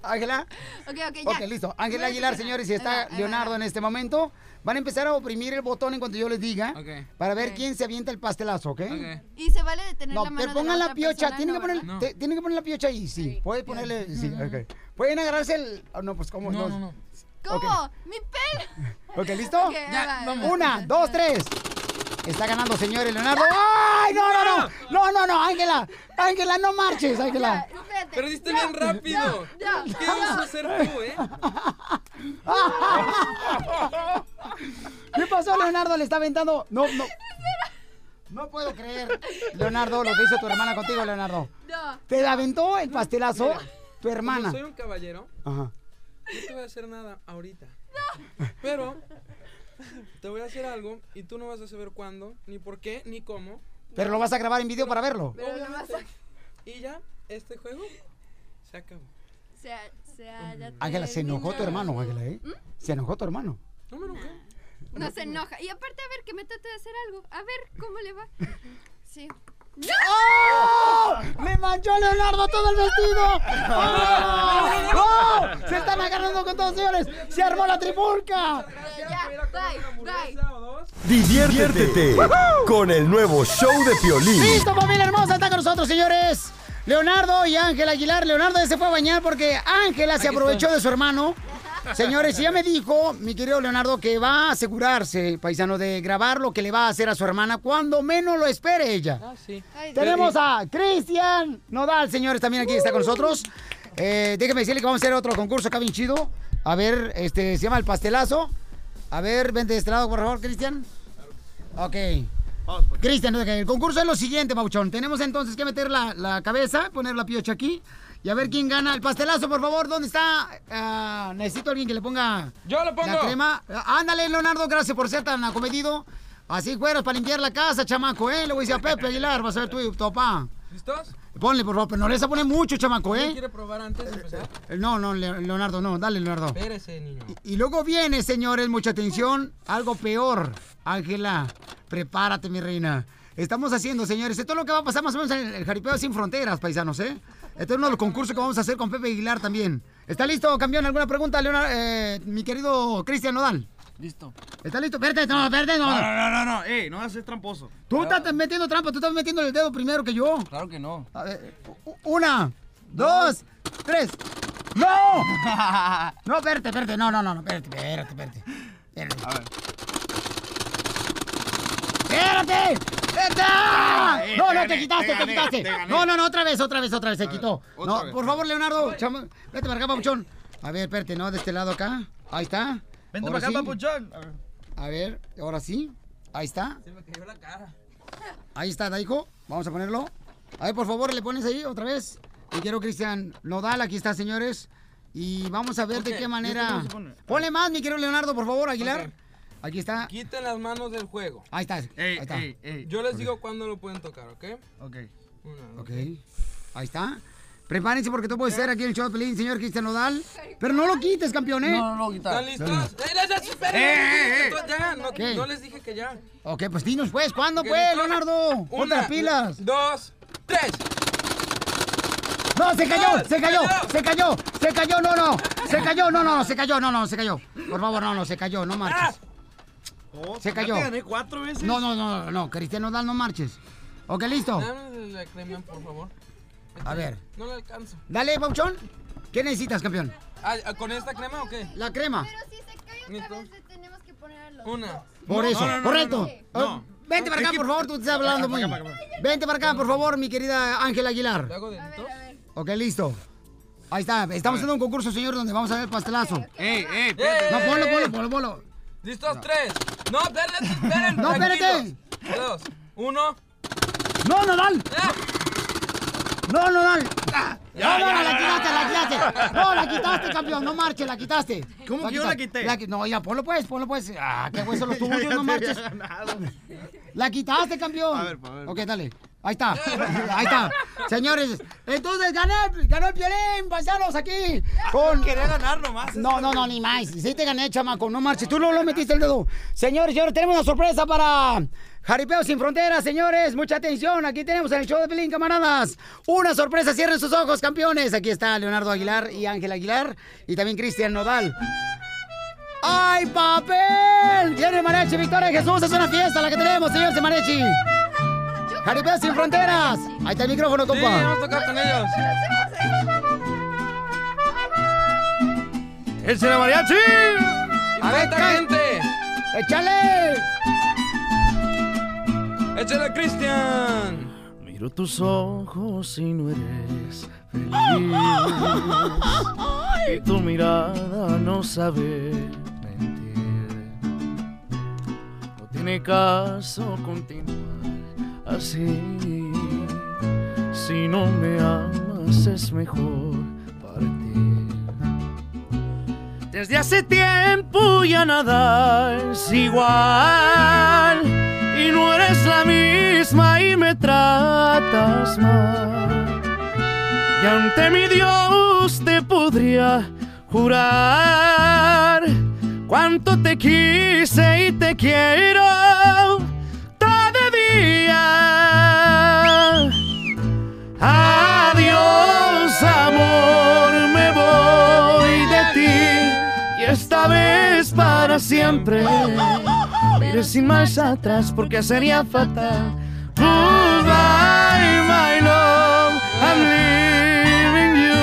Speaker 2: Ángela.
Speaker 27: Ok, ok, ya.
Speaker 2: Ok, listo.
Speaker 27: Voy
Speaker 2: Ángela
Speaker 27: a
Speaker 2: Aguilar,
Speaker 27: picar.
Speaker 2: señores, y
Speaker 27: Ahí va,
Speaker 2: está
Speaker 27: ahí va,
Speaker 2: Leonardo
Speaker 27: ahí
Speaker 2: en este momento. Van a empezar a oprimir el botón en cuanto yo les diga.
Speaker 17: Ok.
Speaker 2: Para ver
Speaker 27: Ok.
Speaker 2: quién se avienta el pastelazo, ¿ok?
Speaker 27: va. Y se vale detener
Speaker 2: No,
Speaker 27: la mano
Speaker 2: pero
Speaker 27: de
Speaker 2: pongan la,
Speaker 27: otra
Speaker 2: piocha.
Speaker 27: persona,
Speaker 2: tienen,
Speaker 27: no,
Speaker 2: que poner,
Speaker 27: ¿verdad?
Speaker 2: te- tienen que poner la piocha ahí, sí. Pueden ponerle. Sí, ok. Pueden agarrarse el. oh, no, pues cómo.
Speaker 17: No,
Speaker 2: no,
Speaker 27: ¿Cómo? ¡Mi pelo!
Speaker 2: Ok, ¿listo?
Speaker 27: Ok, Ya, va, va, vamos.
Speaker 2: Una, dos, tres. Está ganando, señores, Leonardo. ¡Ay, no, no, no! No, no, no, Ángela. Ángela, no marches, Ángela.
Speaker 27: Espérate.
Speaker 17: Perdiste bien rápido.
Speaker 27: Ya,
Speaker 17: ¿Qué vas a
Speaker 27: ya.
Speaker 17: hacer tú, eh?
Speaker 2: ¿Qué pasó, Leonardo? Le está aventando. No, no. No puedo creer. Leonardo, lo que hizo tu hermana contigo, Leonardo.
Speaker 27: No.
Speaker 2: Te aventó el pastelazo tu hermana.
Speaker 17: Como soy un caballero,
Speaker 2: Ajá.
Speaker 17: no te voy a hacer nada ahorita. Pero te voy a hacer algo y tú no vas a saber cuándo, ni por qué, ni cómo.
Speaker 2: Pero lo vas a grabar en video para verlo.
Speaker 17: Obviamente. Y ya, este juego se acabó.
Speaker 27: Se, ha- se haya
Speaker 2: Ángela, se enojó tu
Speaker 27: terminado. ¿Mm?
Speaker 2: hermano, Ángela, ¿eh? Se enojó tu hermano.
Speaker 17: No me enojé.
Speaker 27: No se enoja. Y aparte, a ver, que me trate de hacer algo. A ver, ¿cómo le va? Sí. ¡No!
Speaker 2: ¡Oh! ¡Me manchó Leonardo todo el vestido! ¡Oh! ¡Oh! ¡Se están agarrando con todos, señores! ¡Se armó la tripulca!
Speaker 27: Ya, bye, bye.
Speaker 7: Diviértete con el nuevo show de Piolín.
Speaker 2: ¡Listo, familia hermosa! Está con nosotros, señores. Leonardo y Ángela Aguilar. Leonardo ya se fue a bañar porque Ángela se aprovechó de su hermano. Señores, y ya me dijo mi querido Leonardo que va a asegurarse, paisano, de grabar lo que le va a hacer a su hermana cuando menos lo espere ella.
Speaker 17: Ah, sí.
Speaker 2: Tenemos a Cristian Nodal, señores, también aquí está con nosotros. Eh, déjenme decirle que vamos a hacer otro concurso acá bien chido. A ver, este, se llama El Pastelazo. A ver, vente de este lado, por favor, Cristian. Ok. Cristian, ok, el concurso es lo siguiente, Mauchón. Tenemos entonces que meter la, la cabeza, poner la piocha aquí y a ver quién gana. El pastelazo, por favor, ¿dónde está? Ah, necesito a alguien que le ponga Ah,
Speaker 17: Yo lo pongo.
Speaker 2: la crema. Ándale, Leonardo, gracias por ser tan acomedido. Así cueros para limpiar la casa, chamaco, ¿eh? Le voy a decir a Pepe Aguilar, vas a ver tu, tu papá.
Speaker 17: ¿Listos?
Speaker 2: Ponle, por favor, pero no le vas a poner mucho, chamaco,
Speaker 17: ¿Quién
Speaker 2: ¿eh?
Speaker 17: quiere probar antes de empezar?
Speaker 2: No, no, Le- Leonardo, no, dale, Leonardo.
Speaker 17: Espérese, niño.
Speaker 2: Y luego viene, señores, mucha atención, algo peor. Ángela, prepárate, mi reina. Estamos haciendo, señores, esto es lo que va a pasar más o menos en el Jaripeo Sin Fronteras, paisanos, ¿eh? Este es uno de los concursos que vamos a hacer con Pepe Aguilar también. ¿Está listo, campeón? ¿Alguna pregunta, Leonardo? mi querido Cristian Nodal.
Speaker 13: Listo.
Speaker 2: ¿Está listo? Espérate, no, espérate, no.
Speaker 13: No, no, no, no. Ey, no vas a ser tramposo.
Speaker 2: Tú estás metiendo trampa, tú estás metiendo el dedo primero que yo.
Speaker 13: Claro que no.
Speaker 2: A ver, eh, u- una, dos, tres. ¡No! No, espérate, espérate. No, no, no, no, espérate, espérate, espérate. Espérate. A ver. ¡Espérate! ¡Está! No,
Speaker 23: Te gané, te
Speaker 2: no, te
Speaker 23: gané,
Speaker 2: quitaste,
Speaker 23: te
Speaker 2: te
Speaker 23: gané,
Speaker 2: quitaste.
Speaker 23: te gané.
Speaker 2: No, no, no, otra vez, otra vez, otra vez, se quitó.
Speaker 23: otra
Speaker 2: No,
Speaker 23: vez.
Speaker 2: por favor, Leonardo, chama, vete para acá, papuchón. A ver, espérate, no, de este lado acá. Ahí está.
Speaker 13: Vente
Speaker 2: Ahora
Speaker 13: para acá,
Speaker 2: sí.
Speaker 13: papuchón.
Speaker 2: A ver, ahora sí. Ahí está.
Speaker 13: Se me cayó la cara.
Speaker 2: Ahí está, Daico. Vamos a ponerlo. A ver, por favor, le pones ahí otra vez. Te quiero, Cristian Nodal. Aquí está, señores. Y vamos a ver
Speaker 17: Ok,
Speaker 2: de
Speaker 17: ¿y
Speaker 2: qué
Speaker 17: esto
Speaker 2: manera.
Speaker 17: cómo se pone?
Speaker 2: Ponle más, mi querido Leonardo, por favor, Aguilar. Aquí está.
Speaker 17: Quiten las manos del juego.
Speaker 2: Ahí está. ahí está.
Speaker 17: Yo les digo cuándo lo pueden tocar, ¿ok? ¡Eh,
Speaker 13: Ok.
Speaker 2: Ok. Ahí está. Prepárense porque tú puedes ser aquí el show de Pelín, señor Cristian Nodal. Pero no lo quites, campeón, ¿eh?
Speaker 17: No, no lo
Speaker 2: quitas.
Speaker 17: ¿Están listos? ¡Eh, ya, ya, esperen!
Speaker 2: Eh, eh, eh.
Speaker 17: Ya, no,
Speaker 2: Ok.
Speaker 17: no les dije que ya.
Speaker 2: Ok, pues dinos, pues. ¿Cuándo,
Speaker 17: Ok,
Speaker 2: pues,
Speaker 17: listo.
Speaker 2: Leonardo? Ponte
Speaker 17: Una,
Speaker 2: las pilas.
Speaker 17: Dos, tres.
Speaker 2: No, se cayó, se cayó, se cayó, se cayó, no, no, se cayó, no, no, se cayó, no, no, se cayó. Por favor, no, no, se cayó, no marches.
Speaker 17: Ah,
Speaker 2: Oh, Se cayó.
Speaker 13: Te gané cuatro veces.
Speaker 2: No, no, no, no, no, Cristiano Dal, no marches. Ok, listo.
Speaker 17: Dame la crema, por favor. Este,
Speaker 2: A ver.
Speaker 17: No le alcanzo.
Speaker 2: Dale, Pauchón. ¿Qué necesitas, campeón?
Speaker 17: Ah, ah, ¿Con esta crema o qué?
Speaker 2: La crema.
Speaker 17: Una.
Speaker 2: Por
Speaker 17: No,
Speaker 2: eso,
Speaker 17: no, no, no,
Speaker 2: correcto.
Speaker 17: no.
Speaker 2: Oh, Vente para acá, por favor, tú te estás hablando muy. Vente para acá, por favor, mi querida Ángela Aguilar.
Speaker 17: ¿Lo hago de dos?
Speaker 2: Ok, listo. Ahí está, estamos haciendo un concurso, señor, donde vamos a ver el pastelazo.
Speaker 17: Ey, ey,
Speaker 2: No, ponlo, ponlo, ponlo, ponlo.
Speaker 17: ¿Listos? Tres. No, espérate, esperen.
Speaker 2: No, espérate.
Speaker 17: tranquilos. Dos. Uno. Ah.
Speaker 2: No, no, dale. No, no, dale.
Speaker 23: Ya,
Speaker 2: no, no,
Speaker 23: ya,
Speaker 2: no, la
Speaker 23: ya,
Speaker 2: quitaste,
Speaker 23: ya.
Speaker 2: la quitaste. No, la quitaste, campeón. No marches, la quitaste.
Speaker 23: ¿Cómo que yo la quité?
Speaker 2: qui- no, ya, ponlo pues, ponlo pues. Ah, qué hueso los tuyos, no marches. La quitaste, campeón. A ver, a ver. Ok, dale. Ahí está. Ahí está. Señores, entonces gané, ganó el violín, paisanos aquí. Con...
Speaker 13: Quería ganar nomás.
Speaker 2: No, no, no, ni más. Sí te gané, chamaco. No marches. Tú no lo metiste el dedo. Señores, señores, tenemos una sorpresa para Jaripeo Sin Fronteras, señores. Mucha atención. Aquí tenemos en el show de Pelín, camaradas. Una sorpresa. Cierren sus ojos, campeones. Aquí está Leonardo Aguilar y Ángel Aguilar. Y también Cristian Nodal. ¡Ay, papel! Viene Marechi, Victoria de Jesús. Es una fiesta la que tenemos, señores de Marechi. Jaripeo Sin Fronteras. Ahí está el micrófono, compa.
Speaker 17: Sí, vamos a tocar con ellos.
Speaker 2: ¡Échale mariachi!
Speaker 17: ¡A ver,
Speaker 2: ca-
Speaker 17: gente!
Speaker 2: ¡Échale!
Speaker 17: ¡Échale, Cristian!
Speaker 23: Miro tus ojos y no eres feliz. Y tu mirada no sabe mentir. No tiene caso continuar así. Si no me amas es mejor para ti. Desde hace tiempo ya nada es igual y no eres la misma y me tratas mal. Y ante mi Dios te podría jurar cuánto te quise y te quiero todavía. Adiós, amor, me voy de ti y esta vez para siempre. Mire sin más atrás porque sería fatal. Goodbye, my love, I'm leaving you.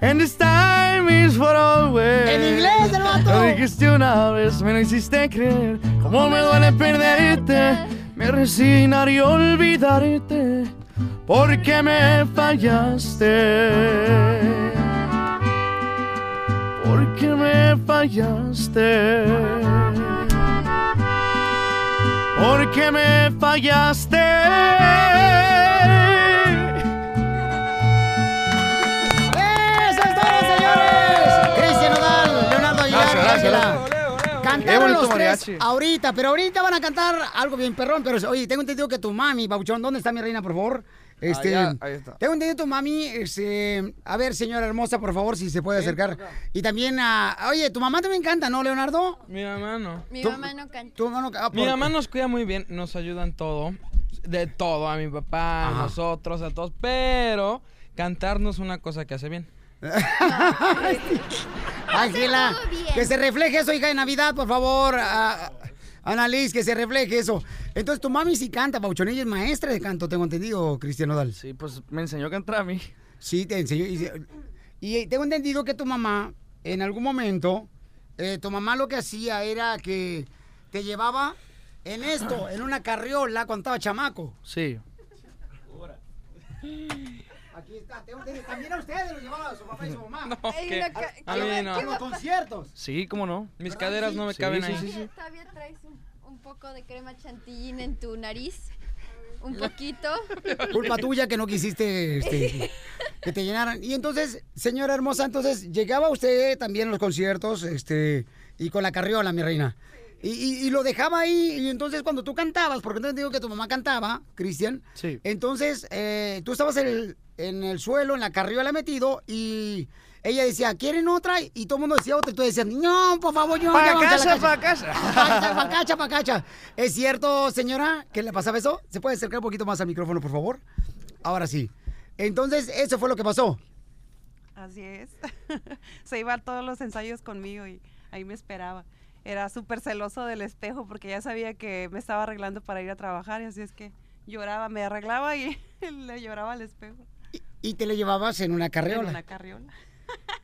Speaker 23: And this time is for always.
Speaker 2: En inglés, el vato.
Speaker 23: Lo dijiste una vez, me lo hiciste creer. Cómo me duele perderte. Me resignaré a olvidarte porque me fallaste. Porque me fallaste. Porque me fallaste.
Speaker 2: ¡Eso es todo, señores! Cristian Nodal, Leonardo Aguilar,
Speaker 23: Gracias, gracias,
Speaker 2: Ángela. Cantaron
Speaker 13: bonito
Speaker 2: los tres
Speaker 13: mariachi.
Speaker 2: ahorita, pero ahorita van a cantar algo bien perrón. Pero oye, tengo entendido que tu mami, Bauchón, ¿dónde está mi reina, por favor? Este,
Speaker 13: Allá, ahí está.
Speaker 2: Tengo entendido tu mami, este, a ver, señora hermosa, por favor, si se puede acercar. Y también a, oye, tu mamá también canta, ¿no, Leonardo?
Speaker 17: Mi mamá no.
Speaker 27: Mi
Speaker 2: Tú-
Speaker 27: mamá no canta.
Speaker 2: Tu mamá no ah, canta.
Speaker 17: Mi mamá nos cuida muy bien, nos ayuda en todo. De todo, a mi papá, a nosotros, a todos. Pero cantar no es una cosa que hace bien.
Speaker 2: Ángela, que se refleje eso, hija de Navidad, por favor. a- a- Annalise, que se refleje eso. Entonces, tu mami sí canta, Bauchón, ella es maestra de canto, tengo entendido, Cristian Nodal.
Speaker 13: Sí, pues me enseñó a cantar a mí.
Speaker 2: Sí, te enseñó. Y, y, eh, tengo entendido que tu mamá, en algún momento, eh, tu mamá lo que hacía era que te llevaba en esto, en una carriola cuando estaba chamaco.
Speaker 13: Sí.
Speaker 2: Aquí está, tengo entendido. También a ustedes lo llevaba su papá y su mamá.
Speaker 17: No, Ay, ¿qué? una ca-
Speaker 13: Ah,
Speaker 17: A mí ¿qué- no. qué
Speaker 2: A los
Speaker 17: papá?
Speaker 2: conciertos.
Speaker 13: Sí, cómo no.
Speaker 17: Mis caderas no me caben ahí.
Speaker 27: Todavía- Todavía traes un, un poco de crema chantilly en tu nariz. Un poquito.
Speaker 2: Culpa tuya que no quisiste este, que te llenaran. Y entonces, señora hermosa, entonces llegaba usted también a los conciertos este, y con la carriola, mi reina. Y, y- y lo dejaba ahí, y entonces cuando tú cantabas, porque entonces digo que tu mamá cantaba, Cristian,
Speaker 13: Sí.
Speaker 2: entonces eh, tú estabas en el, en el suelo, en la carriola metido, y ella decía, ¿quieren otra? Y todo el mundo decía otra, y tú decías, no, por favor, yo
Speaker 23: Pa'
Speaker 2: ya vamos a
Speaker 23: casa,
Speaker 2: la
Speaker 23: pa' casa.
Speaker 2: Pacacha, pacacha, pacacha. ¿Es cierto, señora, que le pasaba eso? ¿Se puede acercar un poquito más al micrófono, por favor? Ahora sí. Entonces, eso fue lo que pasó.
Speaker 5: Así es. se iba a todos los ensayos conmigo y ahí me esperaba. Era súper celoso del espejo porque ya sabía que me estaba arreglando para ir a trabajar y así es que lloraba, me arreglaba y le lloraba al espejo.
Speaker 2: Y te lo llevabas en una carriola.
Speaker 5: En una carriola.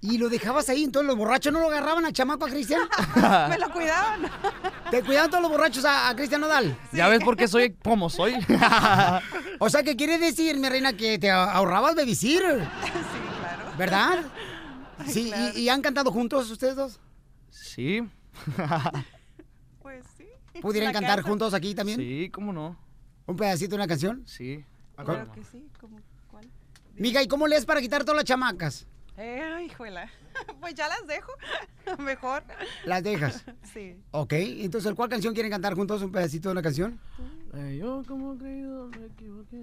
Speaker 2: Y lo dejabas ahí, entonces los borrachos no lo agarraban a chamaco a Cristian.
Speaker 5: Me lo cuidaban.
Speaker 2: ¿Te cuidaban todos los borrachos a, a Cristian Nodal?
Speaker 13: ¿Ya ves por qué soy como soy?
Speaker 2: o sea, que quiere decir, mi reina, que te ahorrabas babysitter. Sí, claro. ¿Verdad? Sí, y- y, han cantado juntos ustedes dos?
Speaker 13: Sí.
Speaker 5: Pues sí.
Speaker 2: ¿Pudieran
Speaker 5: La
Speaker 2: cantar
Speaker 5: casa.
Speaker 2: juntos aquí también?
Speaker 13: Sí, cómo no.
Speaker 2: ¿Un pedacito de una canción?
Speaker 13: Sí.
Speaker 5: Claro que sí. como- ¿Cuál?
Speaker 2: Miga, ¿y cómo lees para quitar todas las chamacas?
Speaker 5: Eh, hijuela. Pues ya las dejo. Mejor.
Speaker 2: Las dejas.
Speaker 5: Sí.
Speaker 2: Ok, entonces, ¿cuál canción quieren cantar juntos? ¿Un pedacito de una canción?
Speaker 13: Eh, yo como creído me equivoqué,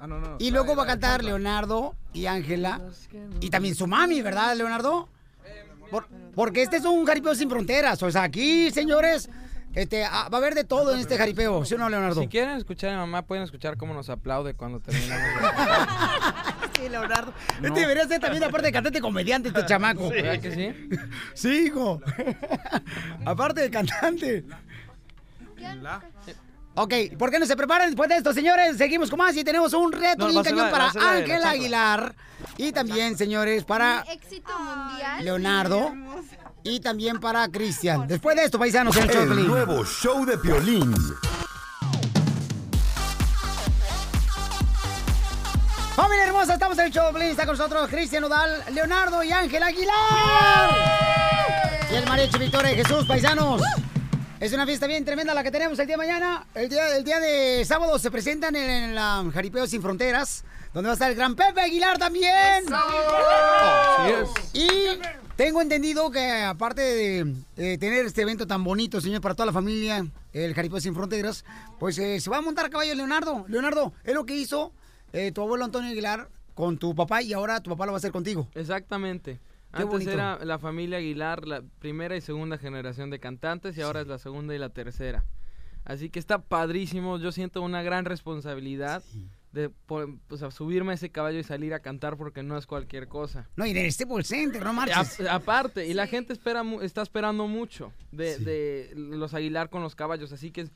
Speaker 13: Ah, no, no.
Speaker 2: Y luego va a cantar Leonardo y Ángela. Y también su mami, ¿verdad, Leonardo? Por- porque este es un jaripeo sin fronteras. O sea, aquí, señores, este, ah, va a haber de todo en este jaripeo. ¿Sí o no, Leonardo?
Speaker 17: Si quieren escuchar a mi mamá, pueden escuchar cómo nos aplaude cuando terminamos.
Speaker 2: Sí, Leonardo.
Speaker 17: No.
Speaker 2: Este debería ser también, aparte de cantante, comediante este chamaco.
Speaker 17: Sí. ¿Verdad que sí?
Speaker 2: Sí, hijo. aparte de cantante. Ok, ¿por qué no se preparan después de esto, señores? Seguimos con más y tenemos un reto
Speaker 5: No,
Speaker 2: bien
Speaker 5: va a ser
Speaker 2: cañón
Speaker 5: la- va
Speaker 2: para
Speaker 5: a ser la de la
Speaker 2: Ángela
Speaker 5: chancla.
Speaker 2: Aguilar. Y también, señores, para
Speaker 27: Mi éxito mundial.
Speaker 2: Leonardo. Y también para Cristian. Después de esto, paisanos, el show de
Speaker 7: El
Speaker 2: Piolín.
Speaker 7: nuevo show de Piolín.
Speaker 2: Familia hermosa, estamos en el show de Piolín. Está con nosotros Cristian Udal, Leonardo y Ángela Aguilar. Y el mariachi Victoria de Jesús, paisanos. Es una fiesta bien tremenda la que tenemos el día de mañana. El día, el día de sábado se presentan en, en la Jaripeo Sin Fronteras, donde va a estar el gran Pepe Aguilar también. Y tengo entendido que aparte de eh, tener este evento tan bonito, señor, para toda la familia, el Jaripeo Sin Fronteras, pues eh, se va a montar a caballo Leonardo. Leonardo, es lo que hizo eh, tu abuelo Antonio Aguilar con tu papá y ahora tu papá lo va a hacer contigo.
Speaker 17: Exactamente.
Speaker 2: Qué
Speaker 17: Antes
Speaker 2: bonito.
Speaker 17: era la familia Aguilar, la primera y segunda generación de cantantes, y ahora es la segunda y la tercera. Así que está padrísimo. Yo siento una gran responsabilidad de por- o sea, subirme a ese caballo y salir a cantar porque no es cualquier cosa.
Speaker 2: No, y en este por center, no marches.
Speaker 17: A- aparte, y la gente espera mu- está esperando mucho de, de los Aguilar con los caballos, así que es,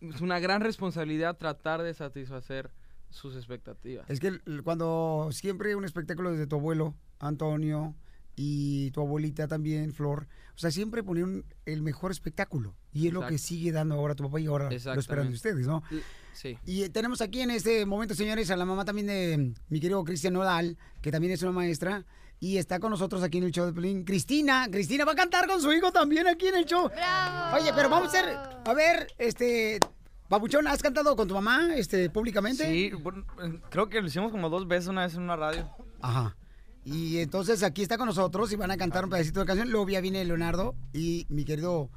Speaker 17: es una gran responsabilidad tratar de satisfacer sus expectativas.
Speaker 2: Es que l- cuando siempre un espectáculo de tu abuelo, Antonio, y tu abuelita también, Flor, o sea, siempre ponían el mejor espectáculo. Y es lo que
Speaker 17: Exacto.
Speaker 2: sigue dando ahora tu papá y ahora lo esperan de
Speaker 17: Exactamente.
Speaker 2: ustedes, ¿no?
Speaker 17: L- Sí.
Speaker 2: Y eh, tenemos aquí en este momento, señores, a la mamá también de mm, mi querido Cristian Nodal, que también es una maestra. Y está con nosotros aquí en el show de Pelín. Cristina, Cristina va a cantar con su hijo también aquí en el show. Oye, pero vamos a hacer, a ver, este, Babuchón, ¿has cantado con tu mamá, este, públicamente?
Speaker 13: Sí, bueno, eh, creo que lo hicimos como dos veces una vez en una radio.
Speaker 2: Ajá. Y entonces aquí está con nosotros y van a cantar un pedacito de canción. Luego ya viene Leonardo y mi querido,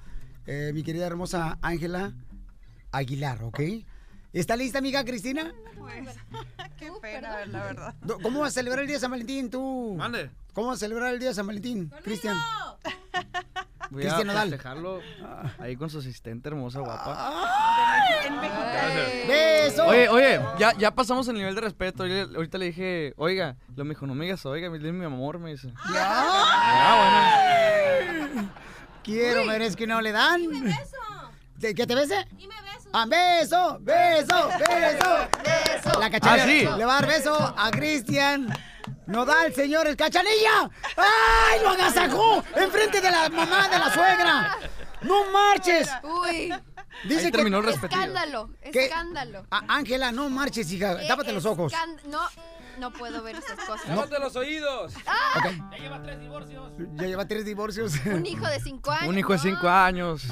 Speaker 2: eh, mi querida hermosa Ángela Aguilar, ¿ok? ¿Está lista, amiga Cristina?
Speaker 5: Pues,
Speaker 28: Qué pena, la verdad.
Speaker 2: Do- ¿Cómo vas a celebrar el día de San Valentín tú? ¿Cómo vas a celebrar el día de San Valentín, Cristian?
Speaker 13: Voy
Speaker 2: Cristian
Speaker 13: a
Speaker 2: Nodal.
Speaker 13: festejarlo ahí con su asistente hermosa, guapa.
Speaker 2: ¡Beso!
Speaker 13: Oye, oye, ya, ya pasamos el nivel de respeto. Yo le- ahorita le dije, oiga, lo me dijo, no me digas, oiga, mi, mi amor, me dice.
Speaker 2: Quiero, merezco y no le dan. ¿Te- ¿Que te bese? Y me beso. Ah, beso, beso, beso, beso. La cachanilla
Speaker 13: Ah, sí.
Speaker 2: le va a dar beso a Cristian. Nodal, señores, cachanilla. ¡Ay, lo agasajó! Enfrente de la mamá de la suegra. ¡No marches!
Speaker 27: Uy.
Speaker 2: Dice que-
Speaker 27: Escándalo,
Speaker 2: ¿Qué?
Speaker 27: escándalo.
Speaker 2: Ah, Ángela, no marches, hija.
Speaker 27: Eh,
Speaker 2: Tápate los ojos.
Speaker 27: escán- No, no puedo ver esas cosas.
Speaker 2: Tápate
Speaker 27: los oídos.
Speaker 2: Ya lleva tres divorcios. Ya lleva tres divorcios.
Speaker 27: Un hijo de cinco años.
Speaker 13: Un hijo de cinco años.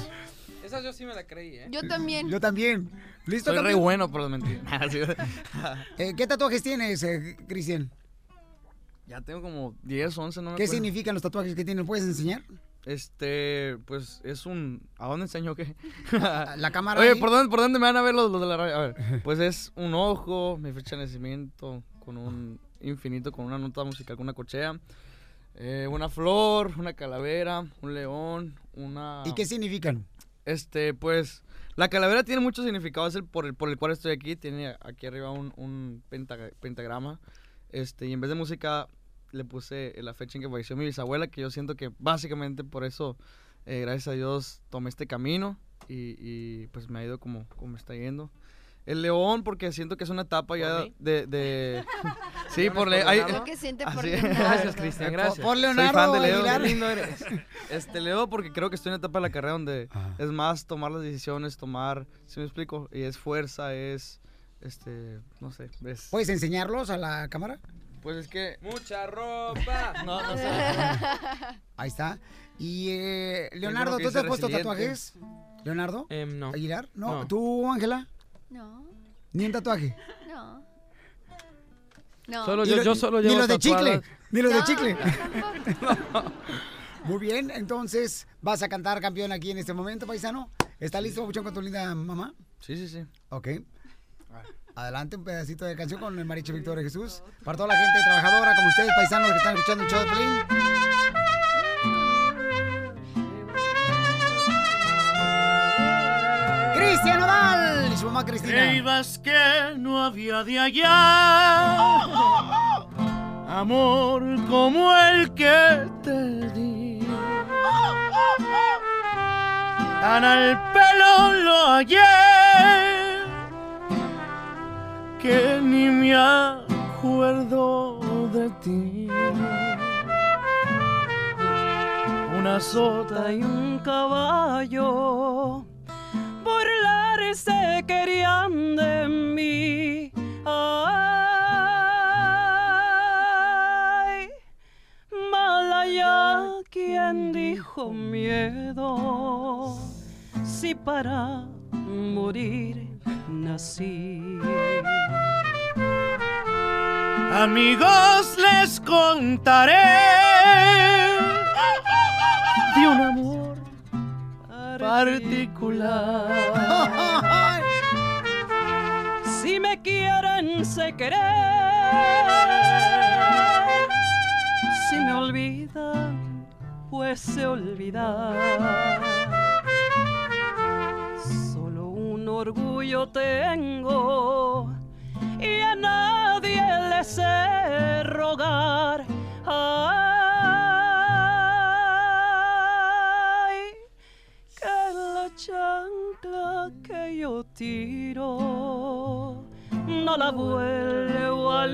Speaker 17: Esa yo sí me la creí, ¿eh?
Speaker 27: Yo también.
Speaker 2: Yo también. ¿Listo?
Speaker 13: Soy re
Speaker 2: también?
Speaker 13: bueno por las mentiras. Ah,
Speaker 2: Eh, ¿Qué tatuajes tienes, eh, Cristian?
Speaker 13: ya tengo como 10, 11, no me
Speaker 2: ¿Qué
Speaker 13: acuerdo.
Speaker 2: significan los tatuajes que tienes? ¿Puedes enseñar?
Speaker 13: Este, pues es un. ¿A dónde enseño qué?
Speaker 2: La cámara
Speaker 13: Oye,
Speaker 2: ahí.
Speaker 13: ¿por dónde, ¿por dónde me van a ver los, los de la radio? A ver, pues es un ojo, mi fecha de nacimiento, con un infinito, con una nota musical, con una cochea, eh, una flor, una calavera, un león, una.
Speaker 2: ¿Y qué significan?
Speaker 13: Este, pues. La calavera tiene mucho significado, es el por el, por el cual estoy aquí. Tiene aquí arriba un, un pentaga- pentagrama. Este, y en vez de música, le puse la fecha en que falleció mi bisabuela, que yo siento que básicamente por eso, eh, gracias a Dios, tomé este camino y, y, pues me ha ido como, como me está yendo. El león, porque siento que es una etapa ya de, de- Sí, por, le- Ah,
Speaker 27: Leonardo.
Speaker 13: hay-
Speaker 27: Creo que siente por
Speaker 13: Así-
Speaker 27: Leonardo.
Speaker 17: Gracias, Cristian,
Speaker 13: Por-
Speaker 17: gracias.
Speaker 13: Por
Speaker 17: Soy
Speaker 13: Leonardo
Speaker 17: fan de Leo,
Speaker 13: Aguilar.
Speaker 17: qué lindo eres.
Speaker 13: Este, Leo, porque creo que estoy en una etapa de la carrera donde es más tomar las decisiones, tomar, si me explico, y es fuerza, es, este, no sé, es...
Speaker 2: ¿Puedes enseñarlos a la cámara?
Speaker 13: Pues es que...
Speaker 17: Mucha ropa.
Speaker 13: Ah, No, no sé.
Speaker 2: Ahí está. Y eh, Leonardo, ¿tú te has puesto tatuajes? ¿Leonardo?
Speaker 17: no.
Speaker 2: ¿Aguilar? No. ¿Tú, Ángela?
Speaker 27: No,
Speaker 2: ¿Ni un tatuaje?
Speaker 27: no. No.
Speaker 17: Solo yo-
Speaker 2: Ni lo-
Speaker 17: yo solo
Speaker 2: Ni
Speaker 17: llevo
Speaker 2: los de chicle.
Speaker 17: tatuadas.
Speaker 2: Ni los de
Speaker 27: No,
Speaker 2: chicle.
Speaker 27: no,
Speaker 2: Muy bien, entonces vas a cantar campeón aquí en este momento, paisano. ¿Está listo, Papuchón, con tu linda mamá?
Speaker 13: Sí, sí, sí.
Speaker 2: Ok.
Speaker 17: Ah.
Speaker 2: Adelante un pedacito de canción con el mariachi Víctor de Jesús. Para toda la gente trabajadora, como ustedes, paisanos que están escuchando el show de Pelín. ¡Cristian Nodal! Y su mamá Cristina.
Speaker 23: Que ibas que no había de allá. Amor como el que te di. Tan al pelo lo hallé que ni me acuerdo de ti.
Speaker 28: Una sota y un caballo burlarse querían de mí. Ah, Ay, malaya, quien dijo miedo, si para morir nací.
Speaker 23: Amigos, les contaré de un amor
Speaker 28: particular. Si me quieren, se querer. Si me olvidan, pues se olvidar. Solo un orgullo tengo y a nadie le sé rogar. Ay, que la chancla que yo tiro no la vuelvo a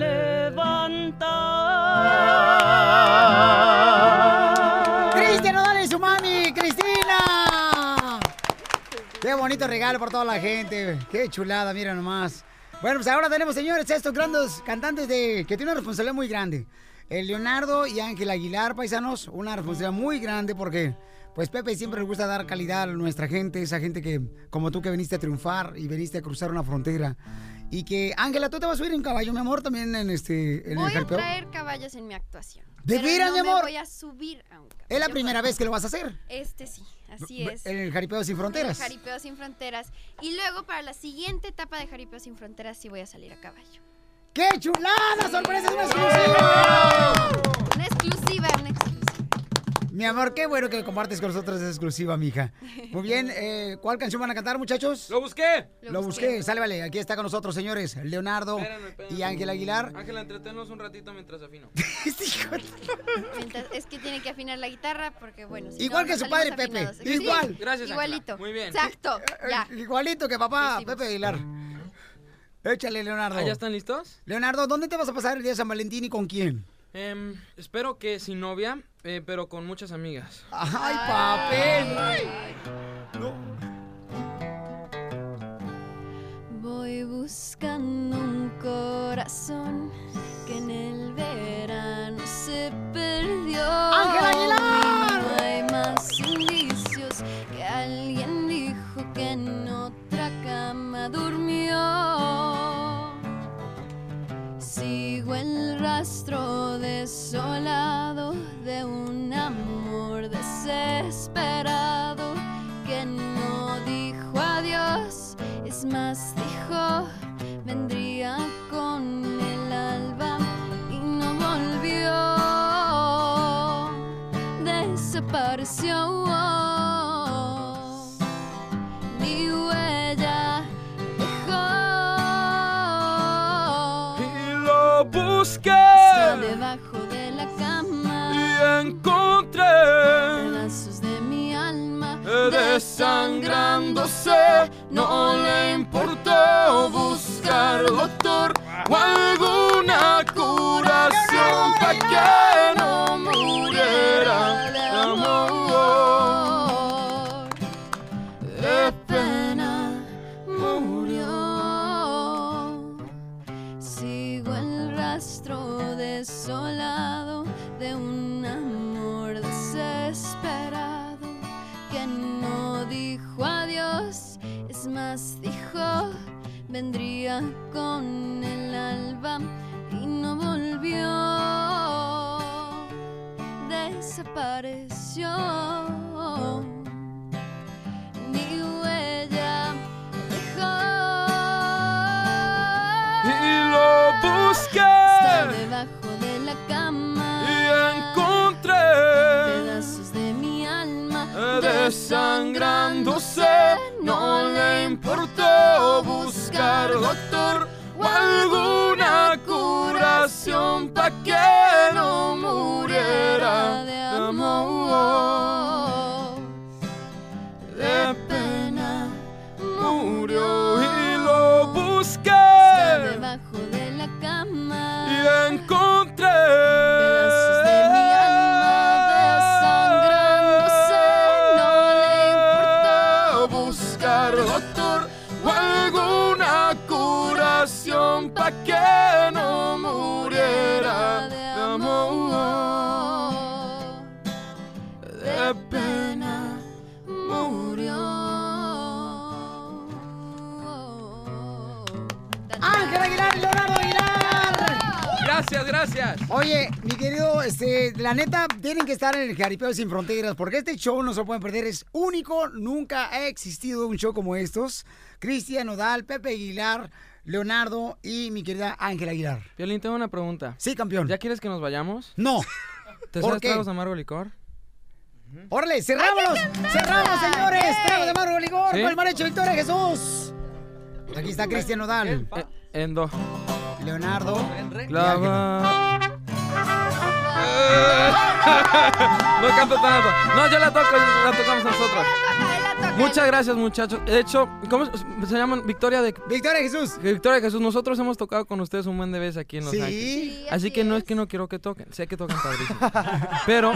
Speaker 28: levantar.
Speaker 2: ¡Cristian Nodal y su mami Cristina! Qué bonito regalo para toda la gente. Qué chulada, mira nomás. Bueno, pues ahora tenemos, señores, a estos grandes cantantes de que tienen una responsabilidad muy grande. El Leonardo y Ángel Aguilar, paisanos, una responsabilidad muy grande porque Pues Pepe siempre le gusta dar calidad a nuestra gente, esa gente que, como tú que viniste a triunfar y viniste a cruzar una frontera. Y que, Ángela, tú te vas a subir en caballo, mi amor, también en este. En
Speaker 27: Voy
Speaker 2: el
Speaker 27: a
Speaker 2: jaripeo?
Speaker 27: traer caballos en mi actuación.
Speaker 2: ¿De
Speaker 27: Pero
Speaker 2: veras,
Speaker 27: no
Speaker 2: mi
Speaker 27: me
Speaker 2: amor?
Speaker 27: voy a subir a un caballo.
Speaker 2: Es la primera vez que lo vas a hacer.
Speaker 27: Este sí, así
Speaker 2: B-
Speaker 27: es.
Speaker 2: En el Jaripeo Sin
Speaker 27: En el
Speaker 2: Fronteras.
Speaker 27: Jaripeo sin fronteras. Y luego para la siguiente etapa de Jaripeo sin fronteras sí voy a salir a caballo.
Speaker 2: ¡Qué chulada! Ah, ¡Sorpresa! ¡Es una exclusiva!
Speaker 27: Una exclusiva, una exclusiva.
Speaker 2: Mi amor, qué bueno que compartes con nosotros esa exclusiva, mija. Muy bien, eh, ¿cuál canción van a cantar, muchachos?
Speaker 17: ¡Lo busqué!
Speaker 2: Lo busqué, sale, vale. Aquí está con nosotros, señores, Leonardo
Speaker 17: Espérame, espérame.
Speaker 2: y Ángel Aguilar.
Speaker 17: Ángela, entretenos un ratito mientras afino.
Speaker 27: Mientras- es que tiene que afinar la guitarra porque, bueno. si
Speaker 2: Igual
Speaker 27: no,
Speaker 2: que
Speaker 27: nos
Speaker 2: su padre,
Speaker 27: salimos
Speaker 2: Pepe.
Speaker 27: afinados. Sí,
Speaker 2: Igual. Eh,
Speaker 17: Gracias,
Speaker 27: Igualito.
Speaker 17: Ángela. Muy bien.
Speaker 27: Exacto. Ya.
Speaker 2: Igualito que papá, Pepe Aguilar. Échale, Leonardo.
Speaker 17: ¿Ah, ya están listos?
Speaker 2: Leonardo, ¿dónde te vas a pasar el día de San Valentín y con quién?
Speaker 17: Em, espero que sin novia, eh, pero con muchas amigas.
Speaker 2: ¡Ay,
Speaker 4: Ah.
Speaker 2: papel!
Speaker 26: Voy buscando un corazón que en el verano se perdió.
Speaker 4: ¡Ángela Aguilar!
Speaker 26: No hay más indicios que alguien dijo que en otra cama durmió. Sigo el rastro desolado de un amor desesperado que no dijo adiós, es más, dijo, vendría con el alba y no volvió, desapareció. Ni huella dejó.
Speaker 4: Y
Speaker 17: lo busqué.
Speaker 4: Está
Speaker 26: debajo de la cama.
Speaker 17: Y encontré.
Speaker 26: Pedazos de mi alma.
Speaker 4: Desangrándose, no le importó buscar doctor o alguna curación para que no muriera de amor. De pena murió.
Speaker 26: Sigo el rastro desolado de un amor desesperado que no dijo adiós, es más, dijo, vendría con el alba y no volvió, desapareció. Ni huella dejó.
Speaker 4: Y lo
Speaker 26: Está
Speaker 4: busqué
Speaker 26: debajo de la cama.
Speaker 4: ¡Eh! y encontré.
Speaker 26: Pedazos de mi alma.
Speaker 4: Desangrándose, no le importó buscar doctor o alguna curación para que no muriera de amor. De pena murió y lo busqué
Speaker 26: Está debajo de la cama.
Speaker 4: y encontré.
Speaker 26: De mi alma desangrándose. No le
Speaker 4: importó buscar doctor o alguna curación pa' que no muriera de amor. De pena murió.
Speaker 2: ¡Ángel Aguilar y Leonardo Aguilar!
Speaker 17: Gracias, gracias.
Speaker 2: Oye, mi querido, este, la neta, tienen que estar en el Jaripeo Sin Fronteras, porque este show no se lo pueden perder, es único, nunca ha existido un show como estos. Cristian Nodal, Pepe Aguilar, Leonardo y mi querida Ángela Aguilar.
Speaker 17: Violín, tengo una pregunta.
Speaker 2: Sí, campeón.
Speaker 17: ¿Ya quieres que nos vayamos?
Speaker 2: No.
Speaker 17: ¿Te
Speaker 2: ¿Por
Speaker 17: sabes
Speaker 2: qué?
Speaker 17: tragos de amargo licor?
Speaker 2: ¡Órale, cerramos! ¡Cerramos, señores! ¡Tragos de Margo Ligor!
Speaker 17: Sí.
Speaker 2: ¡Con el marecho Victoria Jesús! Aquí está Cristian Nodal.
Speaker 17: En do.
Speaker 2: Leonardo.
Speaker 17: Clava. no Eh, canto tanto. No, yo la toco, la tocamos nosotros. Muchas gracias, muchachos. De hecho, ¿cómo se- se llaman? Victoria de.
Speaker 2: Victoria Jesús.
Speaker 17: Victoria Jesús. Nosotros hemos tocado con ustedes un buen de veces aquí en Los
Speaker 2: Sí.
Speaker 17: Ángeles.
Speaker 2: Sí,
Speaker 17: así que no es que no quiero que toquen. Sé que tocan padrísimo. Pero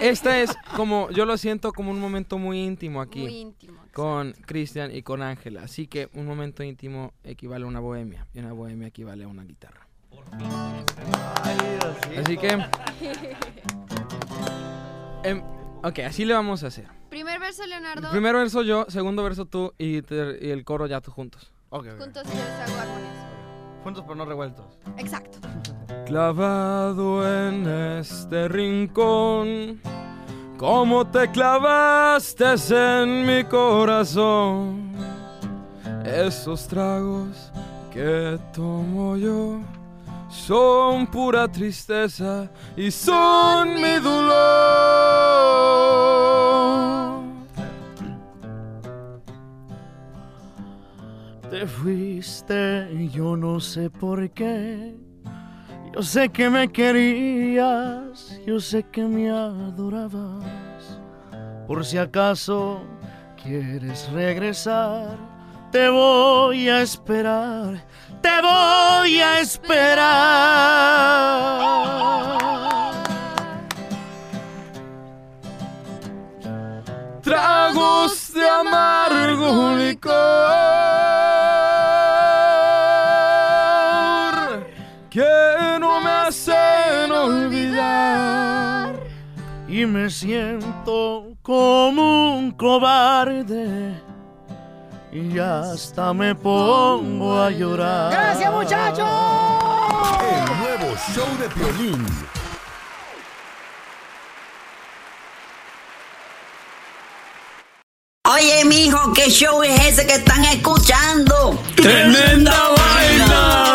Speaker 17: esta es como. Yo lo siento como un momento muy íntimo aquí.
Speaker 27: Muy íntimo,
Speaker 17: Con Cristian y con Ángela. Así que un momento íntimo equivale a una bohemia. Y una bohemia equivale a una guitarra. Así que. Em, Ok, así le vamos a hacer.
Speaker 27: Primer verso, Leonardo.
Speaker 17: El primer verso yo, segundo verso tú y, te- y el coro ya tú juntos.
Speaker 13: Ok, ok.
Speaker 27: Juntos y yo les hago armonías.
Speaker 13: Juntos pero no revueltos.
Speaker 27: Exacto.
Speaker 17: Clavado en este rincón, como te clavaste en mi corazón. Esos tragos que tomo yo son pura tristeza y son mi dolor.
Speaker 23: Te fuiste y yo no sé por qué. Yo sé que me querías, yo sé que me adorabas. Por si acaso quieres regresar, te voy a esperar, te voy a esperar.
Speaker 17: Tragos de amargo licor que no me hacen olvidar.
Speaker 23: y me siento como un cobarde y hasta me pongo a llorar.
Speaker 29: ¡Gracias, muchachos!
Speaker 7: El nuevo show de Piolín.
Speaker 22: Oye, mijo, ¿qué show es ese que están escuchando?
Speaker 4: ¡Tremenda vaina!